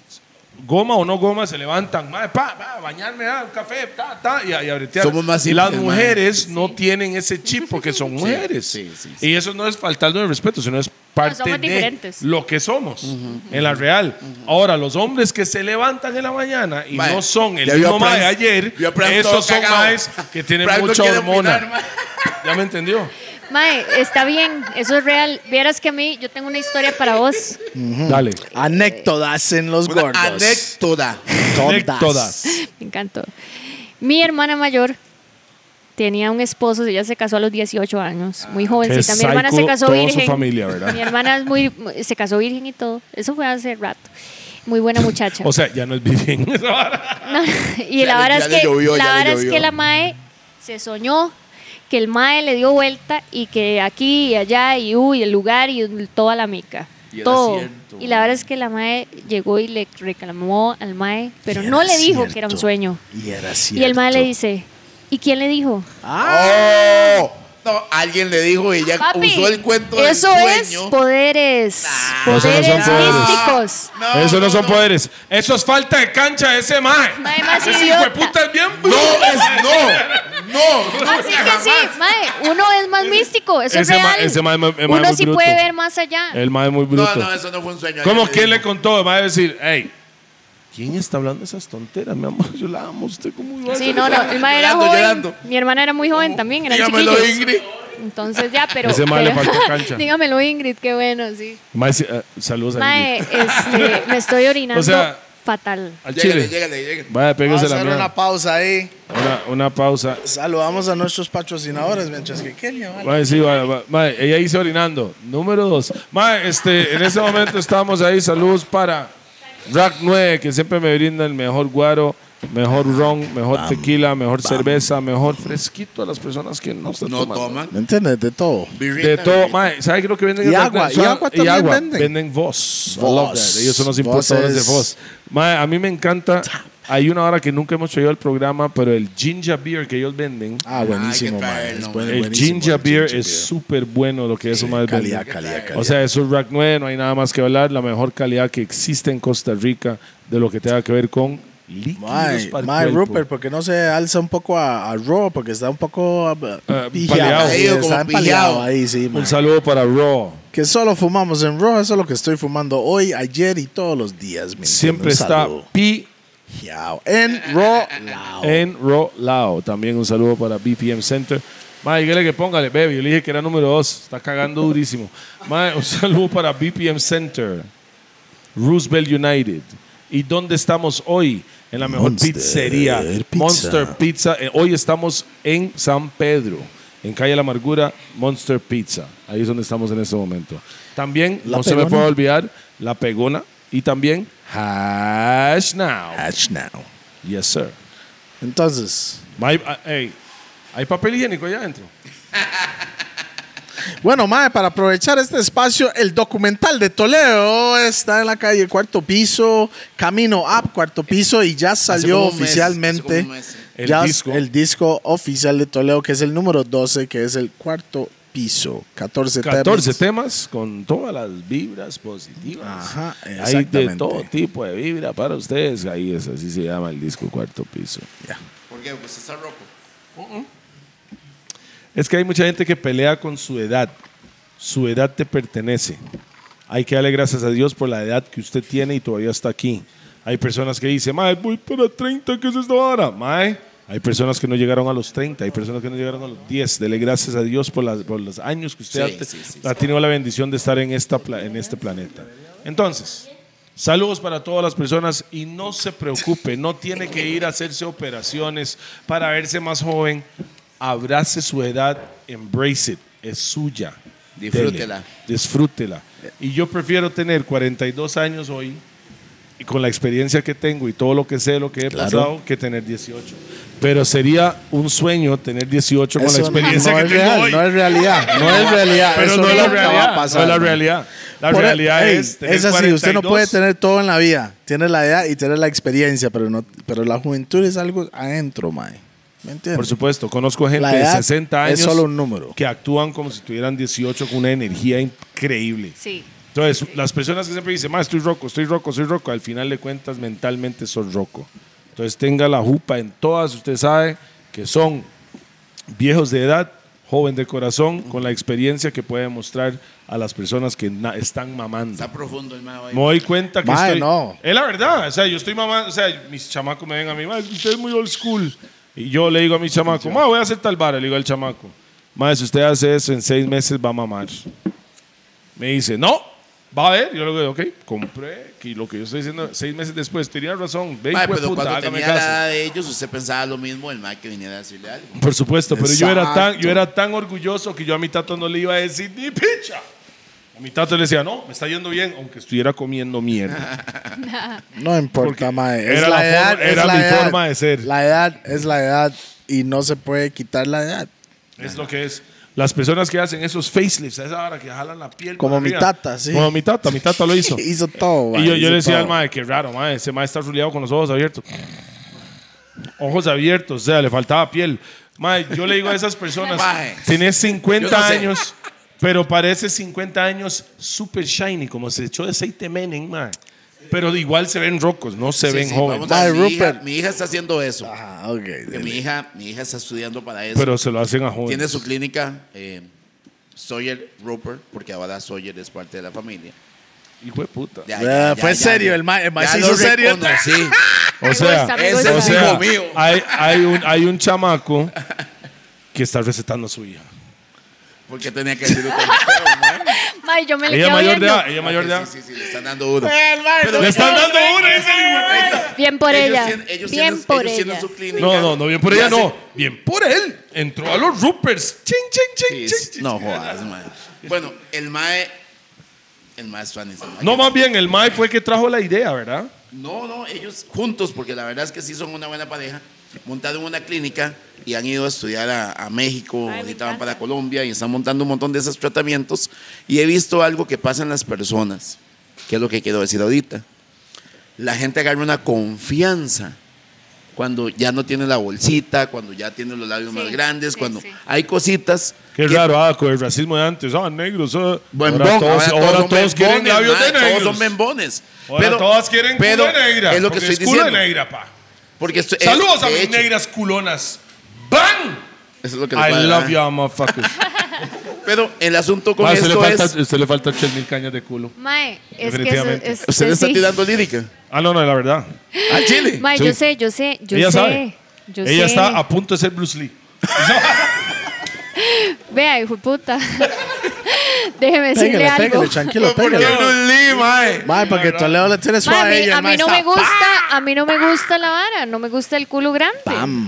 E: Goma o no goma, se levantan, "Mae, pa, pa, bañarme, ah, un café, ta, ta", y, a- y a bretear.
D: Somos más
E: Las
D: simples,
E: mujeres no tienen ese chip porque son mujeres.
D: sí, sí,
E: Y eso no es faltando de respeto, sino es parte
C: somos
E: de
C: diferentes.
E: lo que somos en la real. Ahora, los hombres que se levantan en la mañana y
D: Mae,
E: no son el
D: ya vio a
E: mismo mae de
D: Franz-
E: ayer,
D: vio a Franz todo
E: esos son
D: cagao.
E: maes que tienen
D: Franz no
E: mucha
D: quiere
E: hormona.
D: opinar, mae.
E: ¿Ya me entendió?
C: Mae, está bien, eso es real. Vieras que a mí, yo tengo una historia para vos.
E: Dale.
B: Anécdotas en los
D: Una
B: gordos.
D: anécdota.
B: Tontas.
E: Anécdotas.
C: Me encantó. Mi hermana mayor tenía un esposo, ella se casó a los 18 años, muy jovencita. Mi hermana se
E: Ah, psycho
C: casó
E: toda su
C: virgen.
E: familia, ¿verdad?
C: Mi hermana es muy, se casó virgen y todo. Eso fue hace rato. Muy buena muchacha.
E: O sea, ya no es virgen.
C: No, y
D: Ya le-
C: la vara
D: ya
C: es
D: le
C: que
D: llovió, ya
C: la
D: le
C: vara es
D: llovió.
C: que la mae se soñó que el mae le dio vuelta y que aquí y allá y uy el lugar y toda la mica
D: Y era
C: todo
D: cierto.
C: y la verdad es que la mae llegó y le reclamó al mae pero no le dijo que era un sueño
B: Y era
C: y el mae le
B: cierto.
C: dice ¿y quién le dijo?
D: Oh. No, alguien le dijo y ella
C: Papi
D: usó el cuento del
C: eso es
D: sueño.
C: poderes
E: no son
C: poderes
E: poderes.
C: místicos
D: No,
E: Eso no,
D: no,
E: son
D: no.
E: poderes. Eso es falta de cancha de ese mae.
C: Mae, más
E: ese
C: idiota.
E: hijueputa es bien
D: No, es no. No.
C: Así que sí, mae, uno es más místico, loco, eso
E: Ese
C: es
E: ma-
C: real.
E: ese ma es ma- es ma
C: Uno
E: muy
C: sí
E: bruto. Eh,
C: puede ver más allá.
E: El mae muy bruto.
D: No, no, eso no fue un sueño.
E: ¿Cómo
D: Ayer
E: quién le
D: digo,
E: contó? El mae va a decir, hey, ¿quién está hablando de esas tonteras? Mi amor, yo la amo. ¿Usted cómo iba a
C: Sí,
E: hacer
C: no,
E: eso?"
C: no, el mae era
D: Llorando,
C: joven.
D: llorando. Oh,
C: Mi hermana era muy joven también, era
D: Dígamelo,
C: chiquillos.
D: Ingrid.
C: Entonces ya, pero...
E: Ese mae le
C: pero-
E: faltó cancha.
C: Dígamelo, Ingrid, qué bueno, sí.
E: El mae dice, "Ah, saludos a
C: Mae,
E: Ingrid.
C: este, me estoy orinando
E: O sea-
C: fatal.
E: Al
D: Llégale,
E: chile.
D: llégale, llégale.
E: Vaya,
B: Vamos
E: pégase
B: a
E: la
B: hacer una
E: mierda.
B: pausa ahí.
E: Una, una pausa.
B: Saludamos a nuestros patrocinadores mientras que Kenia, ¿vale?
E: Mae, sí, vaya, va- mae, ella dice orinando. Número dos. Mae, este, en ese momento estamos ahí. Saludos para Rack 9, que siempre me brinda el mejor guaro, mejor ron, mejor tequila, mejor cerveza, mejor fresquito a las personas que no están
D: No
E: tomando.
D: toman.
B: ¿Me entiendes? De todo.
D: birrita,
E: De todo,
D: birrita.
E: mae, ¿sabe qué es lo que venden?
B: Y
E: en el
B: agua,
E: Black Friday?
B: y agua también venden.
E: voz. I
B: Voz.
E: love that. Ellos son los
B: Voz
E: importadores
B: es-
E: de voz. Mae, a mí me encanta. Hay una hora que nunca hemos traído al programa, pero el ginger beer que ellos venden.
B: Ah, buenísimo,
D: Hay que
B: man.
D: traerlo,
B: Es
D: man.
B: buen-
E: el
B: buenísimo,
E: ginger
B: el
E: beer
B: ginger
E: es súper bueno lo que eso más venden.
B: Calidad, calidad, calidad.
E: O sea, eso es Rack 9, no hay nada más que hablar. La mejor calidad que existe en Costa Rica de lo que tenga que ver con líquidos
B: Mae,
E: para el
B: mae,
E: cuerpo.
B: Rupert, porque no se alza un poco a, a Raw? Porque está un poco ah,
E: Ah,
B: pillado.
E: paleado.
B: Sí,
D: Caído,
B: está
D: como
B: empaleado
D: pillado.
B: ahí, sí, mae.
E: Un saludo para Raw.
B: Que solo fumamos en Raw, eso es lo que estoy fumando hoy, ayer y todos los días. ¿me
E: Siempre
B: entiende? Un
E: está
B: saludo.
E: pi
B: Pillado. En Raw, lao.
E: en Rolao. También un saludo para BPM Center. Mae, dígale que póngale, baby. Yo le dije que era número dos. Está cagando durísimo. Mae, un saludo para BPM Center, Roosevelt United. ¿Y dónde estamos hoy? En la mejor
B: Monster
E: pizzería,
B: Pizza.
E: Monster Pizza. Eh, Hoy estamos en San Pedro, en Calle La Amargura, Monster Pizza. Ahí es donde estamos en este momento. También,
B: La
E: no se me
B: Pegona.
E: puede olvidar, La Pegona y también Hash Now.
B: Catch now.
E: Yes, sir.
B: Entonces,
E: May- ah, ey, hay papel higiénico allá adentro.
B: bueno, mae, para aprovechar este espacio, el documental de Toledo está en la calle cuarto piso, camino up cuarto piso y ya salió
D: como un mes, hace
B: oficialmente
D: como un mes.
E: El
B: ya
E: disco.
B: el disco oficial de Toledo, que es el número 12, que es el cuarto piso, 14,
E: 14
B: temas.
E: temas con todas las vibras positivas.
B: Ajá,
E: Hay de
B: exactamente.
E: todo tipo de vibra para ustedes. Ahí es, así se llama el disco Cuarto Piso.
B: Ya.
D: ¿Por qué? Pues está roco.
C: Uh-uh.
E: Es que hay mucha gente que pelea con su edad. Su edad te pertenece. Hay que darle gracias a Dios por la edad que usted tiene y todavía está aquí. Hay personas que dicen, mae, voy para 30, ¿qué es esta vara? Mae, hay personas que no llegaron a los 30, hay personas que no llegaron a los 10. Dele gracias a Dios por, las- por los años que usted
D: Sí,
E: ha,
D: sí, sí,
E: ha tenido la bendición de estar en, esta, pla- en este planeta. Entonces, saludos para todas las personas y no se preocupe, no tiene que ir a hacerse operaciones para verse más joven. Abrace su edad, embrace it, es suya.
D: Disfrútela.
E: Dele, disfrútela. Y yo prefiero tener 42 años hoy y con la experiencia que tengo y todo lo que sé, lo que he pasado, que tener 18. Pero sería un sueño tener 18 con
B: Eso
E: la
B: no-
E: experiencia
B: no
E: que
B: es
E: tengo
B: real,
E: hoy.
B: No es realidad, no es realidad.
E: Pero
B: eso
E: no es la
B: nunca va a
E: realidad.
B: pasar,
E: no es la
B: mae.
E: realidad. La
B: Por- e-
E: realidad
B: ey,
E: es. tener
B: Es así, usted no
E: 42.
B: puede tener todo en la vida. Tiene la edad y tiene la experiencia, pero, no, pero la juventud es algo adentro, mae. ¿Me entiendes?
E: Por supuesto, conozco gente
B: La
E: de
B: edad
E: 60 años
B: es solo un número.
E: que actúan como si tuvieran 18 con una energía increíble.
C: Sí.
E: Entonces, las personas que siempre dicen, más estoy roco, estoy roco, estoy roco, al final de cuentas mentalmente son roco. Entonces, tenga la jupa en todas, usted sabe que son viejos de edad, joven de corazón, con la experiencia que puede mostrar a las personas que na- están mamando.
D: Está profundo el mago ahí.
E: Me doy cuenta que
B: Mae,
E: estoy-
B: no.
E: Es la verdad. O sea, yo estoy mamá. O sea, mis chamacos me ven a mí. "Mae, Usted es muy old school. Y yo le digo a mi chamaco, "Ma, voy a hacer tal vara. Le digo al chamaco, "Ma, si usted hace eso, en seis meses va a mamar. Me dice, no, va a ver. Yo le digo, ok, compré. Y lo que yo estoy diciendo, seis meses después, tenía razón. Ve,
D: Mae,
E: hijo de
D: pero
E: puta,
D: cuando
E: hágame
D: tenía la
E: caso.
D: edad de ellos, usted pensaba lo mismo el mae que viniera a decirle algo.
E: Por supuesto, pero yo era, tan,
B: Exacto.
E: yo era tan orgulloso que yo a mi tato no le iba a decir ni picha. A mi tato le decía, no, me está yendo bien, aunque estuviera comiendo mierda.
B: No importa,
E: Porque
B: mae.
E: era
B: Es la,
E: la
B: edad,
E: forma-
B: es
E: era
B: la
E: mi
B: edad.
E: forma de ser.
B: La edad es la edad y no se puede quitar la edad.
E: Es lo que es. Las personas que hacen esos facelifts, a esa hora que jalan la piel.
B: Como
E: para
B: mi
E: arriba.
B: tata, sí.
E: Como mi tata, mi tata lo hizo.
B: Hizo todo, mae,
E: y yo, yo
B: hizo
E: le decía
B: todo.
E: al mae, qué raro, mae, ese mae está ruleado con los ojos abiertos. Ojos abiertos, o sea, le faltaba piel. Mae, yo le digo a esas personas,
D: Mae.
E: tenés 50
D: Yo no sé.
E: años, pero parece 50 años super shiny, como se echó de aceite Menem, mae. Pero igual se ven rocos, no se
D: Sí,
E: ven
D: sí,
E: jóvenes.
D: vamos a ver,
B: Mae,
D: mi, hija,
B: Rupert.
D: mi hija está haciendo eso.
B: Ah, ok.
D: Que mi hija, mi hija está estudiando para eso.
E: Pero se lo hacen a jóvenes.
D: Tiene su clínica eh, Sawyer Roper, porque ahora Sawyer es parte de la familia.
E: Hijo de puta.
D: Ya,
B: Ah, fue serio, el ma- el ma se hizo serio.
D: Sí.
E: O
C: gusta,
E: sea,
C: me
E: o
C: gusta.
D: Ese
E: sea,
D: es hijo mío.
E: Hay, hay un, hay un chamaco que está recetando a su hija.
D: Porque tenía que decirlo con feo, man.
C: Mae, yo me le
E: Ella
C: quedo
E: mayor de
C: viendo.
E: edad, ella mayor de edad.
D: Ah, Sí, sí, sí, le están dando uno.
E: Le están dando una, ese hijo de puta.
C: Bien por
D: Ellos
C: ella.
D: tienen- ellos
C: bien
D: tienen-
C: por
D: ellos
C: ella.
D: tienen su clínica.
E: No, no, no, bien por
D: Y
E: ella,
D: hacen-
E: no. Bien por él. Entró a los Ruppers. Ching, ching, ching,
D: Sí,
E: ching,
D: sí,
E: ching.
D: No jodas, man. Bueno, el mae. El mae es fan, es el mae.
E: No, más bien, el Mike fue el que trajo la idea, ¿verdad?
D: No, no, ellos juntos, porque la verdad es que sí son una buena pareja, montaron una clínica y han ido a estudiar a, a México,
C: Ay, me
D: ahorita van
C: encanta.
D: para Colombia y están montando un montón de esos tratamientos. Y he visto algo que pasa en las personas, que es lo que quiero decir ahorita. La gente agarra una confianza cuando ya no tiene la bolsita, cuando ya tiene los labios
C: Sí,
D: más grandes,
C: sí,
D: cuando
C: sí.
D: hay cositas.
E: Qué
D: que-
E: raro, ah, con el racismo de antes. Ah, negros. ah.
D: Bembón,
E: ahora todos,
D: ahora
E: ahora
D: son
E: todos quieren
D: bembones,
E: labios
D: madre,
E: de negros.
D: Todos son bembones.
E: Ahora todas quieren
D: pero
E: culo de negra.
D: Es lo que
E: porque
D: estoy
E: es culo
D: diciendo.
E: de negra, pa.
D: Porque esto- es-
E: Saludos a
D: de
E: mis
D: hecho,
E: negras culonas. ¡Bang!
D: Eso es lo que les
E: I
D: va a dar.
E: love you, motherfuckers.
D: Pero el asunto con
E: Ah, usted, le
D: esto
E: falta,
D: es.
E: usted le falta 3 mil cañas de culo.
C: Mae, es que eso
E: Definitivamente.
C: es.
D: Usted le está
C: sí.
D: tirando lírica.
E: Ah, no, no, la verdad.
D: A Ah, Chile.
C: Mae,
E: Sí.
C: yo sé, yo sé, yo
E: Ella
C: sé.
E: sabe.
C: Yo
E: Ella
C: sé.
E: está a punto de ser Bruce Lee.
C: Vea, hijo de puta. Déjeme decirle
B: Pégale,
C: algo.
B: pégale, tranquilo, pégale.
E: Lee, mae?
B: Mae, para que Toledo le tire
C: Mae,
B: suave
C: a mí,
B: y el
C: a mí
B: mae
C: no
B: está,
C: me gusta, a mí no me gusta la vara, no me gusta el culo grande.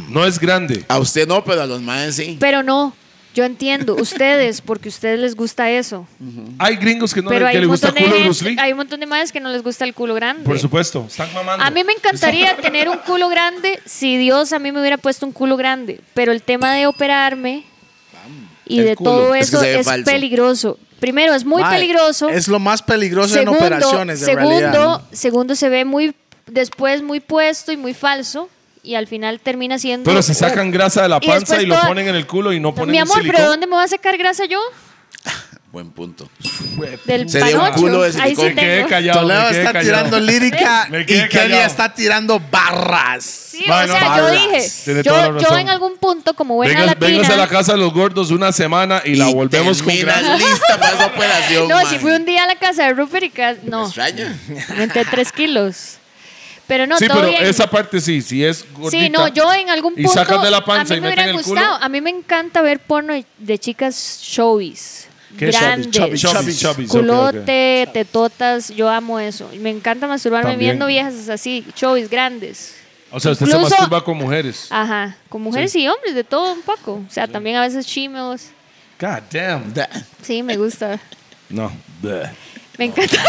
E: No es grande.
D: A usted no, pero a los maes sí.
C: Pero no, yo entiendo, ustedes, porque a ustedes les gusta eso.
E: Hay gringos que no
C: pero
E: le,
C: hay
E: que le
C: un,
E: gusta
C: montón de
E: culo de Bruce Lee.
C: gente- hay un montón de madres que no les gusta el culo grande.
E: Por supuesto. Están mamando.
C: A mí me encantaría tener un culo grande si Dios a mí me hubiera puesto un culo grande. Pero el tema de operarme y
E: El
C: de
E: culo.
C: todo
D: Es que
C: eso
D: se ve
C: es,
D: falso.
C: peligroso. Primero, es muy
B: Mae,
C: peligroso.
B: Es lo más peligroso en operaciones, en
C: segundo,
B: realidad. ¿no?
C: segundo, se ve muy después muy puesto y muy falso. Y al final termina siendo.
E: Pero si sacan grasa de la
C: Y
E: panza y,
C: después
E: lo
C: todo-
E: ponen en el culo y no ponen
C: Mi amor,
E: un
C: ¿pero
E: silicón.
C: dónde me voy a sacar grasa yo?
D: Buen punto.
C: Del
D: Sería un
C: panocho.
D: culo de
C: Ahí
D: silicón.
C: sí
E: Me quedé
C: tengo.
E: callado.
B: Toledo
E: me quedé
B: está
E: callado.
B: tirando lírica
E: Me quedé
B: y Kelly
E: callado.
B: está tirando barras.
C: Sí,
E: Bueno,
C: o sea,
E: balas.
C: yo
E: Tiene
C: dije,
E: toda
C: yo,
E: la
C: yo
E: razón.
C: en algún punto, como buena
E: Vengas,
C: latina...
E: vengas a la casa de los gordos una semana y la
D: Y
E: volvemos con
D: termina
E: grasa.
D: lista para esa operación.
C: No,
D: man.
C: si fui un día a la casa de Rupert y ca-
D: Me
C: no,
D: Extraña.
C: aumenté tres kilos. Pero no,
E: sí,
C: todo
E: pero
C: bien.
E: esa parte sí, sí es gordita.
C: sí, no, yo en algún punto
E: Y sacan de la panza
C: a
E: y
C: mí me
E: meten
C: hubiera
E: el culo.
C: gustado. A mí me encanta ver porno de chicas showbies.
E: ¿Qué
C: grandes,
E: chubby, chubby, chubby, chubby,
C: culote,
E: ok,
C: tetotas, yo amo eso. Y me encanta masturbarme
E: También.
C: viendo viejas así, showbies grandes.
E: O sea, usted se
C: Incluso-
E: masturba con mujeres.
C: Ajá, con mujeres y hombres, de todo un poco. O sea, también a veces chimeos.
E: God damn.
C: Sí, me gusta.
E: No.
C: Me encanta.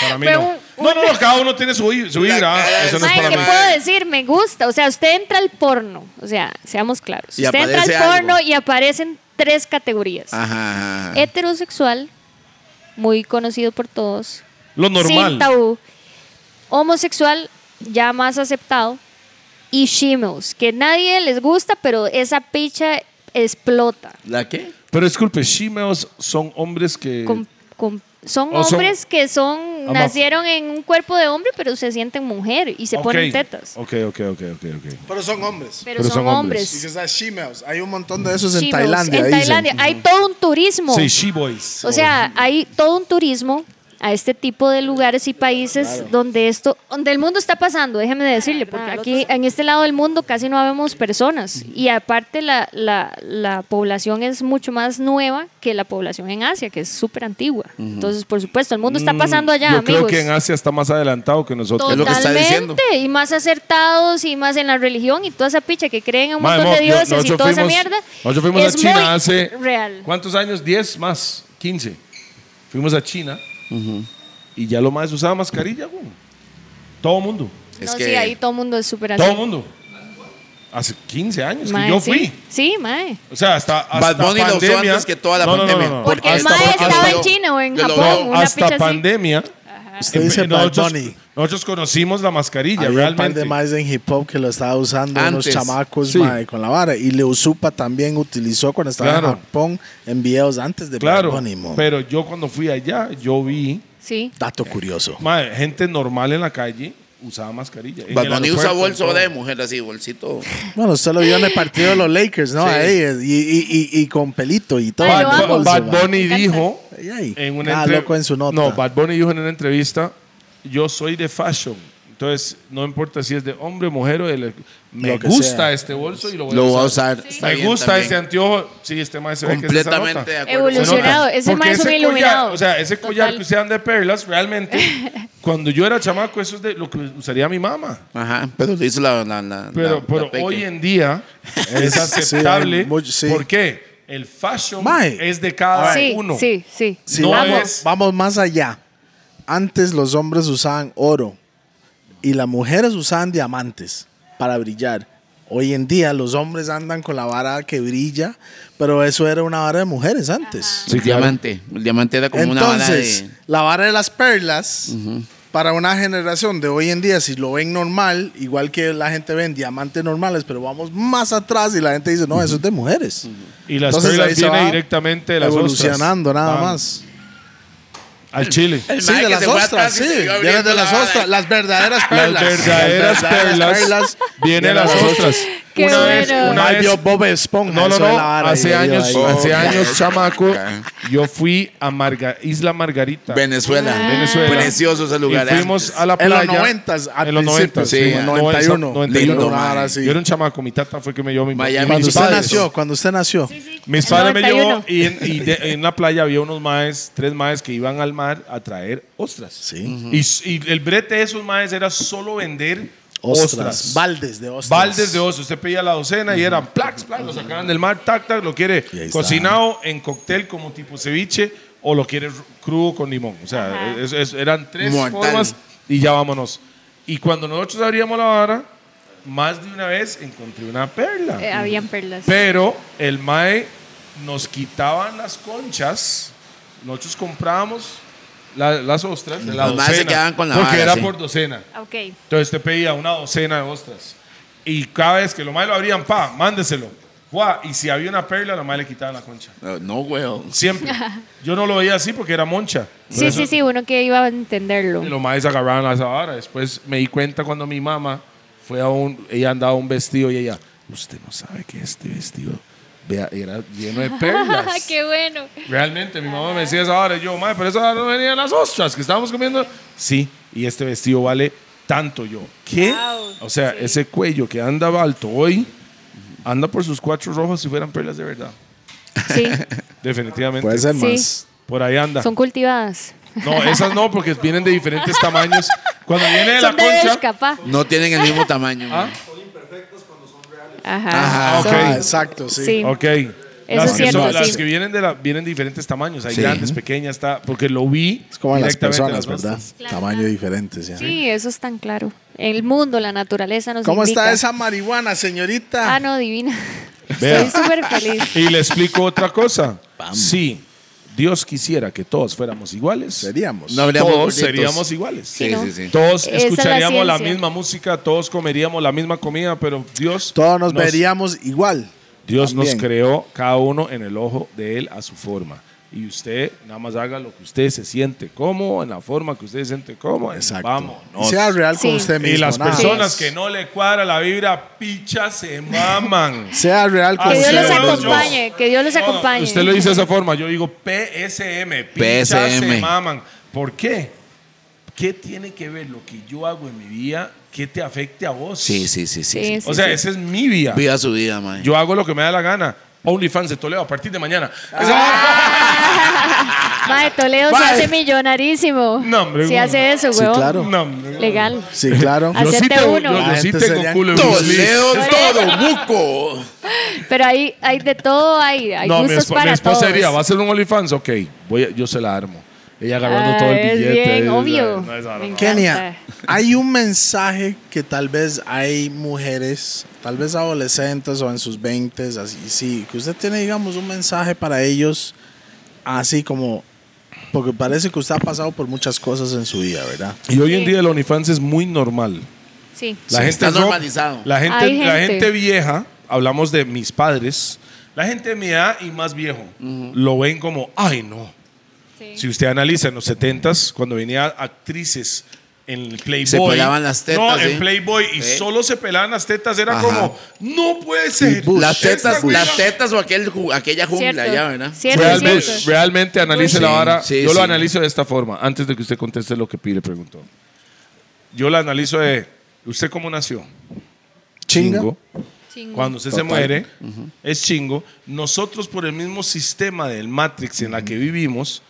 E: Para mí
C: Fue
E: no.
C: un-
E: No, no, no, cada uno tiene su, hi- su
D: La
E: vibra.
D: cara
E: Eso
D: de
E: no es
C: Mae,
E: para
C: ¿qué
E: mí.
D: mal.
C: puedo decir? Me gusta. O sea, usted entra al porno. O sea, seamos claros.
D: Y
C: usted entra al
D: aparece algo.
C: porno y aparecen tres categorías.
E: Ah.
D: Ajá. ajá.
C: Heterosexual, muy conocido por todos.
E: Lo normal.
C: Sin tabú. Homosexual, ya más aceptado. Y shimos, que nadie les gusta, pero esa picha explota.
D: ¿La qué?
E: Pero disculpe, shimeos son hombres que...
C: Con- con- son
E: O son-
C: hombres que son
E: Ama-
C: nacieron en un cuerpo de hombre, pero se sienten mujer y se
E: Ok.
C: ponen tetas.
E: Ok, ok, ok, ok, ok.
B: Pero son hombres.
C: Pero,
E: Pero
C: son,
E: son hombres.
C: hombres.
B: Dices, ah, shemales. Hay un montón de esos en
C: chinos.
B: Tailandia.
C: En
B: dicen.
C: Tailandia. Hay todo un turismo.
E: Sí, she-boys.
C: o sea, hay todo un turismo a este tipo de lugares y países donde esto, donde el mundo está pasando, déjeme decirle, porque aquí en este lado del mundo casi no vemos personas y aparte la, la- la población es mucho más nueva que la población en Asia, que es súper antigua. Entonces, por supuesto, el mundo está pasando allá,
E: Mm, Yo
C: amigos.
E: creo que en Asia está más adelantado que nosotros.
D: Es lo que está diciendo.
C: Totalmente, y más acertados y más en la religión y toda esa picha que creen en un
E: Mae,
C: montón de
E: mo- yo-
C: dioses y
E: nosotros
C: toda esa
E: fuimos-
C: mierda.
E: Nosotros fuimos
C: es
E: a China
C: muy
E: hace.
C: Real.
E: ¿Cuántos años? 10 más, 15. Fuimos a China y ya lo más usaba mascarilla, güey. Todo mundo.
D: Es
C: no,
D: que
C: sí, ahí todo el mundo es súper así.
E: Todo mundo. Hace 15 años
C: Mae,
E: que yo
C: sí.
E: fui.
C: Sí, mae.
E: O sea, hasta. hasta
D: Bad Bunny lo usó
E: pandemia-
D: antes que toda la
E: No, no, no,
D: pandemia.
E: no, no.
C: Porque el
E: Hasta-
C: mae
E: hasta-
C: estaba en
E: no,
C: China o en
D: Yo lo
C: Japón,
D: veo.
C: una
E: hasta
C: picha así.
E: pandemia.
B: Usted
E: em-
B: dice Bad
E: nosotros,
B: Bunny.
E: nosotros conocimos la mascarilla,
B: Había un par
E: realmente.
B: de más en hip hop que lo estaba usando unos
D: Antes.
B: chamacos
E: Sí.
B: mae, con la vara. Y Leusupa también utilizó cuando estaba en
E: Claro.
B: Japón en videos antes de
E: Claro.
B: Bad Bunny, mo.
E: Pero yo cuando fui allá, yo vi
C: Sí.
B: Dato curioso.
E: mae, gente normal en la calle usaba mascarilla. En
D: Bad
E: el
D: Bunny usa
E: aeropuerto,
D: bolso
E: en todo.
D: de mujer así, bolsito.
B: Bueno, usted lo vio en el partido de los Lakers, ¿no?
D: Sí.
B: Ahí, y, y, y, y con pelito y todo.
C: Ay, lo
E: Bad,
C: amo.
E: Bad
B: Bolso,
E: Bunny
C: Me encanta.
E: dijo
B: Ay, ay.
E: en una
B: Cada
E: entre-
B: loco en su nota.
E: No, Bad Bunny dijo en una entrevista, yo soy de fashion. Entonces, no importa si es de hombre, mujer o de... Me
B: Lo que
E: gusta
B: sea.
E: este bolso y lo voy
D: Lo
E: a
D: voy a
E: usar.
D: usar. Está
E: Me
D: bien
E: gusta
D: también.
E: ese anteojo. Sí, este mae se ve que es de esa nota.
D: Completamente de acuerdo.
E: Se nota.
C: Evolucionado. Ese
E: Porque
C: mae es un
E: collar,
C: iluminado.
E: o sea, ese collar
C: Total.
E: que ustedes dan de perlas, realmente, cuando yo era chamaco, eso es de lo que usaría mi mamá.
D: Ajá, pero lo hizo la. la, la
E: Pero,
D: la-
E: pero
D: la peque.
E: hoy en día es
B: Sí,
E: aceptable.
B: hay mucho- sí.
E: ¿Por qué? El fashion
B: Mae.
E: es de cada
C: Sí,
E: uno.
C: sí, sí.
B: Sí,
E: No
B: vamos,
E: es-
B: vamos más allá. Antes los hombres usaban oro y las mujeres usaban diamantes para brillar. Hoy en día los hombres andan con la vara que brilla, pero eso era una vara de mujeres antes.
D: El diamante. El diamante era como una bala
B: Entonces,
D: de.
B: la vara de las perlas, para una generación de hoy en día, si lo ven normal, igual que la gente ve en diamantes normales, pero vamos más atrás y la gente dice, no, eso es de mujeres.
E: Y las
B: Entonces, ahí
E: perlas
B: se
E: viene
B: va
E: directamente de las ostras.
B: Evolucionando nada
E: Van
B: más.
E: Al chile.
D: El
B: Sí,
D: mae
B: de
D: que
B: las
D: se fue atrás
B: ostras,
D: y
B: sí.
D: siguió abriendo
B: Vienen de
D: la
B: las
D: vara.
B: ostras, las verdaderas
E: Las
B: perlas.
E: verdaderas perlas. Vienen las ostras.
C: Qué
E: una vez,
C: bueno.
E: una
B: Mal
E: vez-
B: vio Bob Esponja.
E: No, no,
B: eso de
E: no.
B: la vara, y
E: Hace
B: yo
E: años,
B: ahí.
E: hace
D: Oh,
E: años,
D: ya.
E: chamaco,
D: Ya.
E: yo fui a Marga- Isla Margarita.
D: Venezuela.
C: Ah.
E: Venezuela.
D: Precioso ese lugar.
E: Y fuimos
D: antes.
E: a la
B: En los
E: playa.
B: 90s, al
E: En los
B: principio,
E: 90.
D: sí, en
B: 91.
D: Lindo,
B: una vara
D: man.
B: así.
E: Yo era un chamaco. Mi tata fue que me llevó. Mi,
D: Miami.
E: mis
B: Cuando usted
E: padres.
B: nació, cuando usted nació.
E: Mis
C: El
E: padres me
C: 91.
E: llevó y, en, y de- en la playa había unos maes, tres maes que iban al mar a traer ostras.
B: Sí.
E: Y, s- y el brete de esos maes era solo vender ostras.
B: Ostras. Baldes de ostras.
E: Baldes de oso. Usted pedía la docena y eran plax, plax, lo sacaban del mar, tac, tac, lo quiere
B: Y ahí está.
E: cocinado en cóctel como tipo ceviche o lo quiere ru- crudo con limón. O sea, e, es- es- eran tres
D: Mortal.
E: formas y ya vámonos. Y cuando nosotros abríamos la vara, más de una vez encontré una perla.
C: Eh, habían perlas.
E: Pero el MAE nos quitaban las conchas, nosotros comprábamos la- las ostras de la
D: Los maes se
E: docena,
D: quedaban con la
E: porque
D: vara,
E: era
D: sí.
E: por docena.
C: ok.
E: Entonces te pedía una docena de ostras. Y cada vez que lo más lo abrían, pa, mándeselo. Guau, y si había una perla, lo más le quitaban la concha.
D: No, No, weón.
E: Siempre. Yo no lo veía así porque era moncha.
C: Sí, sí, sí, uno que iba a entenderlo.
E: Y los maes agarraban a esa vara. Después me di cuenta cuando mi mamá fue a un. Ella andaba un vestido y ella, usted no sabe que este vestido vea, era lleno de perlas.
C: Ah, ¡Qué bueno!
E: Realmente, mi mamá me decía esa hora. y Yo, madre, pero esa hora no venían las ostras que estábamos comiendo. Sí, y este vestido vale tanto yo. ¿Qué?
C: Wow,
E: o sea,
C: sí.
E: ese cuello que anda alto hoy, anda por sus cuatro rojos si fueran perlas de verdad.
C: Sí,
E: Definitivamente.
B: Puede ser
C: Sí.
B: más.
E: Por ahí anda.
C: son cultivadas.
E: No, esas no, porque vienen de diferentes tamaños. Cuando viene de la
C: Son de
E: concha.
C: Escapá.
D: No tienen el mismo tamaño.
E: Ah,
D: man.
C: Ajá.
D: Ajá,
E: ok.
B: Ah,
C: Son-
B: exacto, sí.
C: Sí.
E: Ok.
C: Eso
E: las
C: es
E: que,
C: cierto,
E: son- las
C: sí.
E: que vienen de la, vienen de diferentes tamaños. Hay
D: Sí.
E: grandes, pequeñas, está, porque lo vi.
B: Es como las
E: directamente en
B: personas,
E: las
B: ¿verdad?
E: ostras.
B: Tamaño diferente. sí.
C: Sí, eso es tan claro. El mundo, la naturaleza nos
B: ¿Cómo
C: indica.
B: está esa marihuana, señorita?
C: Ah, no, divina.
E: Vea.
C: Estoy súper feliz.
E: Y le explico otra cosa. Si Dios quisiera que todos fuéramos iguales,
B: Seríamos.
D: No habríamos
E: todos
D: gorditos.
E: seríamos iguales.
D: Sí,
C: ¿no?
D: sí, sí.
E: Todos
C: Esa es la
E: escucharíamos la,
C: ciencia.
E: misma música, todos comeríamos la misma comida, pero Dios
B: Todos nos, veríamos igual.
E: Dios nos
B: también.
E: creó cada uno en el ojo de él a su forma. Y usted nada más haga lo que usted se siente cómomo, en la forma que usted se siente cómodo.
B: Exacto.
E: Vamos.
B: Y sea real con
C: Sí.
B: usted mismo.
E: Y las
B: nada más.
E: personas que no le cuadra la vibra, picha, se maman.
B: Sea real
E: Ah,
B: con
C: Que Dios
B: usted
C: los
E: Así
B: mismo.
E: es,
C: acompañe, que Dios los
E: No,
C: acompañe.
E: Usted lo dice de esa forma. Yo digo PSM. PSM.
D: PSM.
E: se maman. ¿Por qué? ¿Qué tiene que ver lo que yo hago en mi vida que te afecte a vos?
D: Sí, sí, sí, sí.
C: Sí,
D: sí.
E: O sea, esa es mi vida.
D: Viva su vida, man.
E: Yo hago lo que me da la gana. OnlyFans de Toledo a partir de mañana.
C: Mae, Toledo se
B: Mae.
C: hace millonarísimo.
E: No, hombre,
C: Si
E: no.
C: hace eso,
B: Sí,
C: huevón.
E: Esa-
D: Ah,
B: claro.
E: No, hombre.
C: Legal.
B: Sí, claro.
E: Yo sí
C: Hacerte
E: tengo,
C: uno.
E: yo- yo
B: La
E: sí
B: gente
E: tengo
B: sería-
E: culo de Bruce Lee.
D: Toledo todo
C: Por
D: muco.
C: Pero hay, hay de todo, hay, hay
E: No, mi,
C: gustos
E: esp- mi
C: para
E: esposa
C: todos.
E: sería, ¿va a ser un OnlyFans? Ok, voy a- yo se la armo. Ella agarrando
C: Ah,
E: todo el
C: es
E: billete.
C: bien,
E: eh,
C: obvio.
E: no, esa no,
C: Me
E: no.
B: Kenia, hay un mensaje que tal vez hay mujeres, tal vez adolescentes o en sus 20, así, sí, que usted tiene, digamos, un mensaje para ellos, así como, porque parece que usted ha pasado por muchas cosas en su vida, ¿verdad?
E: Y hoy en
C: Sí.
E: día el OnlyFans es muy normal.
C: Sí.
E: La
D: Sí,
E: gente
D: está
E: es ro-
D: normalizado.
E: La gente,
C: Hay
E: la
C: gente.
E: gente vieja, hablamos de mis padres, la gente de mi edad y más viejo, lo ven como, ay no.
C: Sí.
E: Si usted analiza en los 70s, cuando venía actrices en el Playboy.
D: Se pelaban las tetas,
E: No,
D: ¿sí?
E: en Playboy y
D: Sí.
E: solo se pelaban las tetas. Era
D: Ajá.
E: como, no puede ser.
B: Bush.
D: Las tetas,
E: Esta
D: las
E: güey-
D: tetas o aquel, ju- aquella jungla
C: Cierto.
D: ya, ¿verdad?
C: Cierto,
E: Realmente,
C: cierto.
E: realmente analice
C: Sí,
E: la vara.
D: sí,
E: yo lo
D: sí.
E: analizo de esta forma, antes de que usted conteste lo que pide, preguntó. Yo la analizo de, ¿usted cómo nació?
B: Chinga.
C: Chingo.
E: Cuando usted
D: Total.
E: se muere, es chingo. Nosotros por el mismo sistema del Matrix en la que vivimos,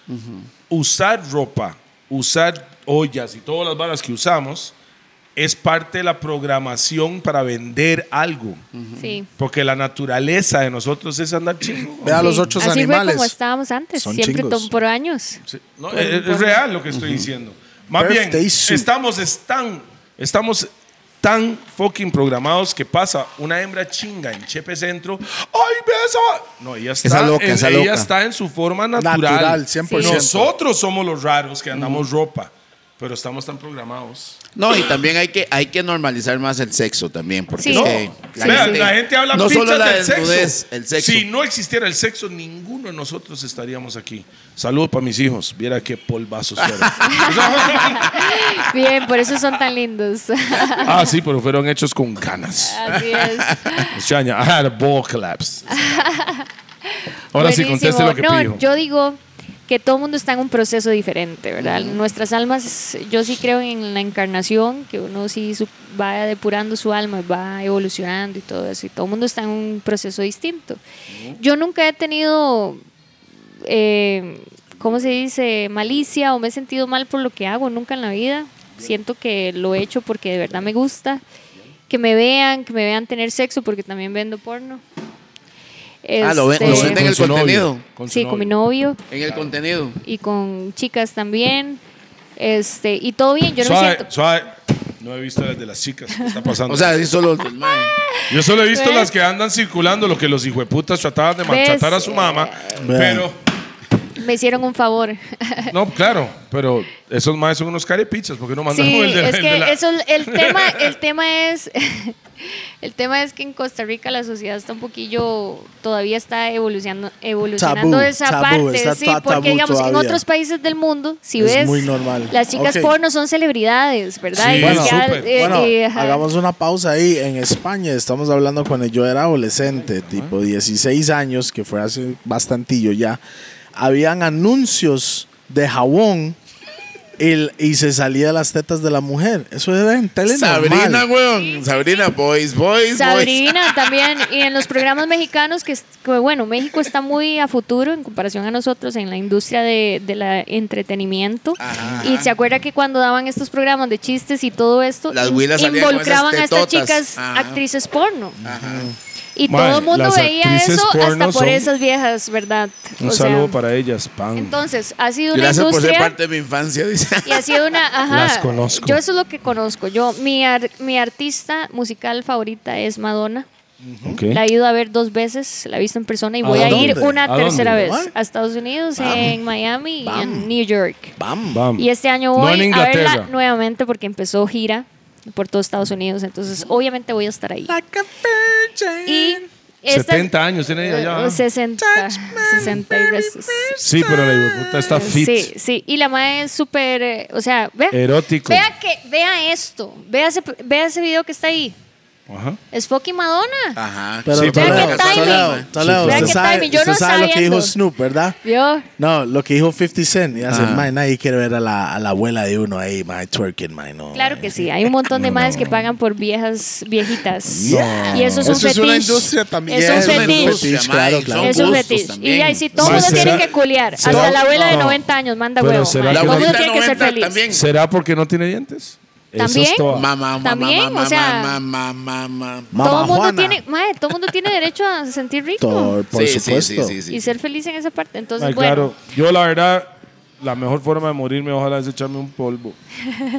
E: usar ropa, usar ollas y todas las varas que usamos, es parte de la programación para vender algo.
C: Sí.
E: Porque la naturaleza de nosotros es andar chingo.
B: Vea los
C: Sí.
B: otros
C: Así fue
B: animales.
C: como estábamos antes,
B: Son
C: siempre
B: chingos.
C: tom- por años.
E: Sí, no, es, es- es real lo que estoy diciendo. Más
B: Birthday
E: bien,
B: suit.
E: estamos es tan, estamos tan fucking programados que pasa una hembra chinga en Chepe Centro. ¡Ay, ve esa! No, ella está,
D: Esa loca,
E: en,
D: esa
E: ella
D: loca.
E: está en su forma natural.
B: Natural, 100%.
E: Nosotros somos los raros que andamos ropa, pero estamos tan programados.
D: No, y también hay que, hay que normalizar más el sexo también, porque
C: Sí.
D: es que
C: No,
E: Vean, La, gente, habla
D: no
E: pichas
D: solo la
E: del sexo.
D: desnudez, el sexo.
E: Si no existiera el sexo, ninguno de nosotros estaríamos aquí. Saludos para mis hijos. Viera qué polvazos fueron.
C: Bien, por eso son tan lindos.
E: Ah, sí, pero fueron hechos con ganas.
C: Así es.
E: Chaña, I had a ball collapse. Ahora sí,
C: Buenísimo.
E: conteste lo que
C: no,
E: pido.
C: Yo digo que todo mundo está en un proceso diferente, ¿verdad? Nuestras almas, yo sí creo en la encarnación, que uno sí su- va depurando su alma, va evolucionando y todo eso, y todo mundo está en un proceso distinto. Yo nunca he tenido, eh, ¿cómo se dice?, malicia o me he sentido mal por lo que hago, nunca en la vida. Siento que lo he hecho porque de verdad me gusta. Que me vean, que me vean tener sexo, porque también vendo porno.
D: Ah, lo ven- lo
C: Este,
D: venden en el
E: su novio,
D: contenido.
E: con su
C: sí, con mi novio
D: En el contenido.
C: y con chicas también. Este, y todo bien, yo no me
E: suave,
C: siento.
E: suave. No he visto las de las chicas que está pasando.
D: O sea, es solo del mae.
E: yo solo he visto
C: ¿ves?
E: las que andan circulando, lo que los hijueputas trataban de
C: ¿Ves?
E: maltratar a su mamá. Pero,
C: Me hicieron un favor.
E: no, claro, pero esos más son unos carepichas, porque no mandan
C: sí,
E: el de la-
C: es
E: el de
C: que
E: la-
C: eso, el tema, el tema es, el tema es que en Costa Rica la sociedad está un poquillo, todavía está evolucionando, evolucionando
B: Tabú,
C: esa
B: tabú,
C: parte,
B: está
C: sí,
B: ta-
C: porque
B: tabú
C: digamos en
B: todavía.
C: otros países del mundo, si
B: Es
C: ves,
B: muy normal.
C: las chicas
B: Ok.
C: porno son celebridades, ¿verdad?
E: Sí,
C: Y
B: Bueno,
C: ya,
E: súper.
C: eh,
B: Bueno,
C: eh, ajá.
B: hagamos una pausa ahí. En España estamos hablando cuando yo era adolescente, tipo 16 años, que fue hace bastantillo ya. Habían anuncios de jabón el- y se salía las tetas de la mujer. Eso era en tele
D: Sabrina,
B: normal.
D: weón. Sabrina, boys, boys, boys.
C: Sabrina también y en los programas mexicanos que, es- que, bueno México está muy a futuro en comparación a nosotros en la industria de, de la entretenimiento y se acuerda que cuando daban estos programas de chistes y todo esto
D: Las
C: in-
D: güilas salían con
C: involucraban
D: esas
C: a estas
D: tetotas.
C: chicas
D: Ajá.
C: actrices porno
D: Ajá.
C: y
E: Mae,
C: todo el mundo
E: las
C: veía
E: actrices
C: eso hasta
E: porno
C: por
E: son-
C: esas viejas verdad
E: Un
C: O sea,
E: saludo para ellas, pan.
C: entonces ha sido una
D: Gracias por
C: industria
D: ser parte de mi infancia, dice.
C: y ha sido una. Ajá.
E: Las conozco.
C: Yo eso es lo que conozco. Yo, mi, ar- mi artista musical favorita es Madonna.
E: Ok.
C: La he ido a ver dos veces, la he visto en persona y
E: ¿A
C: voy a, ir
B: dónde?
C: una
E: ¿A
C: tercera
E: dónde?
C: vez a Estados Unidos, en Miami y en New York.
B: Bam.
E: Bam.
C: Y este año
E: No
C: voy
E: en
C: a
E: Inglaterra.
C: verla nuevamente porque empezó gira por todo Estados Unidos, entonces obviamente voy a estar ahí. Y esta-
E: 70 años tiene ella ya.
C: eh, 60, 60 y veces.
E: Sí, pero la hijueputa está fit.
C: Sí, sí, y la madre es súper, eh, o sea, vea,
E: Erótico.
C: vea que vea esto, vea ese, vea ese video que está ahí.
E: Ajá.
C: Es fucking Madonna.
E: Ah.
D: Ajá.
B: Pero
E: Sí, pero-
B: Toledo,
C: Vean qué timing.
B: Toledo, Toledo,
C: Vean
B: usted
C: qué
B: sabe,
C: timing, yo
B: usted
C: no
B: sabe lo que dijo
C: sabiendo.
B: Snoop, ¿verdad?
C: ¿Vio?
B: No, lo que dijo 50 Cent. Y hace,
D: Ajá.
B: "Mae, nadie quiere ver a la, a la abuela de uno ahí, my twerking, my no.
C: Claro que sí, hay un montón de madres que pagan por viejas viejitas. Y eso es
B: Eso
C: un
B: es
C: fetiche.
B: una industria también.
C: Es
D: Ya
C: un
D: una
C: fetiche.
D: industria,
B: Fetiche,
D: mae,
B: claro,
D: son
B: claro.
C: Es un
D: gustos
C: fetiche.
D: también.
C: Y ahí sí, todo
E: Sí,
C: el mundo
E: será-
C: tiene que culiar.
E: será-
C: Hasta la abuela de
E: no.
C: 90 años manda
E: Pero
C: huevo.
E: será
C: mae.
E: que
D: La
C: Todo el mundo
D: abuelita
C: tiene que ser
D: 90
C: feliz.
D: también.
E: ¿Será porque no tiene dientes? Eso
C: También.
E: es todo.
D: Mamá, mamá,
C: También, o
D: mamá,
C: sea-
D: mamá, mamá, mamá.
B: Mamá
C: todo el mundo
B: Juana.
C: tiene, mae, todo mundo tiene derecho a se sentir rico
B: Tor- por
D: Sí, sí,
B: supuesto.
D: sí, sí, sí.
C: y ser feliz en esa parte. Entonces,
E: Ay,
C: bueno,
E: claro, yo la verdad, la mejor forma de morirme, ojalá es echarme un polvo.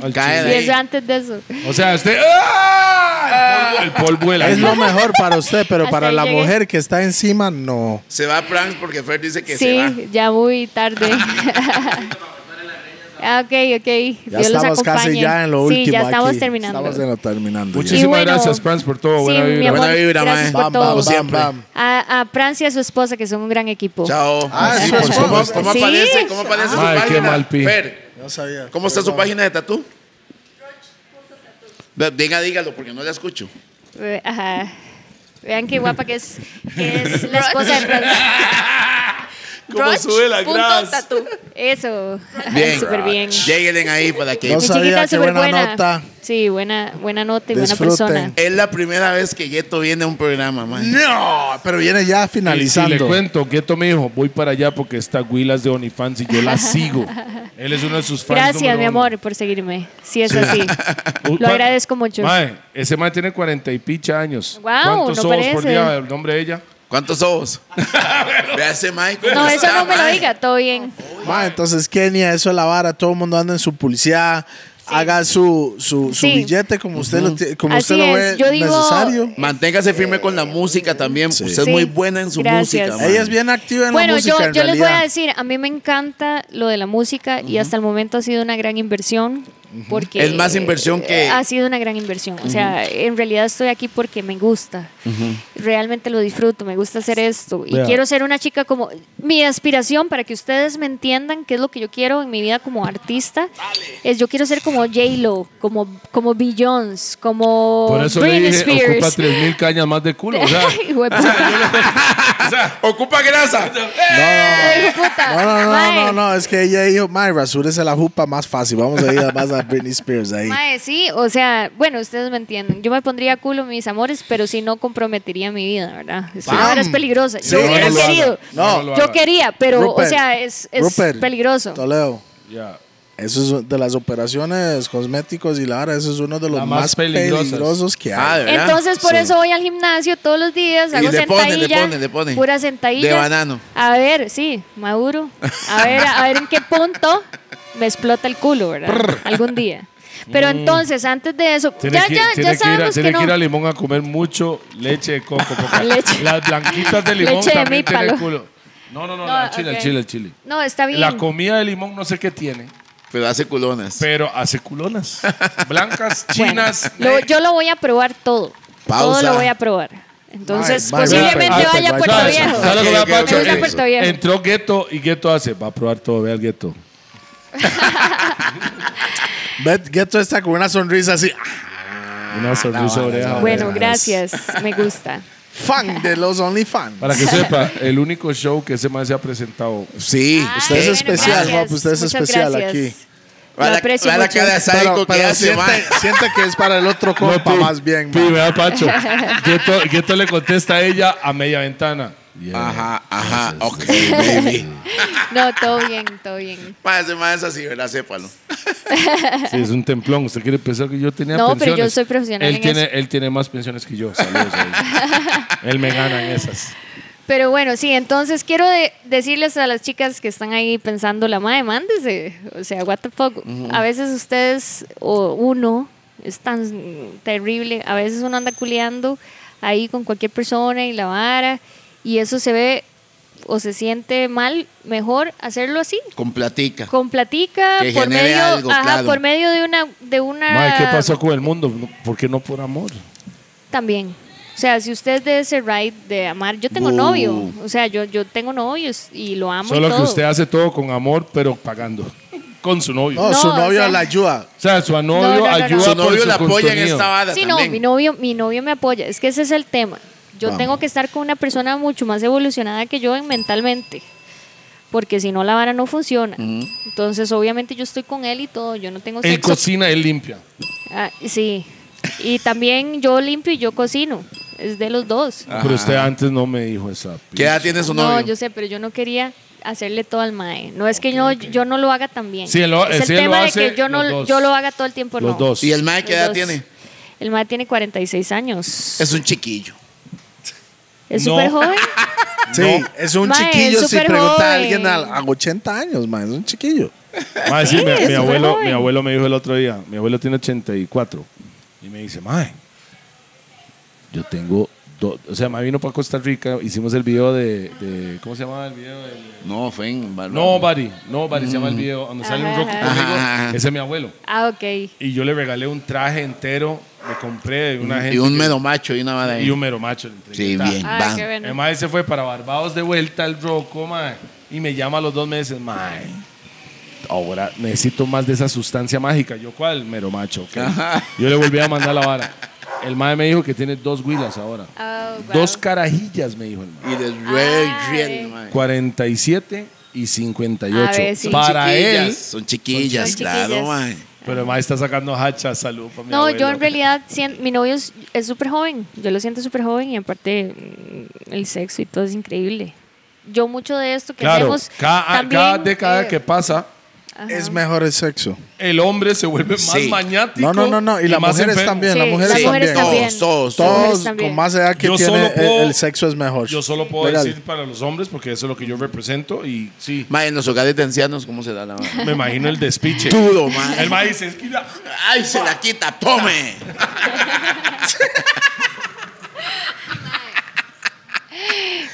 E: Al
D: Cae
E: chile.
D: de-
C: y es antes de eso.
E: O sea, usted. ¡ah! El polvo, el polvo de la
B: Es lo mejor para usted, pero
C: Hasta
B: para
C: ahí
B: la
C: llegué.
B: mujer que está encima, no.
D: Se va a Pranks porque Fer dice que se va.
C: Sí, ya muy tarde. Ah, ok, ok.
B: Ya
C: Dios los
B: estamos casi
C: acompañe.
B: ya en lo último.
C: Sí, ya estamos
B: aquí.
C: terminando.
B: Estamos en lo terminando. ya.
E: Muchísimas
C: Y bueno,
E: gracias, Franz, por todo.
C: sí,
E: Buena
C: mi
E: vibra.
C: amor,
D: Buena vibra,
C: gracias
D: mae.
C: por
B: Bam,
C: todo.
B: bam, bam,
D: Siempre.
B: bam.
C: A, a Francia y a su esposa, que son un gran equipo.
D: Chao.
B: Ah,
D: Sí,
B: sí,
D: pues,
B: por
D: ¿Cómo,
B: supuesto.
D: cómo
C: Sí.
D: aparece, cómo aparece su
E: Ay, qué
D: página?
E: mal pi.
D: Fer,
B: No sabía.
D: ¿cómo está su página de tatú? Ve- Venga, dígalo, porque no la escucho.
C: Ve- Ajá. Vean qué guapa que es, que es la esposa de Fran.
E: ¿Cómo
C: Roch
E: sube la
C: punto
E: grasa?
C: tatú. Eso.
D: Bien.
C: Súper bien.
D: Lleguen ahí para que.
B: No
C: Mi
B: sabía,
C: chiquita es
B: qué
C: súper
B: buena
C: buena.
B: nota.
C: Sí, buena, buena nota y
B: Disfruten.
C: buena persona.
D: Es la primera vez que Yeto viene a un programa, man.
B: No, pero viene ya
E: Y, le
B: finalizando.
E: cuento, Quieto me dijo, voy para allá porque está Willas de OnlyFans y yo la sigo. Él es uno de sus fans.
C: Gracias,
E: número
C: mi
E: uno.
C: amor, por seguirme. Sí, es así.
E: Uh,
C: Lo
E: pa-
C: agradezco mucho.
E: Mae, ese mae tiene cuarenta y picha años.
C: Guau,
E: ¿Cuántos
C: no
E: ojos por
C: parece.
E: día? El nombre de ella.
D: ¿Cuántos ojos? Vea ese Mike.
C: No, eso no me lo diga, todo bien.
B: Ma, entonces Kenia, eso es la vara, todo el mundo anda en su publicidad, haga su, su, su
C: Sí.
B: billete como usted lo, ti- como
C: Así
B: usted lo ve
C: es, yo digo-
B: necesario.
D: Manténgase firme con la música también. Usted es
C: Sí.
D: muy buena en su
C: Gracias.
D: música. man.
B: Ella es bien activa en la
C: Bueno,
B: música
C: yo,
B: en
C: yo les voy a
B: realidad.
C: decir, a mí me encanta lo de la música y hasta el momento ha sido una gran inversión. Porque
D: Es más inversión que-
C: Ha sido una gran inversión. O sea, en realidad estoy aquí porque me gusta. Realmente lo disfruto, me gusta hacer esto. Y
E: Vea.
C: quiero ser una chica como. Mi aspiración, para que ustedes me entiendan qué es lo que yo quiero en mi vida como artista, es yo quiero ser como J-Lo, como, como Beyoncé, como
E: Por eso
C: Oh, Britney
E: le dije, ocupa
C: Spears.
E: tres mil cañas más de culo. O sea,
C: Hijo de puta.
E: o sea,
D: Ocupa grasa.
C: Hijo de puta.
B: No, no, no,
C: Mae.
B: no, no, es que ella dijo, Mae, rasúrese la jupa más fácil, vamos a ir a- más a Britney Spears ahí.
C: Mae, sí, o sea, bueno, ustedes me entienden. Yo me pondría culo mis amores, pero si no comprometería mi vida, ¿verdad? Es que
B: Bam.
C: es peligrosa.
B: Sí,
C: yo hubiera
B: no lo haga.
C: querido.
B: No.
E: No lo haga.
C: yo quería, pero,
B: Rupert,
C: o sea, es, es
B: Rupert,
C: peligroso.
B: Toledo,
E: ya.
B: eso es de las operaciones cosméticos y la vara, eso es uno de los
E: La
B: más,
E: más peligrosas.
B: peligrosos que
D: Ah, de
B: hay.
D: verdad.
C: Entonces, por
B: Sí.
C: eso voy al gimnasio todos los días,
D: Y
C: hago
D: le ponen, le
C: sentadilla.
D: ponen, le ponen.
C: Pura sentadilla.
D: De banano.
C: A ver, sí, maduro. A ver, a ver en qué punto me explota el culo, ¿verdad? Algún día. Pero entonces, antes de eso,
E: Tiene
C: ya,
E: que,
C: ya, ya
E: tiene que ir, a,
C: sabemos que,
E: tiene que
C: no.
E: ir a Limón a comer mucho leche de coco. porque
C: Leche.
E: Las blanquitas de limón
C: Leche de
E: también tienen
C: mípalo.
E: culo. No, no, no,
C: No,
E: el chile,
C: ok.
E: el chile, el chile.
C: No, está bien.
E: La comida de limón no sé qué tiene,
D: Pero hace culonas.
E: pero hace culonas. Blancas,
C: Bueno,
E: chinas. ¿eh?
C: lo- yo lo voy a probar todo.
D: Pausa.
C: Todo lo voy a probar. Entonces,
B: Bye, bye,
C: posiblemente
B: bye, bye,
C: pues, ah, vaya
B: bye,
C: a Puerto
B: bye.
C: Viejo.
E: ¿Sabes lo que
D: Ok,
E: me da
D: ok,
E: pacho?
D: ok. Me gusta
C: Puerto Viejo.
E: Entró Gueto y Gueto hace, va a probar todo, ve al Gueto.
B: Bet, Ghetto está con una sonrisa así, ah,
C: Ah,
E: Una sonrisa
B: vara,
E: oreja.
B: esa
C: Bueno,
B: Además.
C: gracias. Me gusta.
B: fan de los OnlyFans.
E: Para que sepa, el único show que ese man se ha presentado.
D: Sí.
B: Usted es
C: Ay,
B: especial, guapo, usted es
C: Muchas
B: especial
C: gracias.
B: aquí.
C: Lo
D: Va la,
C: aprecio
D: va la
C: mucho.
D: cara de
B: Pero-
D: sádico que
B: pero
D: hace,
B: siente,
D: man.
B: siente que es para el otro compa
E: pi-
B: más bien.
E: pi,
B: man.
E: vea, Pacho. Gueto, Gueto le contesta a ella a media ventana. Yeah.
D: Ajá, ajá. Ok, baby.
C: No, todo bien, todo bien.
D: Más, ese man es así, ¿verdad? Sépalo.
E: Sí, es un templón. Usted quiere pensar que yo tenía
C: No, pero
E: pensiones.
C: yo soy profesional
E: Él
C: en
E: tiene,
C: eso.
E: Él tiene más pensiones que yo. Saludos a él. él me gana en esas.
C: Pero bueno, sí, entonces quiero de- decirles a las chicas que están ahí pensando, la madre, mándese. O sea, what the fuck. A veces ustedes, o uno, es tan terrible. A veces uno anda culeando ahí con cualquier persona y la vara. Y eso se ve o se siente mal. Mejor hacerlo así.
D: Con platica.
C: Con platica,
D: Que
C: por
D: genere
C: medio,
D: algo,
C: ajá,
D: claro.
C: por medio de una, de una
E: Mae, ¿qué pasó con el mundo? No, ¿Por qué no por amor?
C: También. O sea, si usted es de ese right de amar, yo tengo
D: Bu.
C: novio. O sea, yo, yo tengo novios y lo amo. y
E: Solo que
C: todo.
E: usted hace todo con amor, pero pagando. Con su novio.
B: No,
C: No,
B: su
C: o
B: novio
C: sea-
B: la ayuda.
E: O sea, su novio
C: no, no, no.
E: ayuda
D: Su
E: por
D: novio la apoya en
E: contenido.
D: esta vara
C: Sí, no,
D: también.
C: mi novio, mi novio me apoya. Es que ese es el tema. Yo
D: Vamos.
C: tengo que estar con una persona mucho más evolucionada que yo en- mentalmente. Porque si no, la vara no funciona. Entonces, obviamente, yo estoy con él y todo. Yo no tengo
E: Él
C: sexo.
E: cocina, él limpia.
C: Ah, sí. Y también yo limpio y yo cocino. Es de los dos.
E: Pero usted antes no me dijo esa.
D: ¿Qué edad tiene su
C: No,
D: novio?
C: yo sé, pero yo no quería hacerle todo al mae. No es que no, yo no lo haga tan bien.
E: Sí, él lo-
C: es el
E: sí, él
C: tema
E: lo
C: de
E: hace
C: que yo no
E: los dos.
C: yo lo haga todo el tiempo,
E: Los
C: no.
E: dos.
D: ¿Y el mae qué
C: Los
D: edad
C: dos.
D: tiene?
C: El mae tiene 46 años.
D: Es un chiquillo.
C: Es
E: No.
C: súper joven.
B: Sí, es un
C: Mae,
B: chiquillo
C: es
B: si
C: súper
B: pregunta a
C: joven.
B: alguien al- a, 80 años, man, es un chiquillo.
E: Mae, sí, mi, mi
C: súper
E: abuelo,
C: joven.
E: mi abuelo me dijo el otro día, mi abuelo tiene 84 y me dice, mae, yo tengo, do- o sea, mae vino para Costa Rica, hicimos el video de, de- ¿cómo se llamaba el video? El-
D: No, fue en
E: Nobody, Nobody se llama el video, donde sale un
C: Ajá,
E: rock
C: ajá.
E: conmigo,
D: Mm. Ajá, ajá.
E: ese es mi abuelo.
C: Ah, ok.
E: Y yo le regalé un traje entero, me compré de una gente.
D: Y un
E: que-
D: medo macho y una vara ahí.
E: Y un mero macho. le entregué
D: Sí,
E: el traje.
D: bien.
C: Ah,
D: Bam.
C: qué bueno.
E: El mae se fue para Barbados de vuelta al Roco, mae. Y me llama a los dos meses, mae. ahora necesito más de esa sustancia mágica. Yo, ¿cuál? Mero macho. ok. Yo le volví a mandar la vara. El mae me dijo que tiene dos huilas ahora.
C: Oh, wow.
E: Dos carajillas, me dijo el mae.
D: Y del rey riendo,
C: eh.
D: mae.
E: 47 y 58.
C: A ver, sí.
E: Para
D: Chiquillas,
E: él.
D: Son chiquillas,
C: Son chiquillas.
D: claro, mae.
E: Pero el mae está sacando hachas. Salud para mi
C: No, yo
E: abuelo.
C: en realidad, sien- mi novio es es súper joven, yo lo siento súper joven y aparte mm, el sexo y todo es increíble. Yo mucho de esto que
E: Claro,
C: hacemos
E: cada,
C: también,
E: cada década
C: eh,
E: que pasa,
B: Es mejor el sexo.
E: el hombre se vuelve más
D: Sí.
E: maniático.
B: No, no, no, no. Y las
E: más
B: mujeres
E: enfermo.
B: también.
C: Sí,
B: las mujeres
C: las mujeres
B: también.
C: también.
D: Todos, todos,
B: Todos
C: mujeres también.
B: con más edad que
E: Yo
B: tiene,
E: solo
B: el-
E: puedo-
B: el, sexo es mejor.
E: Yo solo puedo
B: Legal.
E: decir para los hombres, porque eso es lo que yo represento. Y sí,
D: Mae, en los hogares de ancianos, ¿cómo se da la mae?
E: me imagino el despiche.
D: Duro, mae.
E: El mae dice, esquina.
D: ¡Ay, se la quita! ¡Tome!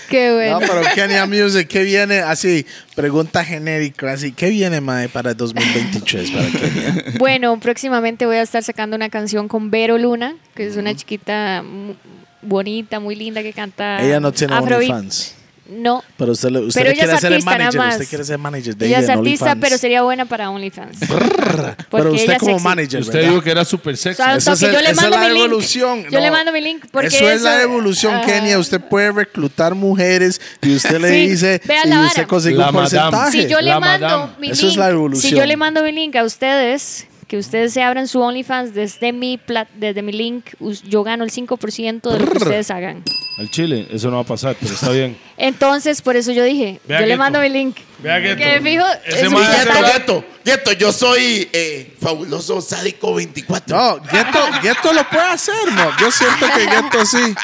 C: Qué
B: No,
C: bueno.
B: pero Kenya Music, ¿qué viene? Así, pregunta genérica, así, ¿qué viene, mae, para el 2023? Para Kenia?
C: Bueno, próximamente voy a estar sacando una canción con Vero Luna, que es una chiquita mu- bonita, muy linda que canta.
B: Ella no tiene
C: Afrobeat.
B: OnlyFans.
C: No.
B: Pero usted, le- usted
C: Pero
B: le
C: ella
B: quiere
C: es
B: ser el
C: artista, nada
B: manager.
C: más.
B: Usted quiere ser manager de
C: Ella es
B: en
C: artista,
B: OnlyFans.
C: pero sería buena para OnlyFans.
B: Pero
C: porque
B: usted
C: ella
B: como
C: sexy.
B: manager,
E: Usted
B: ¿verdad?
E: dijo que era súper sexy.
C: Sabe-
B: Esa
C: Entonces, yo le
B: esa
C: mando
B: la
C: mi link.
B: evolución.
C: Yo le mando mi link, porque
B: eso es la
C: eso-
B: evolución,
C: Ajá.
B: Kenia. Usted puede reclutar mujeres y usted le
C: Sí,
B: dice
C: vea
B: y
C: la
B: usted
C: vara.
B: consigue
E: La
B: un
E: madame.
B: porcentaje.
C: Si yo le
E: La
C: mando
E: madame.
C: mi
B: Eso es
C: link,
B: la evolución.
C: si yo le mando mi link a ustedes, que ustedes se abran su OnlyFans desde mi plat- desde mi link, us- yo gano el 5% de lo que ustedes hagan.
E: Al chile, eso no va a pasar, pero está bien.
C: Entonces, por eso yo dije,
E: Vea
C: yo le
E: Gueto.
C: mando mi link.
E: Vea Gueto.
C: Que me fijo,
E: Ese
C: es
E: mae
C: un
E: hace
C: pirata.
E: rato-
D: Gueto, Gueto, yo soy eh, fabuloso sádico 24.
B: No, Ghetto, Ghetto lo puede hacer, no. Yo siento que Ghetto sí.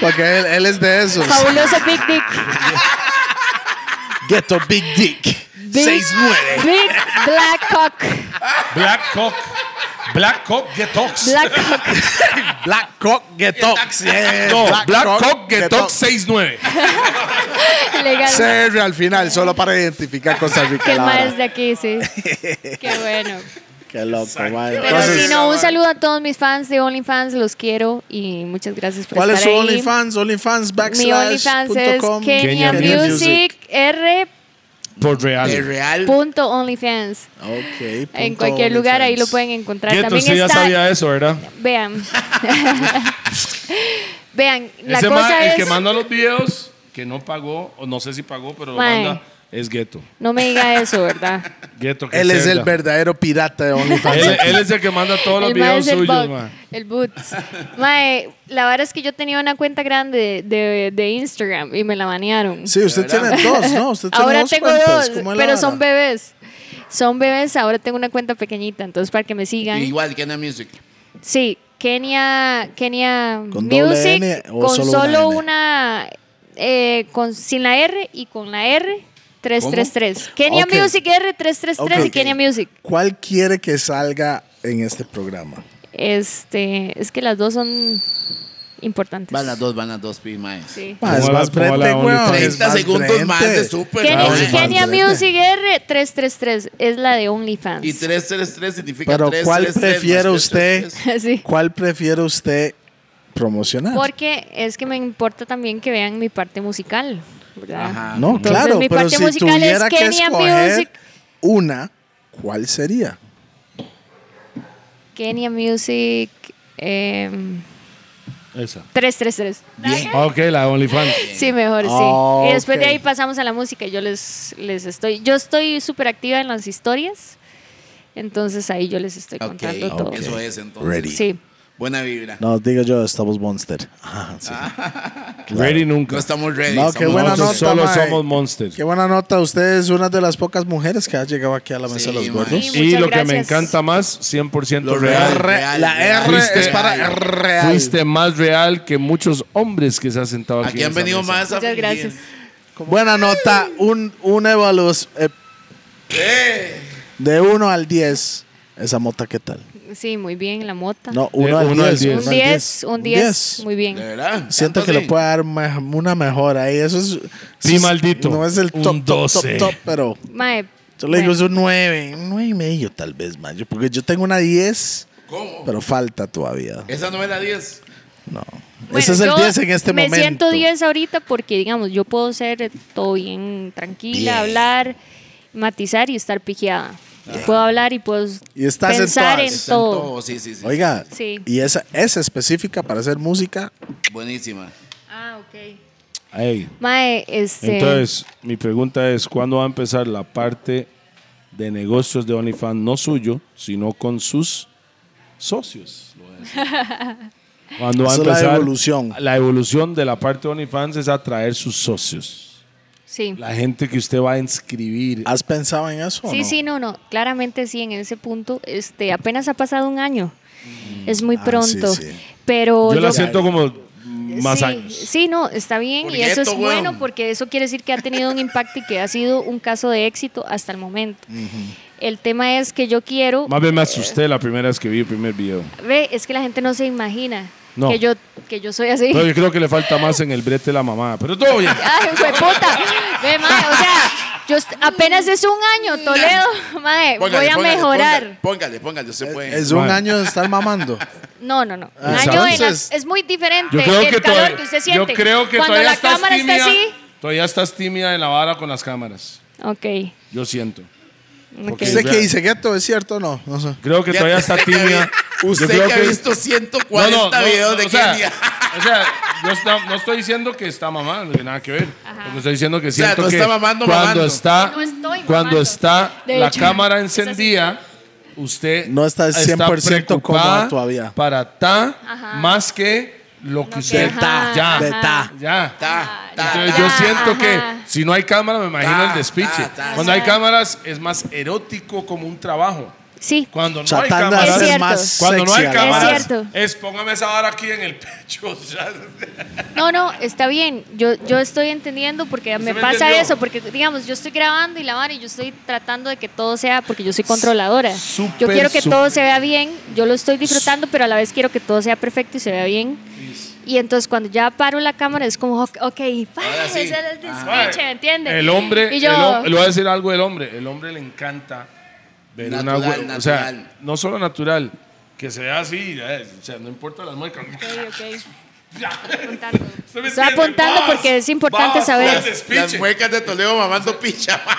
B: Porque él, él es de esos.
C: fabuloso Big
B: Ah,
C: Dick,
B: Ghetto Big Dick. 6-9.
C: Big Black Cock,
E: Black Cock. Black Cock Getox.
C: Black Cock.
B: Black Cock Ghetto. Yeah,
E: no, Black, Cock
B: Get
E: Getox
B: Up.
E: 69.
C: Legal.
B: CR al final, solo para identificar Costa Rica.
C: Qué
B: la
C: más
B: vara.
C: de aquí, sí. Qué bueno.
B: Qué loco, mae.
C: Pero
B: Entonces,
C: si no, un saludo a todos mis fans de OnlyFans, los quiero y muchas gracias por
B: ¿cuál es
C: pues estar
B: su
C: ahí.
B: OnlyFans? OnlyFans backslash.
C: Mi OnlyFans es
B: punto com.
C: Kenya,
E: Kenya
C: Music R.
E: Por
D: De
E: real.
D: real.
C: punto OnlyFans.
B: Ok.
C: En
B: punto
C: cualquier lugar ahí lo
B: OnlyFans.
C: pueden encontrar.
E: Ghetto,
C: También
E: usted ya
C: está.
E: sabía eso, ¿verdad?
C: Vean. Vean, la
E: Ese
C: cosa
E: ma, el
C: es.
E: que manda los videos, que no pagó, o no sé si pagó, pero lo
C: Mae.
E: manda, es Ghetto.
C: No me diga eso, ¿verdad?
E: Ghetto que
B: Él es el
E: cerda.
B: verdadero pirata de OnlyFans.
E: Él, él es el que manda todos los
C: el mae
E: videos
C: es el
E: suyos,
C: bug,
E: man.
C: el boots. Mae, la verdad es que yo tenía una cuenta grande de, de- de Instagram y me la banearon.
B: Sí, usted tiene dos, ¿no? Usted tiene
C: ahora
B: dos
C: tengo
B: cuentas,
C: dos,
B: ¿cómo es la
C: pero
B: vara?
C: son bebés. Son bebés, ahora tengo una cuenta pequeñita, entonces para que me sigan.
D: Igual que en la music.
C: Sí, Kenia, Kenia
B: ¿Con doble
C: Music
B: N o
C: con
B: solo
C: solo,
B: una N?
C: una, eh, con, sin la R y con la R 333. Kenia
B: Ok.
C: Music R 333 y
B: Ok.
C: Kenia Music.
B: ¿Cuál quiere que salga en este programa?
C: Este, es que las dos son importantes.
D: Van las dos, van las dos, pi, mae.
C: Sí.
B: Ma, es
E: Póngala-
B: más brete,
E: póngala
B: weón,
E: OnlyFans.
B: es
D: 30
B: más
D: segundos más
B: brete.
D: de súper.
C: Kenia,
B: OnlyFans,
D: mae.
C: Kenia
B: ¿verdad?
C: Music R 333 es la de OnlyFans.
D: Y 333 significa
B: Pero
D: 333
B: ¿cuál
D: más
B: prefiere
D: 333.
B: usted?
C: Sí.
B: ¿Cuál prefiere usted promocionar?
C: Porque es que me importa también que vean mi parte musical. ¿verdad?
D: Ajá.
B: no,
C: Entonces,
B: claro,
C: mi
B: pero
C: parte
B: si
C: musical es
B: tuviera que
C: Kenya
B: escoger
C: Music.
B: una, ¿cuál sería?
C: Kenia Music em,
E: Esa.
C: 333.
D: Bien.
E: Ok, la OnlyFans.
C: Sí, mejor,
B: Ah,
E: Oh,
C: sí. Y después
B: ok.
C: de ahí pasamos a la música. Yo les, les estoy, yo estoy súper activa en las historias. Entonces ahí yo les estoy
D: Ok,
C: contando todo.
D: ok, eso es entonces.
B: Ready.
C: Sí.
D: Buena vibra. No,
B: No, digo yo, estamos Monster. Ajá, sí.
E: Ready nunca.
D: estamos ready.
B: No,
D: estamos
B: qué buena
E: Nosotros
B: nota.
E: solo
B: mae.
E: somos monsters.
B: Qué buena nota. Usted es una de las pocas mujeres que ha llegado aquí a la mesa
D: Sí,
B: de los
D: ma.
B: gordos.
C: Sí,
E: Y
C: Muchas
E: lo que me
C: gracias.
E: encanta más, 100%
D: Lo
E: real.
D: real.
B: Re- la R
E: Fuiste-
B: es para real.
E: Fuiste más real que muchos hombres que se han sentado aquí.
D: Aquí
E: en
D: han
E: esa
D: venido
E: mesa.
D: más a
C: Muchas
D: fingir.
C: gracias.
B: Buena nota, un, un evaluación de 1 al 10. Esa mota, ¿qué tal?
C: Sí, muy bien, la mota.
B: No, 1 al
E: uno al
B: 10.
E: diez.
C: un 10, un 10. Muy
D: De
C: bien.
D: verdad.
B: Siento que
D: ¿Tanto
B: le
D: así?
B: puede dar me- una mejora ahí. Eso es.
E: Sí,
B: es-
E: maldito.
B: No es el
E: Un
B: top, top, top,
E: 12.
B: top, pero.
C: Mae,
B: Yo le digo, es
C: bueno,
B: un 9, un 9 y medio tal vez, man. Yo- Porque yo tengo una 10,
D: ¿Cómo?
B: pero falta todavía.
D: Esa no es la 10.
B: No.
C: bueno,
B: Ese es el
C: yo
B: 10 en este
C: me
B: momento.
C: siento 10 ahorita porque, digamos, yo puedo ser todo bien tranquila,
D: Bien.
C: hablar matizar y estar piqueada. Puedo hablar y puedo
B: Y estás en
C: pensar en,
B: todas. Está
C: todo.
D: Todo, sí, sí, sí.
B: Oiga,
C: Sí.
B: y esa es específica para hacer música.
D: Buenísima.
C: Ah, ok.
E: Ey,
C: Mae, este.
E: Entonces, mi pregunta es, ¿cuándo va a empezar la parte de negocios de OnlyFans, no suyo, sino con sus socios? lo voy a decir? ¿Cuándo va a
B: Esa es la
E: empezar
B: evolución.
E: La evolución de la parte de OnlyFans es atraer sus socios.
C: sí.
E: La gente que usted va a inscribir.
C: Ah,
B: ¿Has pensado en eso? o
C: Sí,
B: no?
C: sí, no, no. Claramente sí, en ese punto. Este, apenas ha pasado un año. Es muy
B: Ah, sí,
C: pronto.
B: sí.
C: Pero
E: Yo la
C: yo-
E: siento como más
C: sí,
E: años.
C: Sí, no, está bien y eso
D: Burgueto,
C: es
D: weón.
C: bueno porque eso quiere decir que ha tenido un impacto y que ha sido un caso de éxito hasta el momento. El tema es que yo quiero,
E: Más bien me asusté la primera vez que vi el primer video.
C: ve, es que la gente no se imagina
E: No.
C: que yo que yo soy así.
E: Pero yo creo que le falta más en el brete la mamá. Pero todo bien.
C: Ay, fue puta. Ve, mae, o sea, yo est- apenas es un año, Toledo, mae, voy a mejorar.
D: Mm. Póngale, póngale, póngale, usted puede.
B: Es un
E: Vale.
B: año de estar mamando.
C: No, no, no. Un
E: Exacto.
C: año en la-
B: Entonces,
C: es muy diferente
E: Ah, Yo creo
C: el
E: que,
C: calor
E: todavía,
C: que usted siente.
E: yo creo que
C: Cuando
E: todavía
C: la
E: estás
C: cámara
E: tímida.
C: está así.
E: Todavía estás tímida en la vara con las cámaras.
C: Ok.
E: Yo siento. Porque
B: ¿Usted
E: vea,
B: que dice gueto? ¿Es cierto o no? No sé.
E: Creo que todavía está tímida. Yo
D: Usted
E: creo
D: que ha visto 140
E: No, no, no,
D: videos
E: no,
D: de
E: o sea,
D: Kenia.
E: O sea, no, está- no estoy diciendo que está mamando, nada que ver. Lo que estoy diciendo que
D: sea,
E: siento
D: no
E: que
D: está mamando,
E: cuando
D: mamando.
E: está,
C: No estoy mamando.
E: cuando está
C: De
E: la
C: hecho,
E: cámara
C: es así.
E: encendida, usted
B: No está 100% cómoda
E: preocupada
B: todavía.
E: Para ta más que lo que usted
C: que- Ta, ajá,
E: ya,
B: de ta.
E: ya.
D: Ta, ta,
E: Entonces,
D: ta.
E: yo
C: ajá.
E: siento que si no hay cámara, me imagino
D: Ta,
E: el despiche.
D: ta, ta,
E: Cuando hay cámaras, es más erótico como un trabajo.
C: Sí.
E: Cuando no hay
B: Tratando de
E: cámaras,
C: Es
B: hacer
C: cierto.
B: más
E: cuando no hay
B: sexy a la
C: cámara.
E: cámaras,
C: Es cierto.
E: es póngame esa vara aquí en el pecho. o sea,
C: No, no, está bien. Yo, yo estoy entendiendo porque me
E: me
C: pasa
E: entendió?
C: eso. Porque, digamos, yo estoy grabando y la vara y yo estoy tratando de que todo sea. Porque yo soy controladora.
E: Súper,
C: yo quiero que
E: súper.
C: todo se vea bien. Yo lo estoy disfrutando, pero a la vez quiero que todo sea perfecto y se vea bien. Y entonces cuando ya paro la cámara es como, ok, ok,
D: Ahora sí.
C: ese es el despiche, ¿me entiendes?
E: Ah. El hombre,
C: Y yo,
E: el hom- le voy a decir algo del hombre. El hombre le encanta ver una
D: Natural,
E: hue- O
D: natural.
E: sea, no solo natural, que se vea así, eh, o sea, no importa las muecas.
C: ok, ok.
E: ¿Usted me
C: Estoy
E: entiende?
C: apuntando porque es importante
E: vas,
C: saber.
E: el despiche.
D: Las muecas de Toledo mamando picha.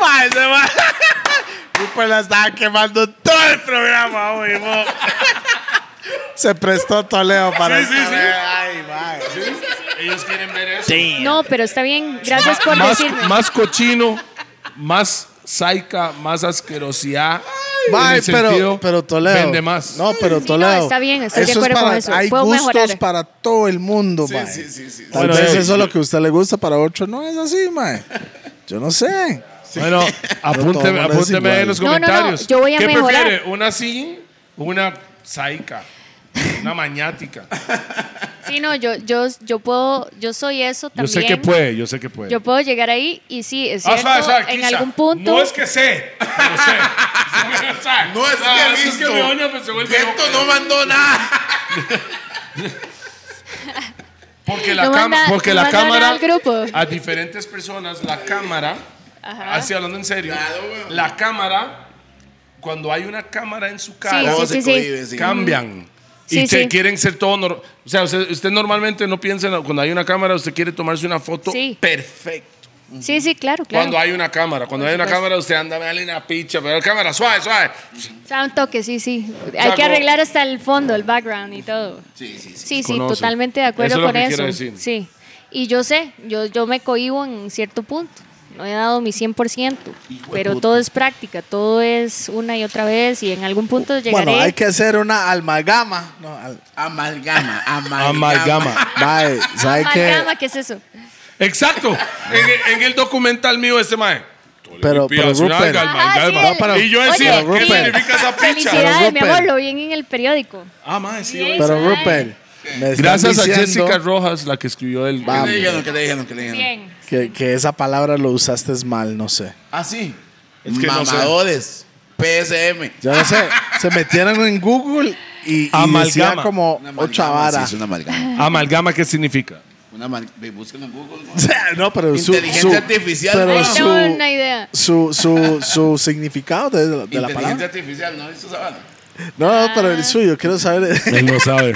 B: Ma, ese ma- Rupert la estaba quemando todo el programa hoy, mo. Se prestó Toledo para
E: Sí, sí,
B: esta
E: sí.
B: vez. Ay, ma.
E: Ellos quieren ver eso.
C: No, pero está bien. Gracias por
E: Más,
C: decirme.
E: más cochino, más saica, más asquerosidad.
B: Ma,
E: en el
B: pero,
E: sentido,
B: pero Toledo.
E: Vende más.
B: No, pero
C: no,
B: Toledo.
C: está bien, estoy de
B: es
C: acuerdo con
B: para-
C: eso.
B: Hay
C: Puedo
B: gustos
C: mejorar.
B: para todo el mundo, ma.
D: sí, sí, sí.
B: Tal
E: Bueno,
B: vez
E: eh,
B: eso es lo que a usted le gusta, para otro no es así, ma. Yo no sé.
E: Bueno,
B: todo el
E: apúnteme,
B: mundo es
E: apúnteme
B: igual.
E: ahí en los
C: No, no, no,
E: comentarios.
C: yo voy a
E: ¿Qué
C: mejorar.
E: prefiere? ¿Una así o una saica? Una mañática.
C: Sí, no, yo, yo, yo puedo, yo soy eso
E: Yo
C: también.
E: sé que puede, yo sé que puede.
C: Yo puedo llegar ahí y sí, es
E: Ah,
C: cierto,
E: suave, suave,
C: en
E: quizá.
C: algún punto.
E: No es que sé, pero sé. O sea,
D: No es que
E: o sea,
D: he
E: antes
D: visto.
E: Ah, me baño, pues, se vuelve
D: Esto
E: loco.
D: no mandó nada.
E: Porque la,
C: No
E: cam-
C: manda-
E: porque
C: no
E: la
C: manda
E: cámara,
C: nada al grupo.
E: a diferentes personas, la cámara, así hablando en serio,
D: Claro, weón.
E: la cámara, cuando hay una cámara en su cara,
C: Sí,
D: No,
C: sí,
D: se
C: sí, sí.
D: cohibe, sí.
E: cambian. y
C: Sí,
E: se
C: sí.
E: quieren ser todo nor- O sea, usted, usted normalmente no piensa, en- cuando hay una cámara, usted quiere tomarse una foto
C: Sí.
E: perfecto.
C: Sí, sí, claro, claro.
E: Cuando hay una cámara, cuando hay una cámara, usted anda, dale una picha, pero cámara, suave, suave.
C: O sea, un toque, sí, sí. Hay
E: sea,
C: que
E: como-
C: arreglar hasta el fondo, el background y todo.
D: Sí, sí, sí.
C: Sí, sí,
E: Conoce.
C: totalmente de acuerdo
E: Eso es lo
C: con
E: que
C: eso.
E: quiero decir.
C: Sí. Y yo sé, yo, yo me cohibo en cierto punto. No he dado mi 100%,
E: pues,
C: pero todo es práctica, todo es una y otra vez y en algún punto llegaré.
B: Bueno, hay que hacer una amalgama. No, al-
D: Amalgama, amalgama.
E: Amalgama.
B: Mae, ¿sabe qué?
C: Amalgama, ¿qué es eso?
E: Exacto. en, en el documental mío, este mae.
B: Pero, pero
E: Pidas una
B: Rupert,
E: alga,
C: Ajá,
E: alga,
C: sí,
E: alga.
C: el- No,
E: y yo
C: pero-
E: decía,
B: Oye,
E: ¿qué
B: Rupert.
E: signifiades significa esa picha?
C: Felicidades, mi
B: Rupert.
C: amor, lo vi en el periódico.
E: Ah, mae, sí.
C: Bien,
B: pero
C: mae.
B: Rupert, me están
E: Gracias a
B: diciendo
E: Jessica Rojas, la que escribió el.
D: Que
B: Vamos.
D: le digan, que le digan, que le digan.
C: Bien.
B: que, que esa palabra lo usaste mal, no sé.
D: Ah, sí.
E: Es que no sé.
D: Mamadores. PSM.
B: Yo no sé, se metieron en Google y, y decía
E: Amalgama.
B: como
D: Una amalgama,
B: ocho varas.
D: sí, es una amalgama.
E: Amalgama, ¿qué significa?
D: Una amalgama. Búsquenlo en Google.
B: O sea, no, pero su,
D: Inteligencia
B: su-
D: artificial,
B: pero
D: ¿no?
C: Ahí
B: su,
C: tengo una idea.
B: su, su, su significado de, de la
D: Inteligencia
B: palabra.
D: artificial, ¿no? Eso es
B: No, pero el suyo, quiero saber.
F: Él no sabe.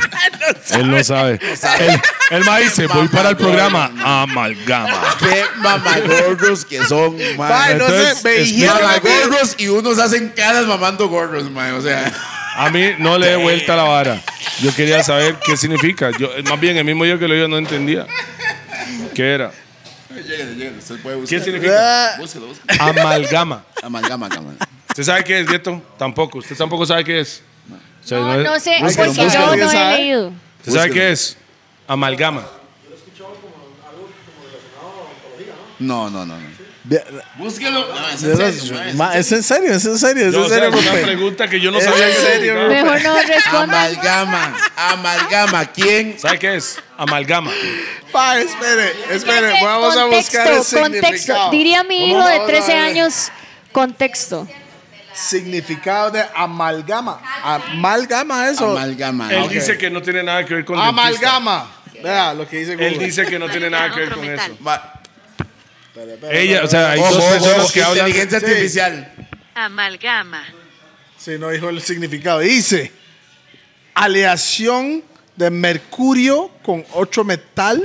F: Él no sabe. Él, él más dice, voy para el programa Amalgama.
D: Ah, Qué mamagorros que son,
B: Ay,
D: man.
B: no sé,
F: Entonces,
B: me
F: es-
B: dijeron algo.
D: Mamagorros y unos hacen caras mamando gorros, man. O sea,
F: A mí
E: No le dé vuelta la vara. Yo quería saber qué significa. Yo, más bien, el mismo yo que lo yo no entendía. ¿Qué era?
D: lléguenle, lléguenle. Usted puede buscar.
E: ¿Qué significa?
D: Búsquelo, búsquelo.
E: Amalgama.
D: Amalgama, amalgama.
E: ¿Usted sabe qué es, Gueto? Tampoco. ¿Usted tampoco sabe qué es? O sea,
C: No, no sé,
D: Búsquelo,
C: porque
D: búsquelo.
C: yo no
B: ¿Sabe?
C: he leído.
E: ¿Usted sabe
D: Búsquelo.
E: qué es? Amalgama.
D: No, no, no. no. Búsquelo. No, es en serio, man, es en
B: Ma,
D: serio.
B: Es en serio, es en serio, es
E: Yo,
B: en
E: o sea,
B: serio,
E: es una
B: Rupe.
E: pregunta que yo no
B: Es
E: sabía.
B: en
E: que
B: serio,
E: significaba.
C: Mejor no responda.
D: Amalgama, amalgama. ¿Quién?
E: ¿Sabe qué es? Amalgama.
B: Pa, espere, espere, vamos a
C: contexto,
B: buscar el
C: contexto.
B: significado.
C: Diría mi hijo
B: Vamos a
C: de
B: ver.
C: 13 años, contexto.
B: Significado de amalgama. Amalgama eso.
D: Amalgama.
E: Él
D: ok.
E: dice que no tiene nada que ver con dentista.
B: Amalgama. Vea lo que dice Google.
E: Él dice que no tiene nada que ver con eso.
D: Ma-
E: Ella, o sea, hay
D: Ojo,
E: dos
D: ojo,
E: personas
D: ojo,
E: que hablan.
D: Inteligencia
B: Sí.
D: artificial.
G: Amalgama.
B: Sí, no dijo el significado. Dice, aleación de mercurio con otro metal,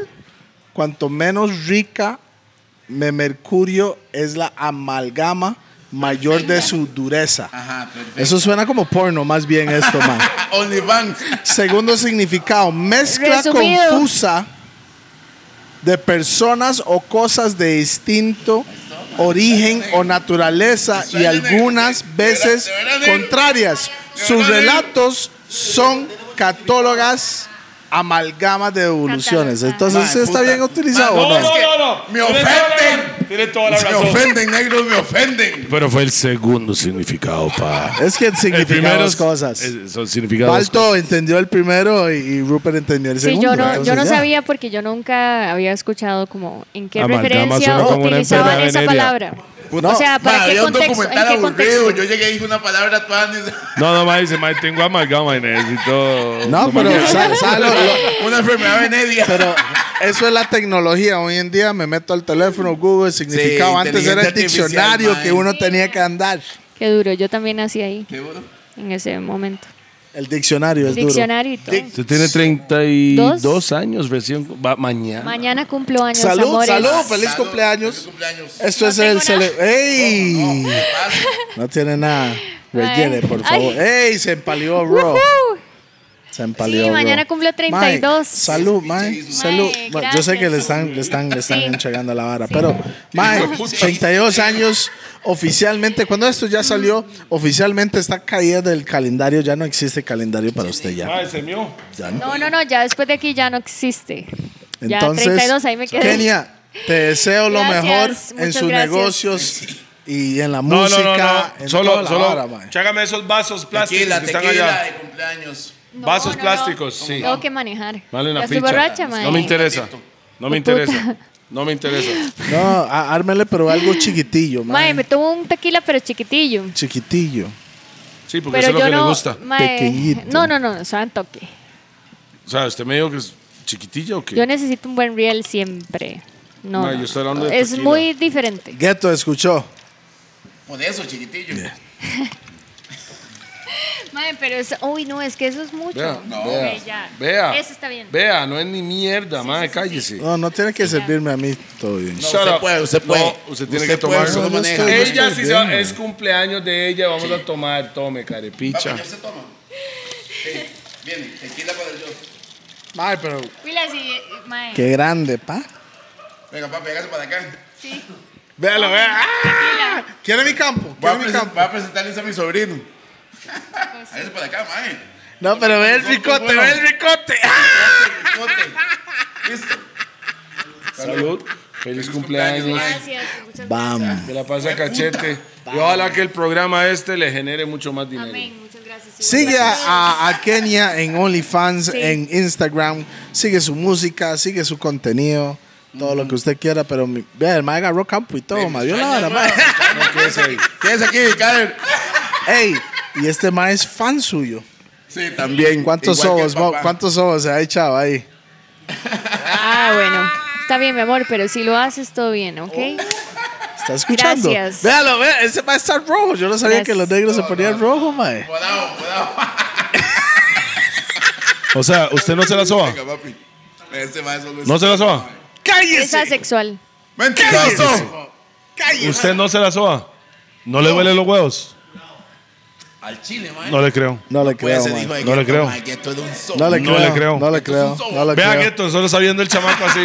B: cuanto menos rica de mercurio es la amalgama, mayor de su dureza.
E: Ah,
D: Ajá, perfecto.
B: Eso suena como porno, más bien esto, man.
D: Ah, OnlyFans.
B: Segundo significado, mezcla
C: Resumido.
B: confusa de personas o cosas de distinto origen o naturaleza y algunas veces contrarias. Sus relatos son católogas amalgamas de evoluciones. Entonces ¿sí está bien utilizado. o
E: No,
B: no?
E: no, no, no.
D: Me
E: Tiene toda la
D: ofenden.
E: razón. Tiene toda la
D: Me
E: razón.
D: ofenden, negros, me ofenden.
F: Pero fue el segundo significado, pa.
B: Es que
F: El
B: significan
F: primero
B: dos cosas.
F: es- Son significados.
B: Balto entendió el primero y, y Rupert entendió el
C: Sí,
B: segundo.
C: yo no, yo
B: Entonces,
C: no
B: ya.
C: sabía porque yo nunca había escuchado como en qué
F: Amalgama
C: referencia
F: suena como una
C: utilizaban
F: enfermedad
C: esa
F: venérea.
C: palabra. o sea,
D: Ma,
C: ¿para qué
D: había un
C: contexto? ¿En
D: documental
C: qué
D: aburrido.
C: contexto?
D: Yo llegué y dije una palabra toda.
F: No, no, más dice, más tengo amalgama y necesito.
B: No,
F: tomar
B: pero
F: mi-
B: sa- sa- lo- lo-
D: Una enfermedad venérea.
B: Pero eso es la tecnología. Hoy en día me meto al teléfono, Google, significado. Antes era
D: inteligencia
B: el diccionario
D: artificial,
B: que
D: mae.
B: uno tenía que andar.
C: Qué duro, yo también nací ahí,
D: Qué bueno.
C: en ese momento.
B: El diccionario es
C: Diccionario y todo.
F: Usted tiene 32
C: Dos.
F: años recién. Va, mañana.
C: Mañana cumplo años,
B: duro. Salud,
C: amores.
B: salud, feliz cumpleaños.
D: Feliz cumpleaños.
B: Esto es
C: tengo
B: el
C: nada.
B: cele- ¡Ey! No tiene nada. Rellene, por
C: Ay.
B: favor. ¡Ey! Se empalió, bro.
C: ¡Woohoo!
B: Se empalió.
C: Sí,
B: bro.
C: mañana cumplo
B: Mae,
C: 32.
B: salud, Mae. Salud. Mae, Yo sé que le
C: gracias.
B: están, le están, le están
C: Sí.
B: entregando la vara, pero Mae,
E: puta.
B: 32 años oficialmente. Cuando esto ya salió, oficialmente está caída del calendario. Ya no existe calendario para usted ya.
E: Ay, se mió.
B: Ya no.
C: No, no, no, ya después de aquí ya no existe. Ya
B: Entonces,
C: 32, ahí me quedé.
B: Kenia, te deseo lo
C: Gracias,
B: mejor en
C: muchas
B: sus
C: gracias.
B: negocios y en la
E: No, no,
B: música.
E: no, no.
B: en toda
E: Solo,
B: la
E: solo.
B: vara, mae.
E: Chágame esos vasos plásticos
D: Tequila,
E: que están
D: tequila
E: allá.
D: de cumpleaños.
C: No,
E: Vasos
C: no, no.
E: plásticos, sí.
C: Tengo que manejar.
E: Vale una
C: ya estoy
E: ficha.
C: borracha, mae.
E: No me interesa. No me
C: Puta.
E: interesa. No me interesa.
B: No, á- ármele, pero algo chiquitillo, mae.
C: Mae, me tomo un tequila, pero chiquitillo.
B: Chiquitillo.
E: Sí, porque
C: Pero
E: eso es
C: yo
E: lo que
C: no.
E: le gusta.
C: mae,
B: Pequeñito.
C: No, no, no, no, saben toque.
E: O sea, usted me dijo que es chiquitilla o qué?
C: Yo necesito un buen riel siempre. No.
E: Mae,
C: no,
E: yo estoy hablando
C: no.
E: de
C: es
E: tequila.
C: muy diferente.
B: Ghetto escuchó.
D: Por eso, chiquitillo.
C: Mae, pero es. Uy, no, es que eso es mucho.
E: Vea, no.
C: Ok,
E: vea,
C: ya.
E: vea,
C: Eso está bien.
E: Vea, no es ni mierda, madre, cállese.
B: No, no tiene que servirme a mí todo bien.
E: Shut
D: usted
E: up.
D: puede, usted puede.
E: No, usted tiene
D: Usted
E: que tomar.
D: puede, usted
B: No, no
D: maneja.
B: estoy-
E: Ella sí se va-
B: bien.
E: es cumpleaños de ella, vamos a tomar, tome, carepicha.
D: Ya se toma. Sí, Viene, tequila para el yo.
B: Mae, pero
C: Pilas y. eh, Mae.
B: qué grande, pa.
D: Venga, papá, pégase para acá.
B: Véalo, vea. ¡Ah! ¿Quiere mi campo?
D: Voy a,
B: ¿Quiere mi
D: presen-
B: campo?
D: voy a presentarles a mi sobrino.
C: Pues
D: Véngase para acá, mae.
B: No, pero ve el ricote, ve el Ah. ricote.
D: Cote. Listo.
E: Salud. Feliz cumpleaños.
C: Gracias. Muchas
B: Vamos.
E: Que la pase a cachete. Y ojalá que el programa este le genere mucho más dinero.
C: Amén, muchas gracias.
B: Sigue a, a Kenia en OnlyFans, en Instagram. Sigue su música, sigue su contenido. Todo lo que usted quiera, pero mi- vea, el mae agarró campo y todo, mae. Vio la vara, mae.
E: No, quédese ahí.
D: Quédese aquí, Karen.
B: Ey, y este mae es fan suyo.
D: Sí, también.
B: ¿Cuántos
D: Igual que el
B: ojos, mo-
D: papá.
B: cuántos ojos se ha echado ahí?
E: Oh,
C: Ah, bueno. Está bien, mi amor, pero si lo haces, todo bien, ¿ok?
B: ¿Está escuchando?
C: Gracias.
B: Véalo, ve, ese va a estar rojo. Yo no sabía que
C: Gracias.
B: los negros se ponían rojo, mae.
E: O sea, usted no se la soba.
D: Venga, papi. Este maestro lo
E: No
D: hizo.
E: se la soba.
C: Es
B: ¡Cállese!
C: asexual.
D: ¡Mentiroso!
B: ¡Cállese!
E: Usted no se la soba. No le huele los huevos.
D: Al chile, mae.
E: No le creo.
H: No le creo,
D: Pues, ese
H: mae.
D: hijo de
E: No le
D: gueto,
E: creo.
D: mae, gueto era un
H: No le
E: No
H: creo.
E: le creo.
H: No le creo. No le
E: Vean
H: creo.
E: esto, solo está viendo el chamaco así.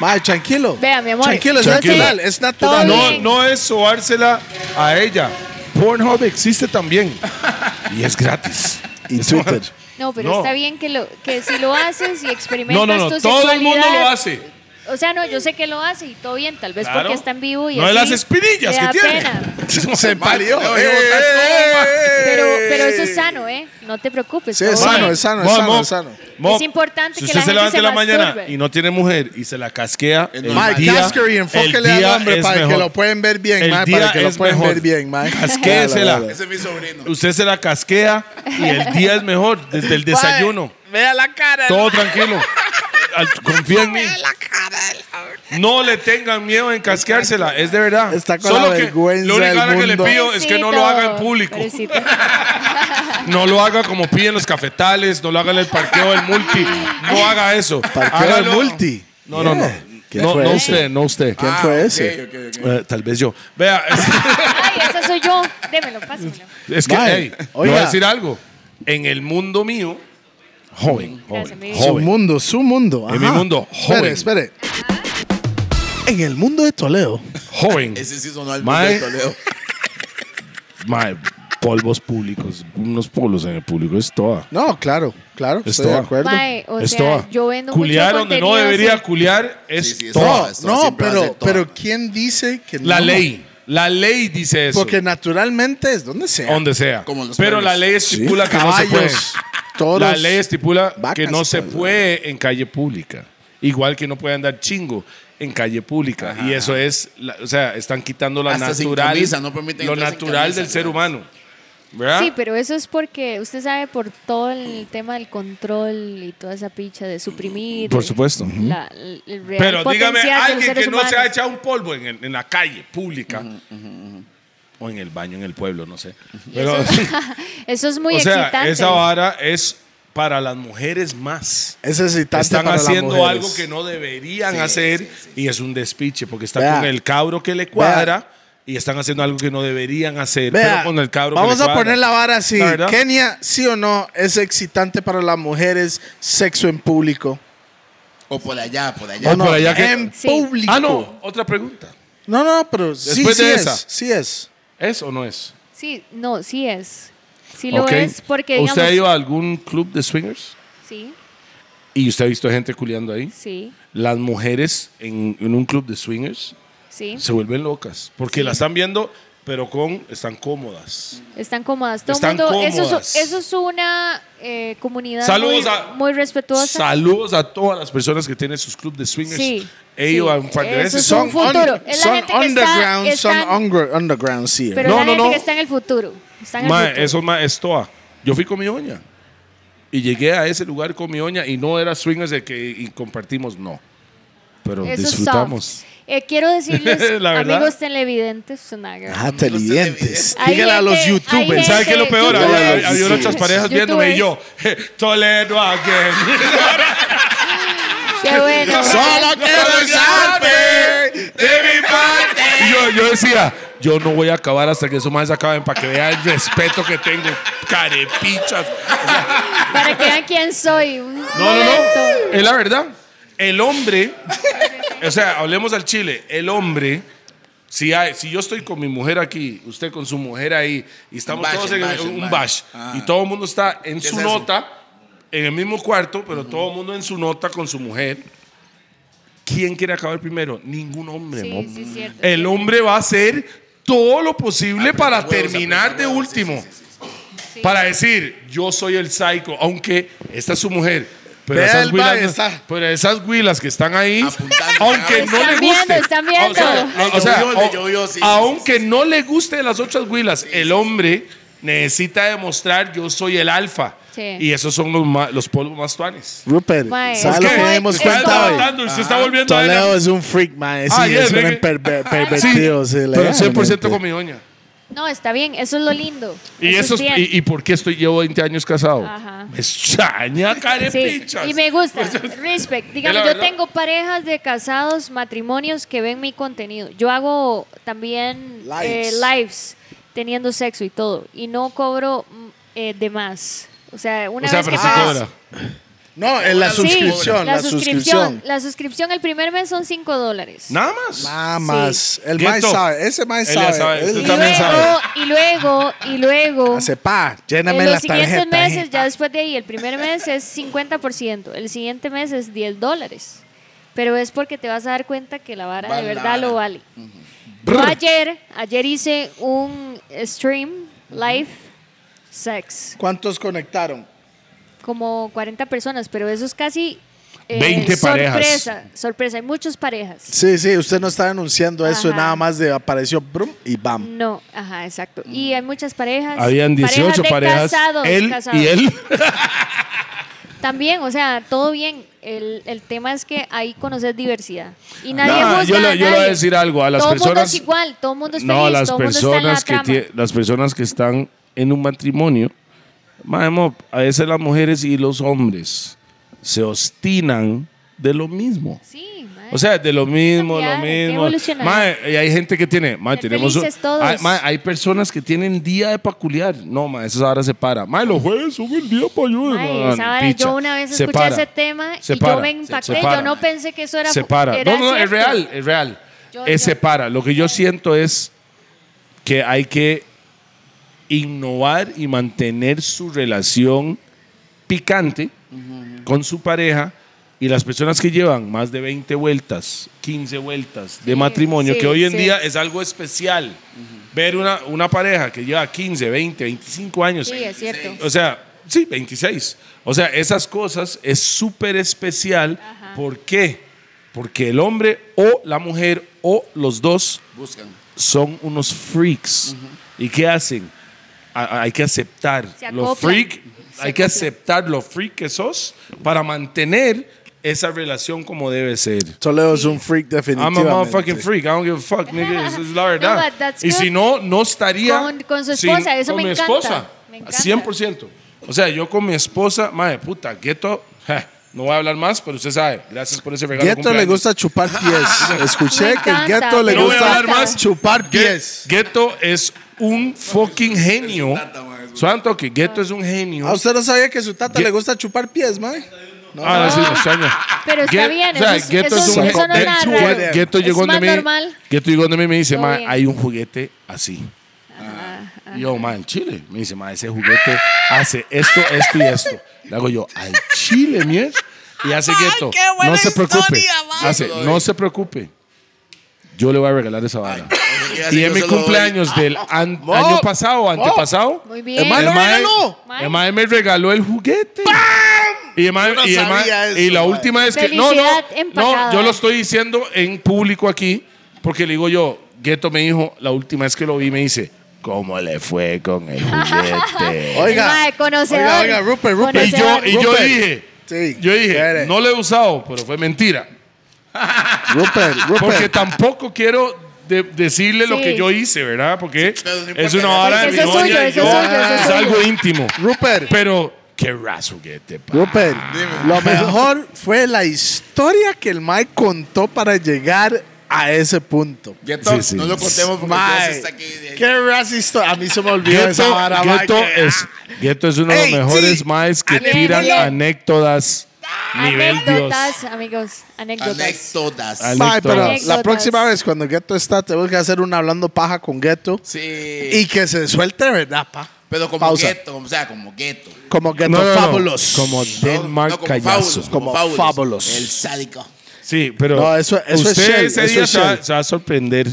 B: Mae, tranquilo.
C: Vea, mi amor.
B: Tranquilo, es
C: yo
B: natural.
C: sé-
B: Es natural.
C: Todo
E: No,
C: bien.
E: no es sobársela a ella. Pornhub existe también. Y es gratis.
H: Y Twitter.
C: No, pero
E: No.
C: está bien que, lo, que si lo haces y
I: No,
C: experimentas
I: no, no.
C: tu
I: Todo el mundo
C: sexualidad,
I: lo hace.
C: O sea, no, yo sé que lo hace y todo bien, tal vez
E: Claro.
C: porque está en vivo y
E: No de
C: así
E: las espinillas
C: le
E: que
C: da
E: tiene.
C: pena.
B: Se parió.
D: Voy a
B: Eh,
D: botar todo, mae.
C: Pero, pero eso es sano, ¿eh? No te preocupes.
B: Sí,
C: todo
B: es
C: bien.
B: sano, es sano, es
E: Mo,
B: sano,
E: mo,
B: es sano.
E: mo,
C: Es importante que
E: si usted
C: la
E: se
C: gente
E: levanta
C: se
E: en la mañana
C: masturbe.
E: y no tiene mujer y se la casquea, el
D: Mae,
B: Mae,
E: día,
B: Casker y
E: el
B: enfóquele al
E: día
B: hombre
E: es
B: para que
E: mejor.
B: lo pueden ver bien,
E: El
B: mae.
E: día
B: Para que lo
E: es
B: pueden
E: mejor.
B: ver bien, mae.
E: Casquésela.
H: Dale,
D: Ese es mi sobrino.
E: Usted se la casquea y el día es mejor desde el desayuno.
B: Vea la cara.
E: Todo tranquilo. Al- Confía en mí. No le tengan miedo en casqueársela, es de verdad.
H: Está con la
E: que
H: vergüenza
E: lo único
H: del
E: ahora que le
H: mundo.
E: pido es que no lo haga en público.
C: Pobrecito.
E: No lo haga como piden los cafetales, no lo haga en el parqueo del multi, no haga eso.
H: Parqueo del
E: Hágalo-
H: multi.
E: No, no, no.
H: Yeah. ¿Quién
E: No,
H: fue
E: no
H: ese?
E: usted, no usted.
H: ¿Quién fue ese?
D: Ok, ok, ok.
E: Ah, Eh, tal vez yo. Vea,
C: Ay, esa soy yo. Démelo, pásamelo.
E: es, es que,
H: Mae,
E: hey, le voy
H: oiga.
E: a decir algo. En el mundo mío, joven,
C: Gracias,
E: joven,
C: mi vida.
H: Su
E: joven.
H: mundo, su mundo.
E: En mi
H: Ajá.
E: mundo, joven.
H: Espere, espere. En el mundo de Toledo.
E: joven,
D: Ese sí sonó al
E: Mae.
D: mundo de Toledo.
E: mae, polvos públicos, unos polos en el público, es toda.
H: No, claro, claro.
E: Es
H: Estoy de
E: toda.
H: acuerdo.
C: Mae, o
E: es
C: sea,
E: toda.
C: yo vendo
E: culiar
C: mucho
E: donde no
C: contenido
E: debería
C: así.
E: culiar es
D: Sí, sí, es
E: toda.
D: toda.
H: No,
D: esto
H: no,
D: siempre va a ser
H: pero,
D: todo.
H: pero ¿quién dice que
E: La
H: no?
E: ley, la ley dice eso.
B: Porque
H: Que naturalmente es donde sea.
E: donde sea.
D: Como los
E: Pero
D: perros.
E: la ley estipula que no se puede.
H: Caballos, toros.
E: la ley estipula que
H: vacas,
E: no se
H: pues,
E: puede en calle pública. Igual que no puede andar chingo en calle pública. Y eso es, la- o sea, están quitando la
D: Hasta sin
E: natural,
D: camisa, no permiten
E: lo
D: entrar sin
E: natural
D: camisa,
E: del ser
D: ¿no?
E: humano. ¿Verdad?
C: Sí, pero eso es porque usted sabe por todo el tema del control y toda esa picha de suprimir.
E: Por supuesto.
C: la- el- el real
E: Pero
C: potencial
E: dígame,
C: de los
E: alguien
C: seres
E: que no se ha
C: humanos.
E: echado un polvo en, el- en la calle pública o en el baño, en el pueblo, no sé. Pero,
C: Eso es muy
E: o sea,
C: excitante.
E: esa vara es para las mujeres más.
H: Ese es excitante
E: están
H: para las
E: haciendo
H: mujeres.
E: algo que no deberían hacer y es un despiche porque están
H: Vea.
E: con el cabro que le cuadra y están haciendo algo que no deberían hacer,
B: Vea,
E: pero con el cabro
B: vamos
E: que le
B: a
E: cuadra.
B: poner la vara así.
E: La verdad.
B: Kenia, sí o no, es excitante para las mujeres sexo en público.
D: O por allá, por allá.
E: O por allá que-
B: En
C: Sí.
B: público.
E: Ah, no, otra pregunta.
B: No, no, pero sí,
E: Después
B: sí
E: de
B: es,
E: esa.
B: sí es.
E: ¿Es o no es?
C: Sí, no, sí es. Sí lo
E: Ok.
C: es porque, digamos...
E: ¿Usted ha ido a algún club de swingers?
C: Sí,
E: Y usted ha visto gente culiando ahí.
C: sí,
E: Las mujeres en, en un club de swingers
C: sí.
E: se vuelven locas porque la están viendo, pero con están cómodas.
C: Están cómodas. Todo
E: Están
C: mundo, Eso,
E: cómodas.
C: es, eso es una eh, comunidad
E: Saludos
C: muy,
E: a-
C: muy respetuosa.
E: Saludos a todas las personas que tienen sus clubes de swingers.
C: Sí,
E: He ido
C: sí.
E: a un par de
C: Eso
E: veces.
C: es un
E: Son
C: futuro. Es la
B: son
C: gente que está-
B: underground, son
C: están-
B: ungr- underground, sí.
C: pero
E: No,
C: la
E: no,
C: gente
E: no.
C: que está en el futuro. Está en el
E: Ma,
C: futuro.
E: eso ma, es toa. Yo fui con mi oña. Y llegué a ese lugar con mi oña y no era swingers el que y compartimos, no. Pero
C: Eso es
E: disfrutamos.
C: soft. Eh, quiero decirles,
E: La verdad.
C: amigos televidentes, nada que ver.
H: Ajá, televidentes.
C: Hay
H: Dígale a
C: gente-
H: los
C: hay
H: youtubers.
C: gente-
E: ¿Sabes qué es lo peor?
C: youtubers,
E: Había, había
H: sí.
E: otras parejas viéndome y yo, Toledo again.
C: Qué bueno.
B: Solo quiero besarte.
E: Y yo, yo decía, yo no voy a acabar hasta que eso más acaben para que vean el respeto que tengo. Carepichas.
C: Para que vean quién soy. un
E: No, no, Eh,
C: momento.
E: no. Es la verdad. El hombre, o sea, hablemos al chile. El hombre, si, hay- si yo estoy con mi mujer aquí, usted con su mujer ahí, y estamos
D: Un bash,
E: todos
D: un
E: en
D: bash,
E: un,
D: un
E: bash,
D: bash. Ah.
E: y todo el mundo está en
D: ¿Qué
E: su
D: es eso?
E: nota, en el mismo cuarto, pero todo el mundo en su nota con su mujer. ¿Quién quiere acabar primero? Ningún hombre,
C: Sí,
E: mo.
C: sí, cierto.
E: El hombre va a hacer todo lo posible
D: Aprieta
E: para
D: huevos,
E: terminar
D: aprieta
E: de
D: huevos, sí,
E: último.
D: sí, sí,
E: Para decir, yo soy el psycho, aunque esta es su mujer. Pero
B: Vea
E: esas,
B: el
E: huilas,
B: baile, está.
E: pero esas huilas que están ahí,
D: Apuntando.
E: aunque no
C: Están
E: le
C: viendo,
E: guste.
C: están viendo.
E: O sea,
D: Le
E: o sea,
D: llovió, le
E: o-
D: llovió, sí, sí,
E: aunque no le guste de las otras huilas, el hombre necesita demostrar yo soy el alfa.
C: Sí.
E: Y esos son los, ma- los polvos más tuanes.
B: Rupert,
C: Mae,
B: ¿sabes
C: es
B: lo
C: que-
B: que nos dimos
C: es
B: cuenta
E: Está
C: como-
B: hoy?
E: levantando y se
J: Ah.
E: está volviendo a
B: Toledo es un freak, mae. Sí,
E: Ah, yes,
B: es un
E: reggae.
B: perver-
E: Sí,
B: pervertido. sí,
E: pero 100%
B: legalmente.
E: con mi doña.
C: No, está bien, eso es lo lindo.
E: Y, eso es-
C: bien.
E: y, y por qué estoy llevo 20 años casado?
C: Ajá.
E: Me extraña,
C: Sí,
E: carepichas.
C: y me gusta.
E: Pues
C: Respect. Digamos, yo
E: verdad.
C: tengo parejas de casados, matrimonios que ven mi contenido. Yo hago también eh,
J: Lives.
C: lives teniendo sexo y todo. Y no cobro mm, eh, de más. O sea, una
E: o sea,
C: vez que
E: pero se
C: pagas-
E: cobra.
J: No, en la
C: Sí,
J: suscripción.
C: la,
J: la suscripción.
C: suscripción. La suscripción el primer mes son 5 dólares.
E: Nada más.
J: Nada más. El
E: Qué
J: mae
E: top.
J: sabe. Ese mae
E: Él ya
J: sabe.
E: sabe,
J: Él
E: tú
C: Y
E: también
C: luego, y luego, y luego,
J: Hace pa. Lléname
C: en
J: la
C: los siguientes
J: tarjeta.
C: meses, ya después de ahí, el primer mes es 50%, el siguiente mes es 10 dólares. Pero es porque te vas a dar cuenta que la vara de verdad lo vale. Yo ayer, ayer hice un stream live sex,
J: ¿Cuántos conectaron?
C: como 40 personas, pero eso es casi... eh,
E: 20 parejas.
C: Sorpresa, sorpresa, hay muchas parejas.
B: Sí, sí, usted no está anunciando eso,
C: Ajá.
B: nada más de apareció brum, y bam.
C: No, ajá, exacto. Y hay muchas parejas.
E: Mm. Habían 18
C: de
E: parejas.
C: casados,
E: él
C: casados.
E: y él.
C: También, o sea, todo bien. El, el tema es que ahí conoces diversidad. Y nadie
E: Nah,
C: juzga
E: yo le-
C: a
E: yo le voy a
C: nadie.
E: decir algo, a las
C: todo mundo
E: personas-
C: es igual, todo el mundo es
E: No,
C: feliz,
E: las
C: todo el mundo está en la
E: personas, que
C: trama.
E: tie- las personas que están en un matrimonio, mae, mo, a veces las mujeres y los hombres se obstinan de lo mismo.
C: Sí, mae.
E: O sea, de lo mismo, lo
C: cambiar, hay que
E: mismo.
C: evolucionar.
E: Mae, y hay gente que tiene, mae,
C: Ser
E: tenemos un-
C: felices todos.
E: Hay, mae, hay personas que tienen día de peculiar. No, mae, eso ahora se para. Mae, los jueves sube el día para ayudar.
C: Mae, esa vara, yo una vez escuché ese tema y yo me impacté. yo no pensé que eso era.
E: Se para.
C: era
E: No, no, es
C: cierto.
E: real, es real.
C: Yo-
E: Eh,
C: yo-
E: se para. Lo que yo siento es que hay que innovar y mantener su relación picante con su pareja y las personas que llevan más de 20 vueltas, 15 vueltas de matrimonio,
C: sí,
E: que hoy en
C: sí.
E: día es algo especial. Ver una, una pareja que lleva 15, 20, 25 años.
C: Sí, es cierto.
E: O sea, sí, 26. O sea, esas cosas es súper especial. ¿Por qué? Porque el hombre o la mujer o los dos
D: Buscan.
E: son unos freaks. ¿Y qué hacen? A- a- hay que aceptar
C: Se
E: lo
C: acoplan.
E: freak.
C: Se
E: hay que
C: acoplan.
E: aceptar lo freak que sos para mantener esa relación como debe ser.
B: Toledo es un freak
E: I'm
B: definitivamente.
E: a motherfucking freak. I don't give a fuck, nigga. Esa es la verdad.
C: but that's
E: y si
C: good.
E: no, no estaría.
C: Con- con su esposa, eso me
E: con mi
C: encanta.
E: esposa.
C: Me encanta.
E: 100%. O sea, yo con mi esposa, madre puta, Gueto. ja, no voy a hablar más, pero usted sabe. Gracias por ese regalo. de
B: Gueto le
E: cumpleaños.
B: gusta chupar pies. Escuché
C: Me
B: que el
C: encanta,
B: gueto le
E: me
B: gusta
E: encanta.
B: chupar
E: Gue-
B: pies.
E: Gueto es un fucking genio. Santo que Gueto es un genio.
B: Ah,
J: ¿A usted no sabía que su tata
E: Ye-
J: le gusta chupar pies, mae?
E: Ah, sí, lo extraño.
C: Pero está
E: Guet-
C: bien,
E: o sea,
C: eso es-
E: Gueto
C: eso
E: es un
C: es- eso no es nada
E: genio.
C: raro.
E: Gueto- Gueto
C: Es
E: llegó
C: más
E: donde mí.
C: normal.
E: Gueto llegó donde mí y me dice,
C: Todo
E: ma,
C: bien.
E: hay un juguete así. Y yo, ma, en Chile. Me dice, ma, ese juguete hace esto, esto y esto. Le hago yo, al Chile, mier. Y hace Gueto. No se preocupe. Hace, no se preocupe. Yo le voy a regalar esa vara. Y en mi cumpleaños del
J: Ah,
E: an- año pasado, antepasado.
C: Muy bien.
E: El
J: lo
E: mae-
J: regaló.
E: el mae me regaló el juguete. Y, el mae-
J: Yo no
E: y el mae-
J: sabía eso,
E: y la
J: mae.
E: última es que. No, no,
C: Felicidad
E: no,
C: empacada.
E: yo lo estoy diciendo en público aquí, porque le digo yo, Gueto me dijo, la última vez que lo vi, me dice, ¿cómo le fue con el juguete?
J: Oiga.
C: El mae, conocedor.
J: Oiga, oiga, Rupert, Rupert.
E: y yo, y yo
J: Rupert.
E: dije,
J: Sí.
E: yo dije,
J: Espere.
E: no lo he usado, pero fue mentira.
B: Rupert,
E: Porque
B: Rupert.
E: tampoco quiero de- decirle lo
C: Sí.
E: que yo hice, ¿verdad? Porque
D: pero no importa.
E: es una hora de
C: Porque
E: mi
C: eso es suyo,
E: doña
C: eso
E: y
C: es
E: yo-
C: suyo, eso es
E: es
C: suyo.
E: algo íntimo.
B: Rupert.
E: Pero, qué ras juguete, pa.
B: Rupert, lo mejor fue la historia que el Mike contó para llegar a ese punto.
D: ah, Gueto,
E: Sí, sí.
D: no lo contemos porque
B: Mae,
D: Dios está aquí. de-
B: Qué racista. A mí se me olvidó esa
E: Gueto,
B: vara,
E: Gueto
B: Mike.
E: es, Gueto es uno de
B: Ey,
E: los mejores
B: sí.
E: maes que
B: Anécdota.
E: tiran anécdotas nivel Dios.
C: Anécdotas, amigos, anécdotas.
D: Anécdotas.
E: Al-
B: Mae, pero
E: Anécdotas.
B: la próxima vez cuando Gueto está, tenemos que hacer un hablando paja con Gueto
D: Sí.
B: y que se suelte, ¿verdad, pa?
D: pero como
B: Pausa.
D: gueto, como- o sea, como gueto.
B: Como Gueto
E: No, no, no.
B: Fabulous.
E: Como Denmark Callazo.
D: Fabulous,
B: Como
D: Fabulous.
B: Fabulous.
D: El sádico.
E: Sí, pero
B: No, eso- eso es
E: usted
B: shell,
E: ese
B: eso
E: día
B: es
E: se va,
B: shell.
E: se va a sorprender.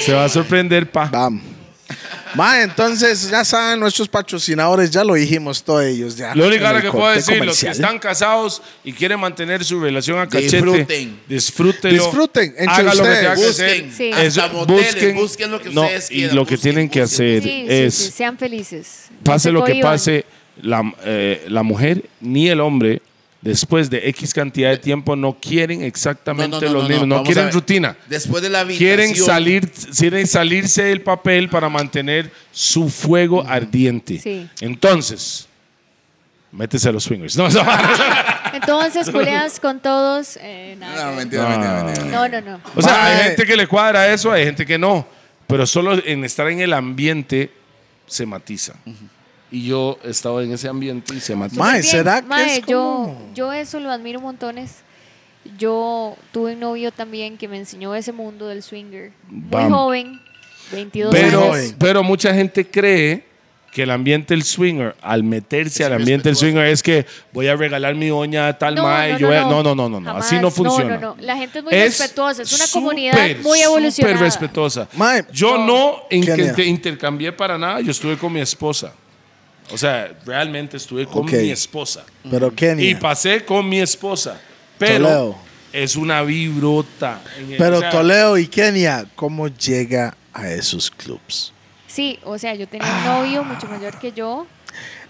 E: se va a sorprender, pa.
B: Bam. Mae, entonces ya saben, nuestros patrocinadores ya lo dijimos todos ellos. Ya,
E: Lo único
B: en el
E: que puedo
B: corte
E: decir, los que
B: comercial.
E: están casados y quieren mantener su relación a cachete,
D: Disfruten.
E: disfrútenlo.
B: Disfruten, entre
E: hagan lo que
B: ustedes.
E: tengan que hacer.
D: Busquen.
C: Sí.
E: Eso,
D: Hasta moteles, busquen, lo que
E: no,
D: ustedes
E: Y
D: quieran,
E: lo que
D: busquen,
E: tienen que
D: busquen,
E: hacer
C: Sí, sí,
E: es,
C: sí, sean felices. No
E: pase
C: se
E: lo que
C: cohíban.
E: pase, la, eh, la mujer ni el hombre, después de X cantidad de tiempo, no quieren
D: No,
E: exactamente
D: no, no,
E: los
D: no,
E: mismos, no,
D: vamos a
E: quieren
D: ver.
E: rutina.
D: Después de la habitación.
E: Quieren, salir, quieren salirse del papel para mantener su fuego ardiente.
C: Sí.
E: Entonces, métese a los swingers. No, no.
C: Entonces, culeas con todos. eh, nada
D: No,
C: que ver.
D: mentira, mentira, mentira.
C: no, no, no.
E: O sea, hay gente que le cuadra eso, hay gente que no. Pero solo en estar en el ambiente se matiza. Y yo he estado en ese ambiente y se matiza.
B: Mae,
C: Bien,
B: ¿será que
C: mae,
B: es
C: yo,
B: como-
C: yo eso lo admiro montones. Yo tuve un novio también que me enseñó ese mundo del swinger. Muy
E: Bam.
C: joven, 22
E: Pero,
C: años.
E: pero mucha gente cree que el ambiente del swinger, al meterse al ambiente del swinger, es que voy a regalar mi doña a tal mae. yo voy a- No, no, no, no, no, Así
C: Jamás.
E: no funciona.
C: No, no, no. La gente es muy
E: Es
C: respetuosa. Es una
E: súper,
C: comunidad muy evolucionada.
E: Súper respetuosa.
B: Mae,
E: yo no, inque-
B: Kenia.
E: intercambié para nada. Yo estuve con mi esposa. O sea, realmente estuve con
B: Ok.
E: mi esposa.
B: Pero Kenia.
E: Y pasé con mi esposa. Pero
B: Toledo.
E: es una vibrota.
B: Pero
E: O sea,
B: Toledo y Kenia, ¿cómo llega a esos clubs?
C: Sí, o sea, yo tenía un novio mucho mayor que yo.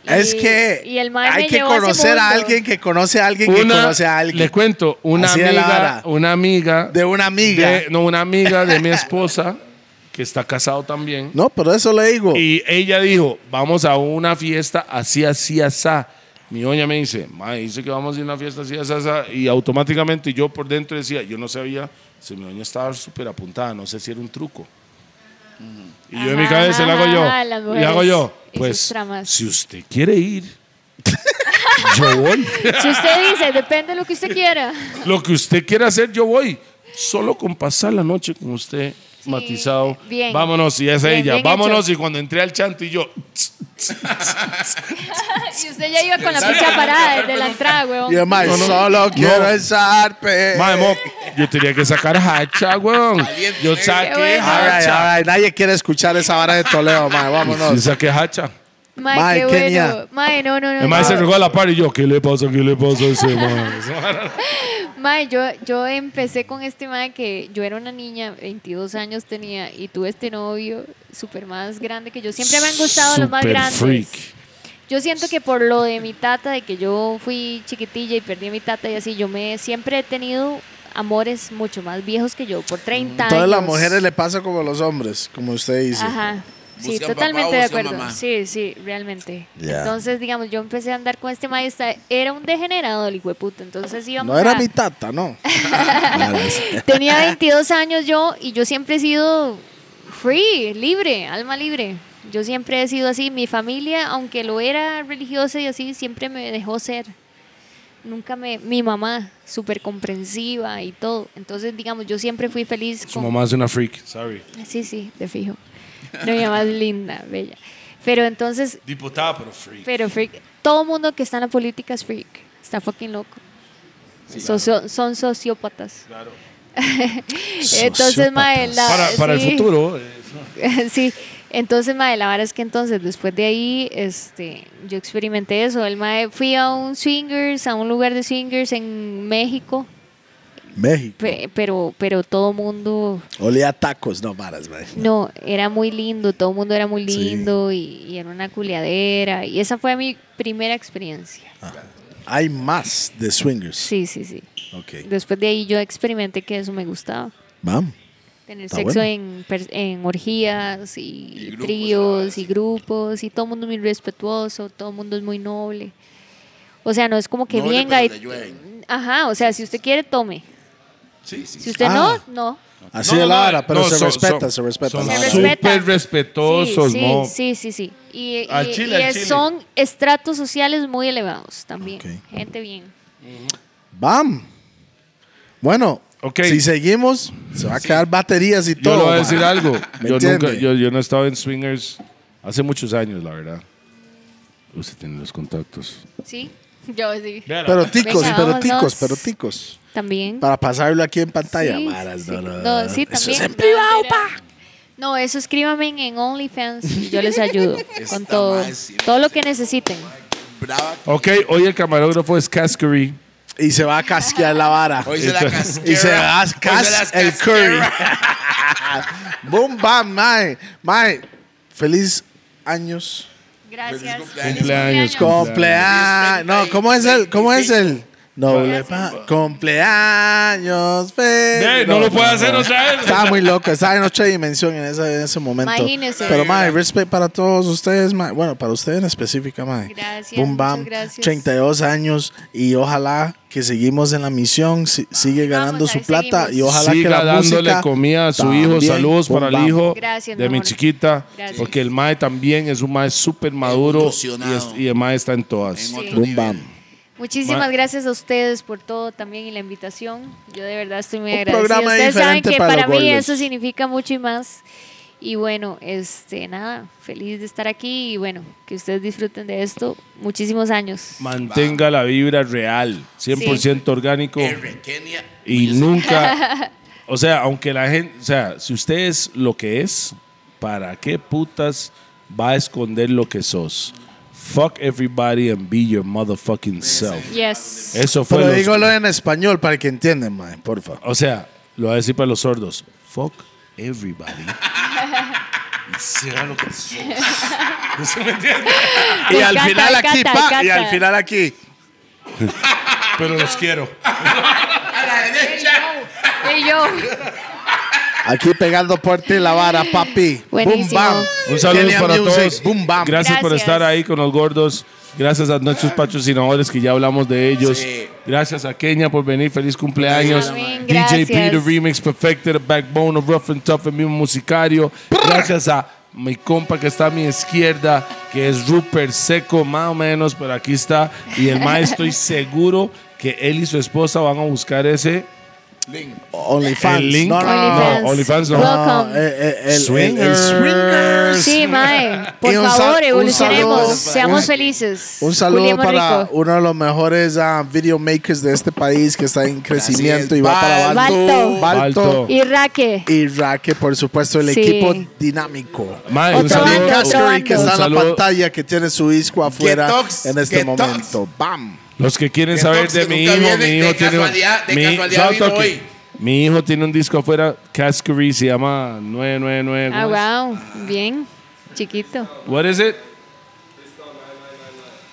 C: y-
B: es que
C: y el mae
B: hay
C: me
B: que
C: llevó ese
B: conocer a
C: mundo.
B: alguien que conoce a alguien que
E: Una-
B: conoce a alguien.
E: Le cuento, una
B: Así de la vara.
E: amiga, una amiga.
B: De una amiga.
E: de- no, una amiga de mi esposa, que está casado también.
B: No, pero eso le digo.
E: Y ella dijo, vamos a una fiesta así, así, así. Mi doña me dice, ma, dice que vamos a ir a una fiesta así, así, así. Y automáticamente yo por dentro decía, yo no sabía si mi doña estaba súper apuntada, no sé si era un truco. Y yo en mi
C: Ajá,
E: cabeza le hago
C: ajá, las
E: yo, le
C: mujeres
E: hago yo,
C: y sus
E: pues,
C: tramas.
E: si usted quiere ir, yo voy.
C: Si usted dice, depende de lo que usted quiera.
E: Lo que usted quiera hacer, yo voy. Solo con pasar la noche con usted
C: Sí,
E: matizado.
C: bien.
E: Vámonos, y es
C: Bien,
E: ella.
C: bien
E: Vámonos,
C: hecho.
E: y cuando entré al chanto y yo,
C: Si usted ya iba con la picha parada desde la entrada, weón.
B: Y el mae, solo quiero el zarpe.
E: Mae, mo, yo tenía que sacar hacha, weón. Yo
C: Qué
E: saqué
C: bueno.
B: All right,
E: hacha.
B: all right. Nadie quiere escuchar esa vara de Toledo, mae.
E: Yo
B: Vámonos.
E: saqué hacha.
C: Mae,
B: Mae,
C: qué
B: Kenia.
C: bueno. Mae, no, no, no.
E: El
C: no.
E: maestro se regó a la par y yo, ¿qué le pasa? ¿Qué le pasa a ese man?
C: Mae, yo, yo empecé con este mae que yo era una niña, 22 años tenía, y tuve este novio súper más grande que yo. Siempre me han gustado los más
E: Super
C: grandes.
E: freak.
C: Yo siento que por lo de mi tata, de que yo fui chiquitilla y perdí a mi tata y así, yo me siempre he tenido amores mucho más viejos que yo, por 30 años.
B: Todas las mujeres le pasa como a los hombres, como usted dice.
C: Ajá. Sí,
D: Buscan papá,
C: totalmente de
D: buscan
C: acuerdo.
D: mamá.
C: Sí, sí, realmente.
B: Ya.
C: Entonces, digamos, yo empecé a andar con este maestro. Era un degenerado el hijo de puta. Entonces íbamos
B: No era
C: a-
B: mi tata, no.
C: Tenía 22 años yo y yo siempre he sido free, libre, alma libre. Yo siempre he sido así. Mi familia, aunque lo era religiosa y así, siempre me dejó ser. Nunca me... Mi mamá, súper comprensiva y todo. Entonces, digamos, yo siempre fui feliz
E: Su
C: con...
E: mamá es una freak, sorry.
C: Sí, sí, de fijo. No, mi mamá es linda, bella. Pero entonces,
E: Diputada, pero freak.
C: pero freak, todo mundo que está en la política es freak. Está fucking loco. Socio- Son sociópatas. Entonces, mae, la-
E: Para, para
C: sí.
E: el futuro. eh,
C: sí. Entonces, mae, la vara es que entonces, después de ahí, este, yo experimenté eso. El mae, fui a un swingers, a un lugar de swingers en México,
B: México.
C: pe- pero, pero todo mundo,
B: Olía a tacos, no varas, mae.
C: no, era muy lindo, todo mundo era muy lindo y, y era una culiadera. Y esa fue mi primera experiencia.
B: Hay más de swingers.
C: Sí, sí, sí.
B: Ok.
C: Después de ahí yo experimenté que eso me gustaba.
B: Vamos.
C: Tener
B: Está
C: sexo
B: bueno.
C: en, per- en orgías y,
D: Y grupos,
C: tríos y grupos y todo el mundo es muy respetuoso, todo el mundo es muy noble. O sea, no es como que
D: Noble,
C: venga y...
D: pero le ayuden.
C: Ajá, o sea, si usted quiere, tome.
D: Sí, sí.
C: Si usted
B: Ah.
C: no, no.
B: Así es
E: No, no,
B: la
E: no,
B: vara, pero
E: no,
B: se,
E: son-
B: respeta,
E: son-
B: se respeta,
E: son
B: la
C: Se
B: vara.
C: respeta.
E: Súper respetuosos,
C: sí,
E: mo.
C: sí, sí, sí. Y, y-
E: Al chile,
C: y
E: al
C: es-
E: chile.
C: son estratos sociales muy elevados también.
B: Ok.
C: Gente bien.
B: Bam. Bueno,
E: Ok.
B: si seguimos, se va a quedar baterías y
E: Yo
B: todo.
E: le voy a
B: mae.
E: decir algo.
B: ¿Me
E: Yo,
B: entiende?
E: nunca, yo, yo no he estado en swingers hace muchos años, la verdad. Usted tiene los contactos.
C: Sí, yo sí.
B: Pero ticos,
C: Venga,
B: pero
C: vámonos.
B: ticos, pero ticos.
C: También.
B: Para pasarlo aquí en pantalla.
C: Sí,
B: varas,
C: sí,
B: no,
C: sí.
B: no,
C: No,
B: no.
C: sí,
B: Eso es
C: también,
B: en
C: no, era- No, eso escríbame en OnlyFans y yo les ayudo con
D: Está
C: todo.
D: mal, sí,
C: Todo lo que necesiten.
D: Brava.
E: Ok, hoy el camarógrafo es Cascary.
B: Y se va a casquear la vara.
D: Hoy se la casquera.
B: Y se va a
D: Hoy
K: Pues
D: se la
B: cas el curry. Boom, bam, mae. Mae, feliz años.
L: Gracias.
D: cumpleaños.
E: Cumpleaños,
B: Cumpleaños. No, ¿cómo es el? ¿Cómo es el? Doble pa- Cumpleaños,
K: Ve,
B: fe.
K: no lo puede hacer otra vez.
B: Estaba muy loco, estaba en otra dimensión en, esa- en ese momento.
C: Imagínese.
B: Pero, mae, respect para todos ustedes, mae. Bueno, para ustedes en específica, mae.
C: Gracias,
B: Boom Bam,
C: muchas gracias.
B: 32 años y ojalá que seguimos en la misión, si- sigue ganando
C: Vamos,
B: su
C: ahí
B: plata
C: seguimos.
B: y ojalá que
E: Siga
B: la
E: dándole
B: música
E: comida a su
B: también.
E: hijo. Saludos
B: Boom
E: para
B: Bam.
E: el hijo
C: Gracias,
E: de
C: mi
E: mi
C: amor.
E: chiquita.
C: Gracias.
E: Porque el mae también es un mae súper maduro. Y,
D: Evolucionado.
E: es- y el mae está en todas.
D: En otro
B: Boom
D: nivel.
B: Bam.
C: Muchísimas gracias a ustedes por todo también y la invitación. Yo de verdad estoy muy
B: Un
C: agradecida.
B: programa
C: ustedes saben
B: diferente
C: que
B: para
C: para,
B: los
C: mí
B: gordos.
C: eso significa mucho y más. Y bueno, este nada, feliz de estar aquí y bueno, que ustedes disfruten de esto muchísimos años.
E: Mantenga la vibra real, 100% orgánico
D: R. Kenia.
E: y nunca, o sea, aunque la gente, o sea, si usted es lo que es, ¿para qué putas va a esconder lo que sos? Fuck everybody and be your motherfucking self.
B: Eh,
L: Yes.
E: Eso fue
B: Pero
E: los-
B: dígalo en español para que entiendan, mae, porfa.
E: o sea, lo voy a decir para los sordos. Fuck everybody. y sea lo que sos.
B: Y al
C: encanta,
B: final
C: me
B: aquí,
C: encanta,
B: pa,
C: me
B: y al
C: encanta.
B: final aquí.
K: Pero los quiero.
L: Y yo.
B: Aquí pegando por ti la vara, papi. Boom,
C: Buenísimo.
B: bam.
E: Un saludo
B: Kenia
E: para
B: Music,
E: todos.
B: Boom, bam.
E: Gracias, por
C: Gracias.
E: estar ahí con los gordos. Gracias a nuestros patrocinadores que ya hablamos de ellos. Gracias a Kenia por venir. Feliz cumpleaños.
C: Amén,
E: DJ
C: gracias.
E: Peter Remix Perfected, Backbone of Rough and Tough, el mismo musicario. Gracias a mi compa que está a mi izquierda, que es Rupert Seco, más o menos, pero aquí está. Y el maestro, estoy seguro que él y su esposa van a buscar ese.
B: OnlyFans.
E: El link.
B: No, no, no, no.
E: No, OnlyFans no.
B: No,
C: Welcome.
B: eh, eh, el, el- el
E: Swingers.
B: Swingers.
C: Sí, mae, por
B: Y un sal-
C: favor,
B: un
C: evolucionemos,
B: saludo-
C: seamos
B: un-
C: felices.
B: Un saludo
C: Juliemos
B: para
C: rico.
B: uno de los mejores ah, videomakers de este país que está en crecimiento
D: es,
B: y va para Balto. Balto.
C: Balto.
E: Balto.
C: y Raque.
B: Y Raque, por supuesto, el
C: Sí.
B: equipo dinámico.
E: Mae,
C: Otro
B: También
C: bando, otro
B: Cascary, que
C: bando.
B: está en la
E: Saludo.
B: pantalla, que tiene su disco afuera
D: talks,
B: en este
D: que talks.
B: momento. Bam.
E: Los que quieren
D: Que
E: saber
D: entonces
E: de mi
D: nunca
E: hijo,
D: viene
E: mi
D: de
E: hijo tiene un,
D: casualidad- de
E: mi,
D: casualidad
E: Solo
D: vino
E: toque.
D: hoy.
E: Mi hijo tiene un disco afuera, Cascary, se llama 999.
C: Ah,
E: ¿cómo es?
C: wow, bien, chiquito.
E: What is it?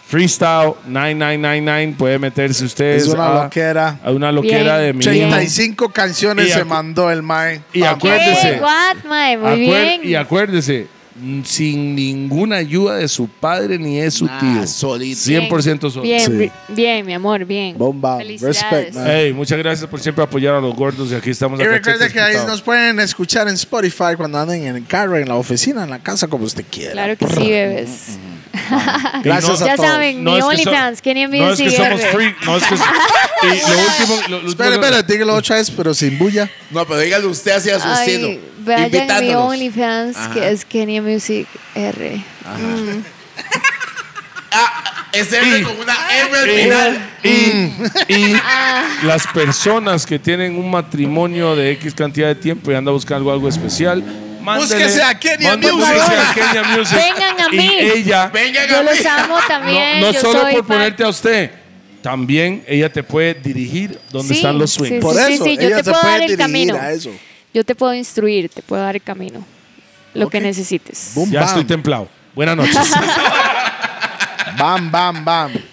E: Freestyle 9999 puede meterse ustedes
B: Es una
E: a,
B: loquera.
E: a una loquera
C: Bien.
E: de mi hijo.
B: 35 canciones
E: Y
B: se
E: acu-
B: mandó el Mae.
E: Y
B: Bam.
E: acuérdese,
C: Hey, what, mae, muy
E: acuer-
C: bien.
E: y acuérdese, mm, sin ninguna ayuda de su padre ni de su
D: Ah,
E: tío.
D: solito.
E: 100% solo.
C: Bien,
B: Sí.
C: ri- bien, mi amor, bien.
B: Bomba.
C: Felicidades.
B: Respect, man.
E: Hey, muchas gracias por siempre apoyar a los gordos y aquí estamos
B: Y
E: a
B: recuerda
E: cachetes
B: que ahí
E: putados.
B: nos pueden escuchar en Spotify cuando anden en el carro, en la oficina, en la casa, como usted quiera.
C: Claro que sí,
E: Mm,
C: bebés.
B: Gracias
C: Ya
B: a todos.
C: saben,
E: No
C: mi
E: es que so-
C: OnlyFans, Kenny
E: No es que
C: Music
E: somos
C: R.
E: free. No es que. y lo último. Lo, lo
B: Espera,
E: último-
B: espera, dígalo otra vez, pero sin bulla.
D: No, pero dígale usted hacia su
C: Ay,
D: estilo.
C: vayan a mi
D: invitándonos.
C: OnlyFans,
D: Ajá.
C: que es Kenny Music R.
D: Es R con una R al final.
B: Mm.
E: Y, y
C: Ah.
E: las personas que tienen un matrimonio de X cantidad de tiempo y andan buscando algo especial. mándele-
B: Búsquese a Kenya
E: mándele-
B: Music.
E: búsquese a Kenya Music.
C: Vengan a
E: Y
C: mí.
E: ella.
D: Vengan
C: Yo
D: a mí.
C: los amo también.
E: no no
C: yo
E: solo
C: soy
E: por
C: fan.
E: ponerte a usted. También ella te puede dirigir donde
C: Sí,
E: están los
C: sí,
E: swings.
B: Por
C: Sí, sí,
B: eso,
C: sí, yo
B: ella
C: te
B: se
C: puedo
B: puede
C: dar el
B: dirigir
C: camino.
B: a eso.
C: Yo te puedo instruir, te puedo dar el camino. Lo que necesites.
B: Boom,
E: Ya estoy
B: bam.
E: templado. Buenas noches.
B: Bam, bam, bam.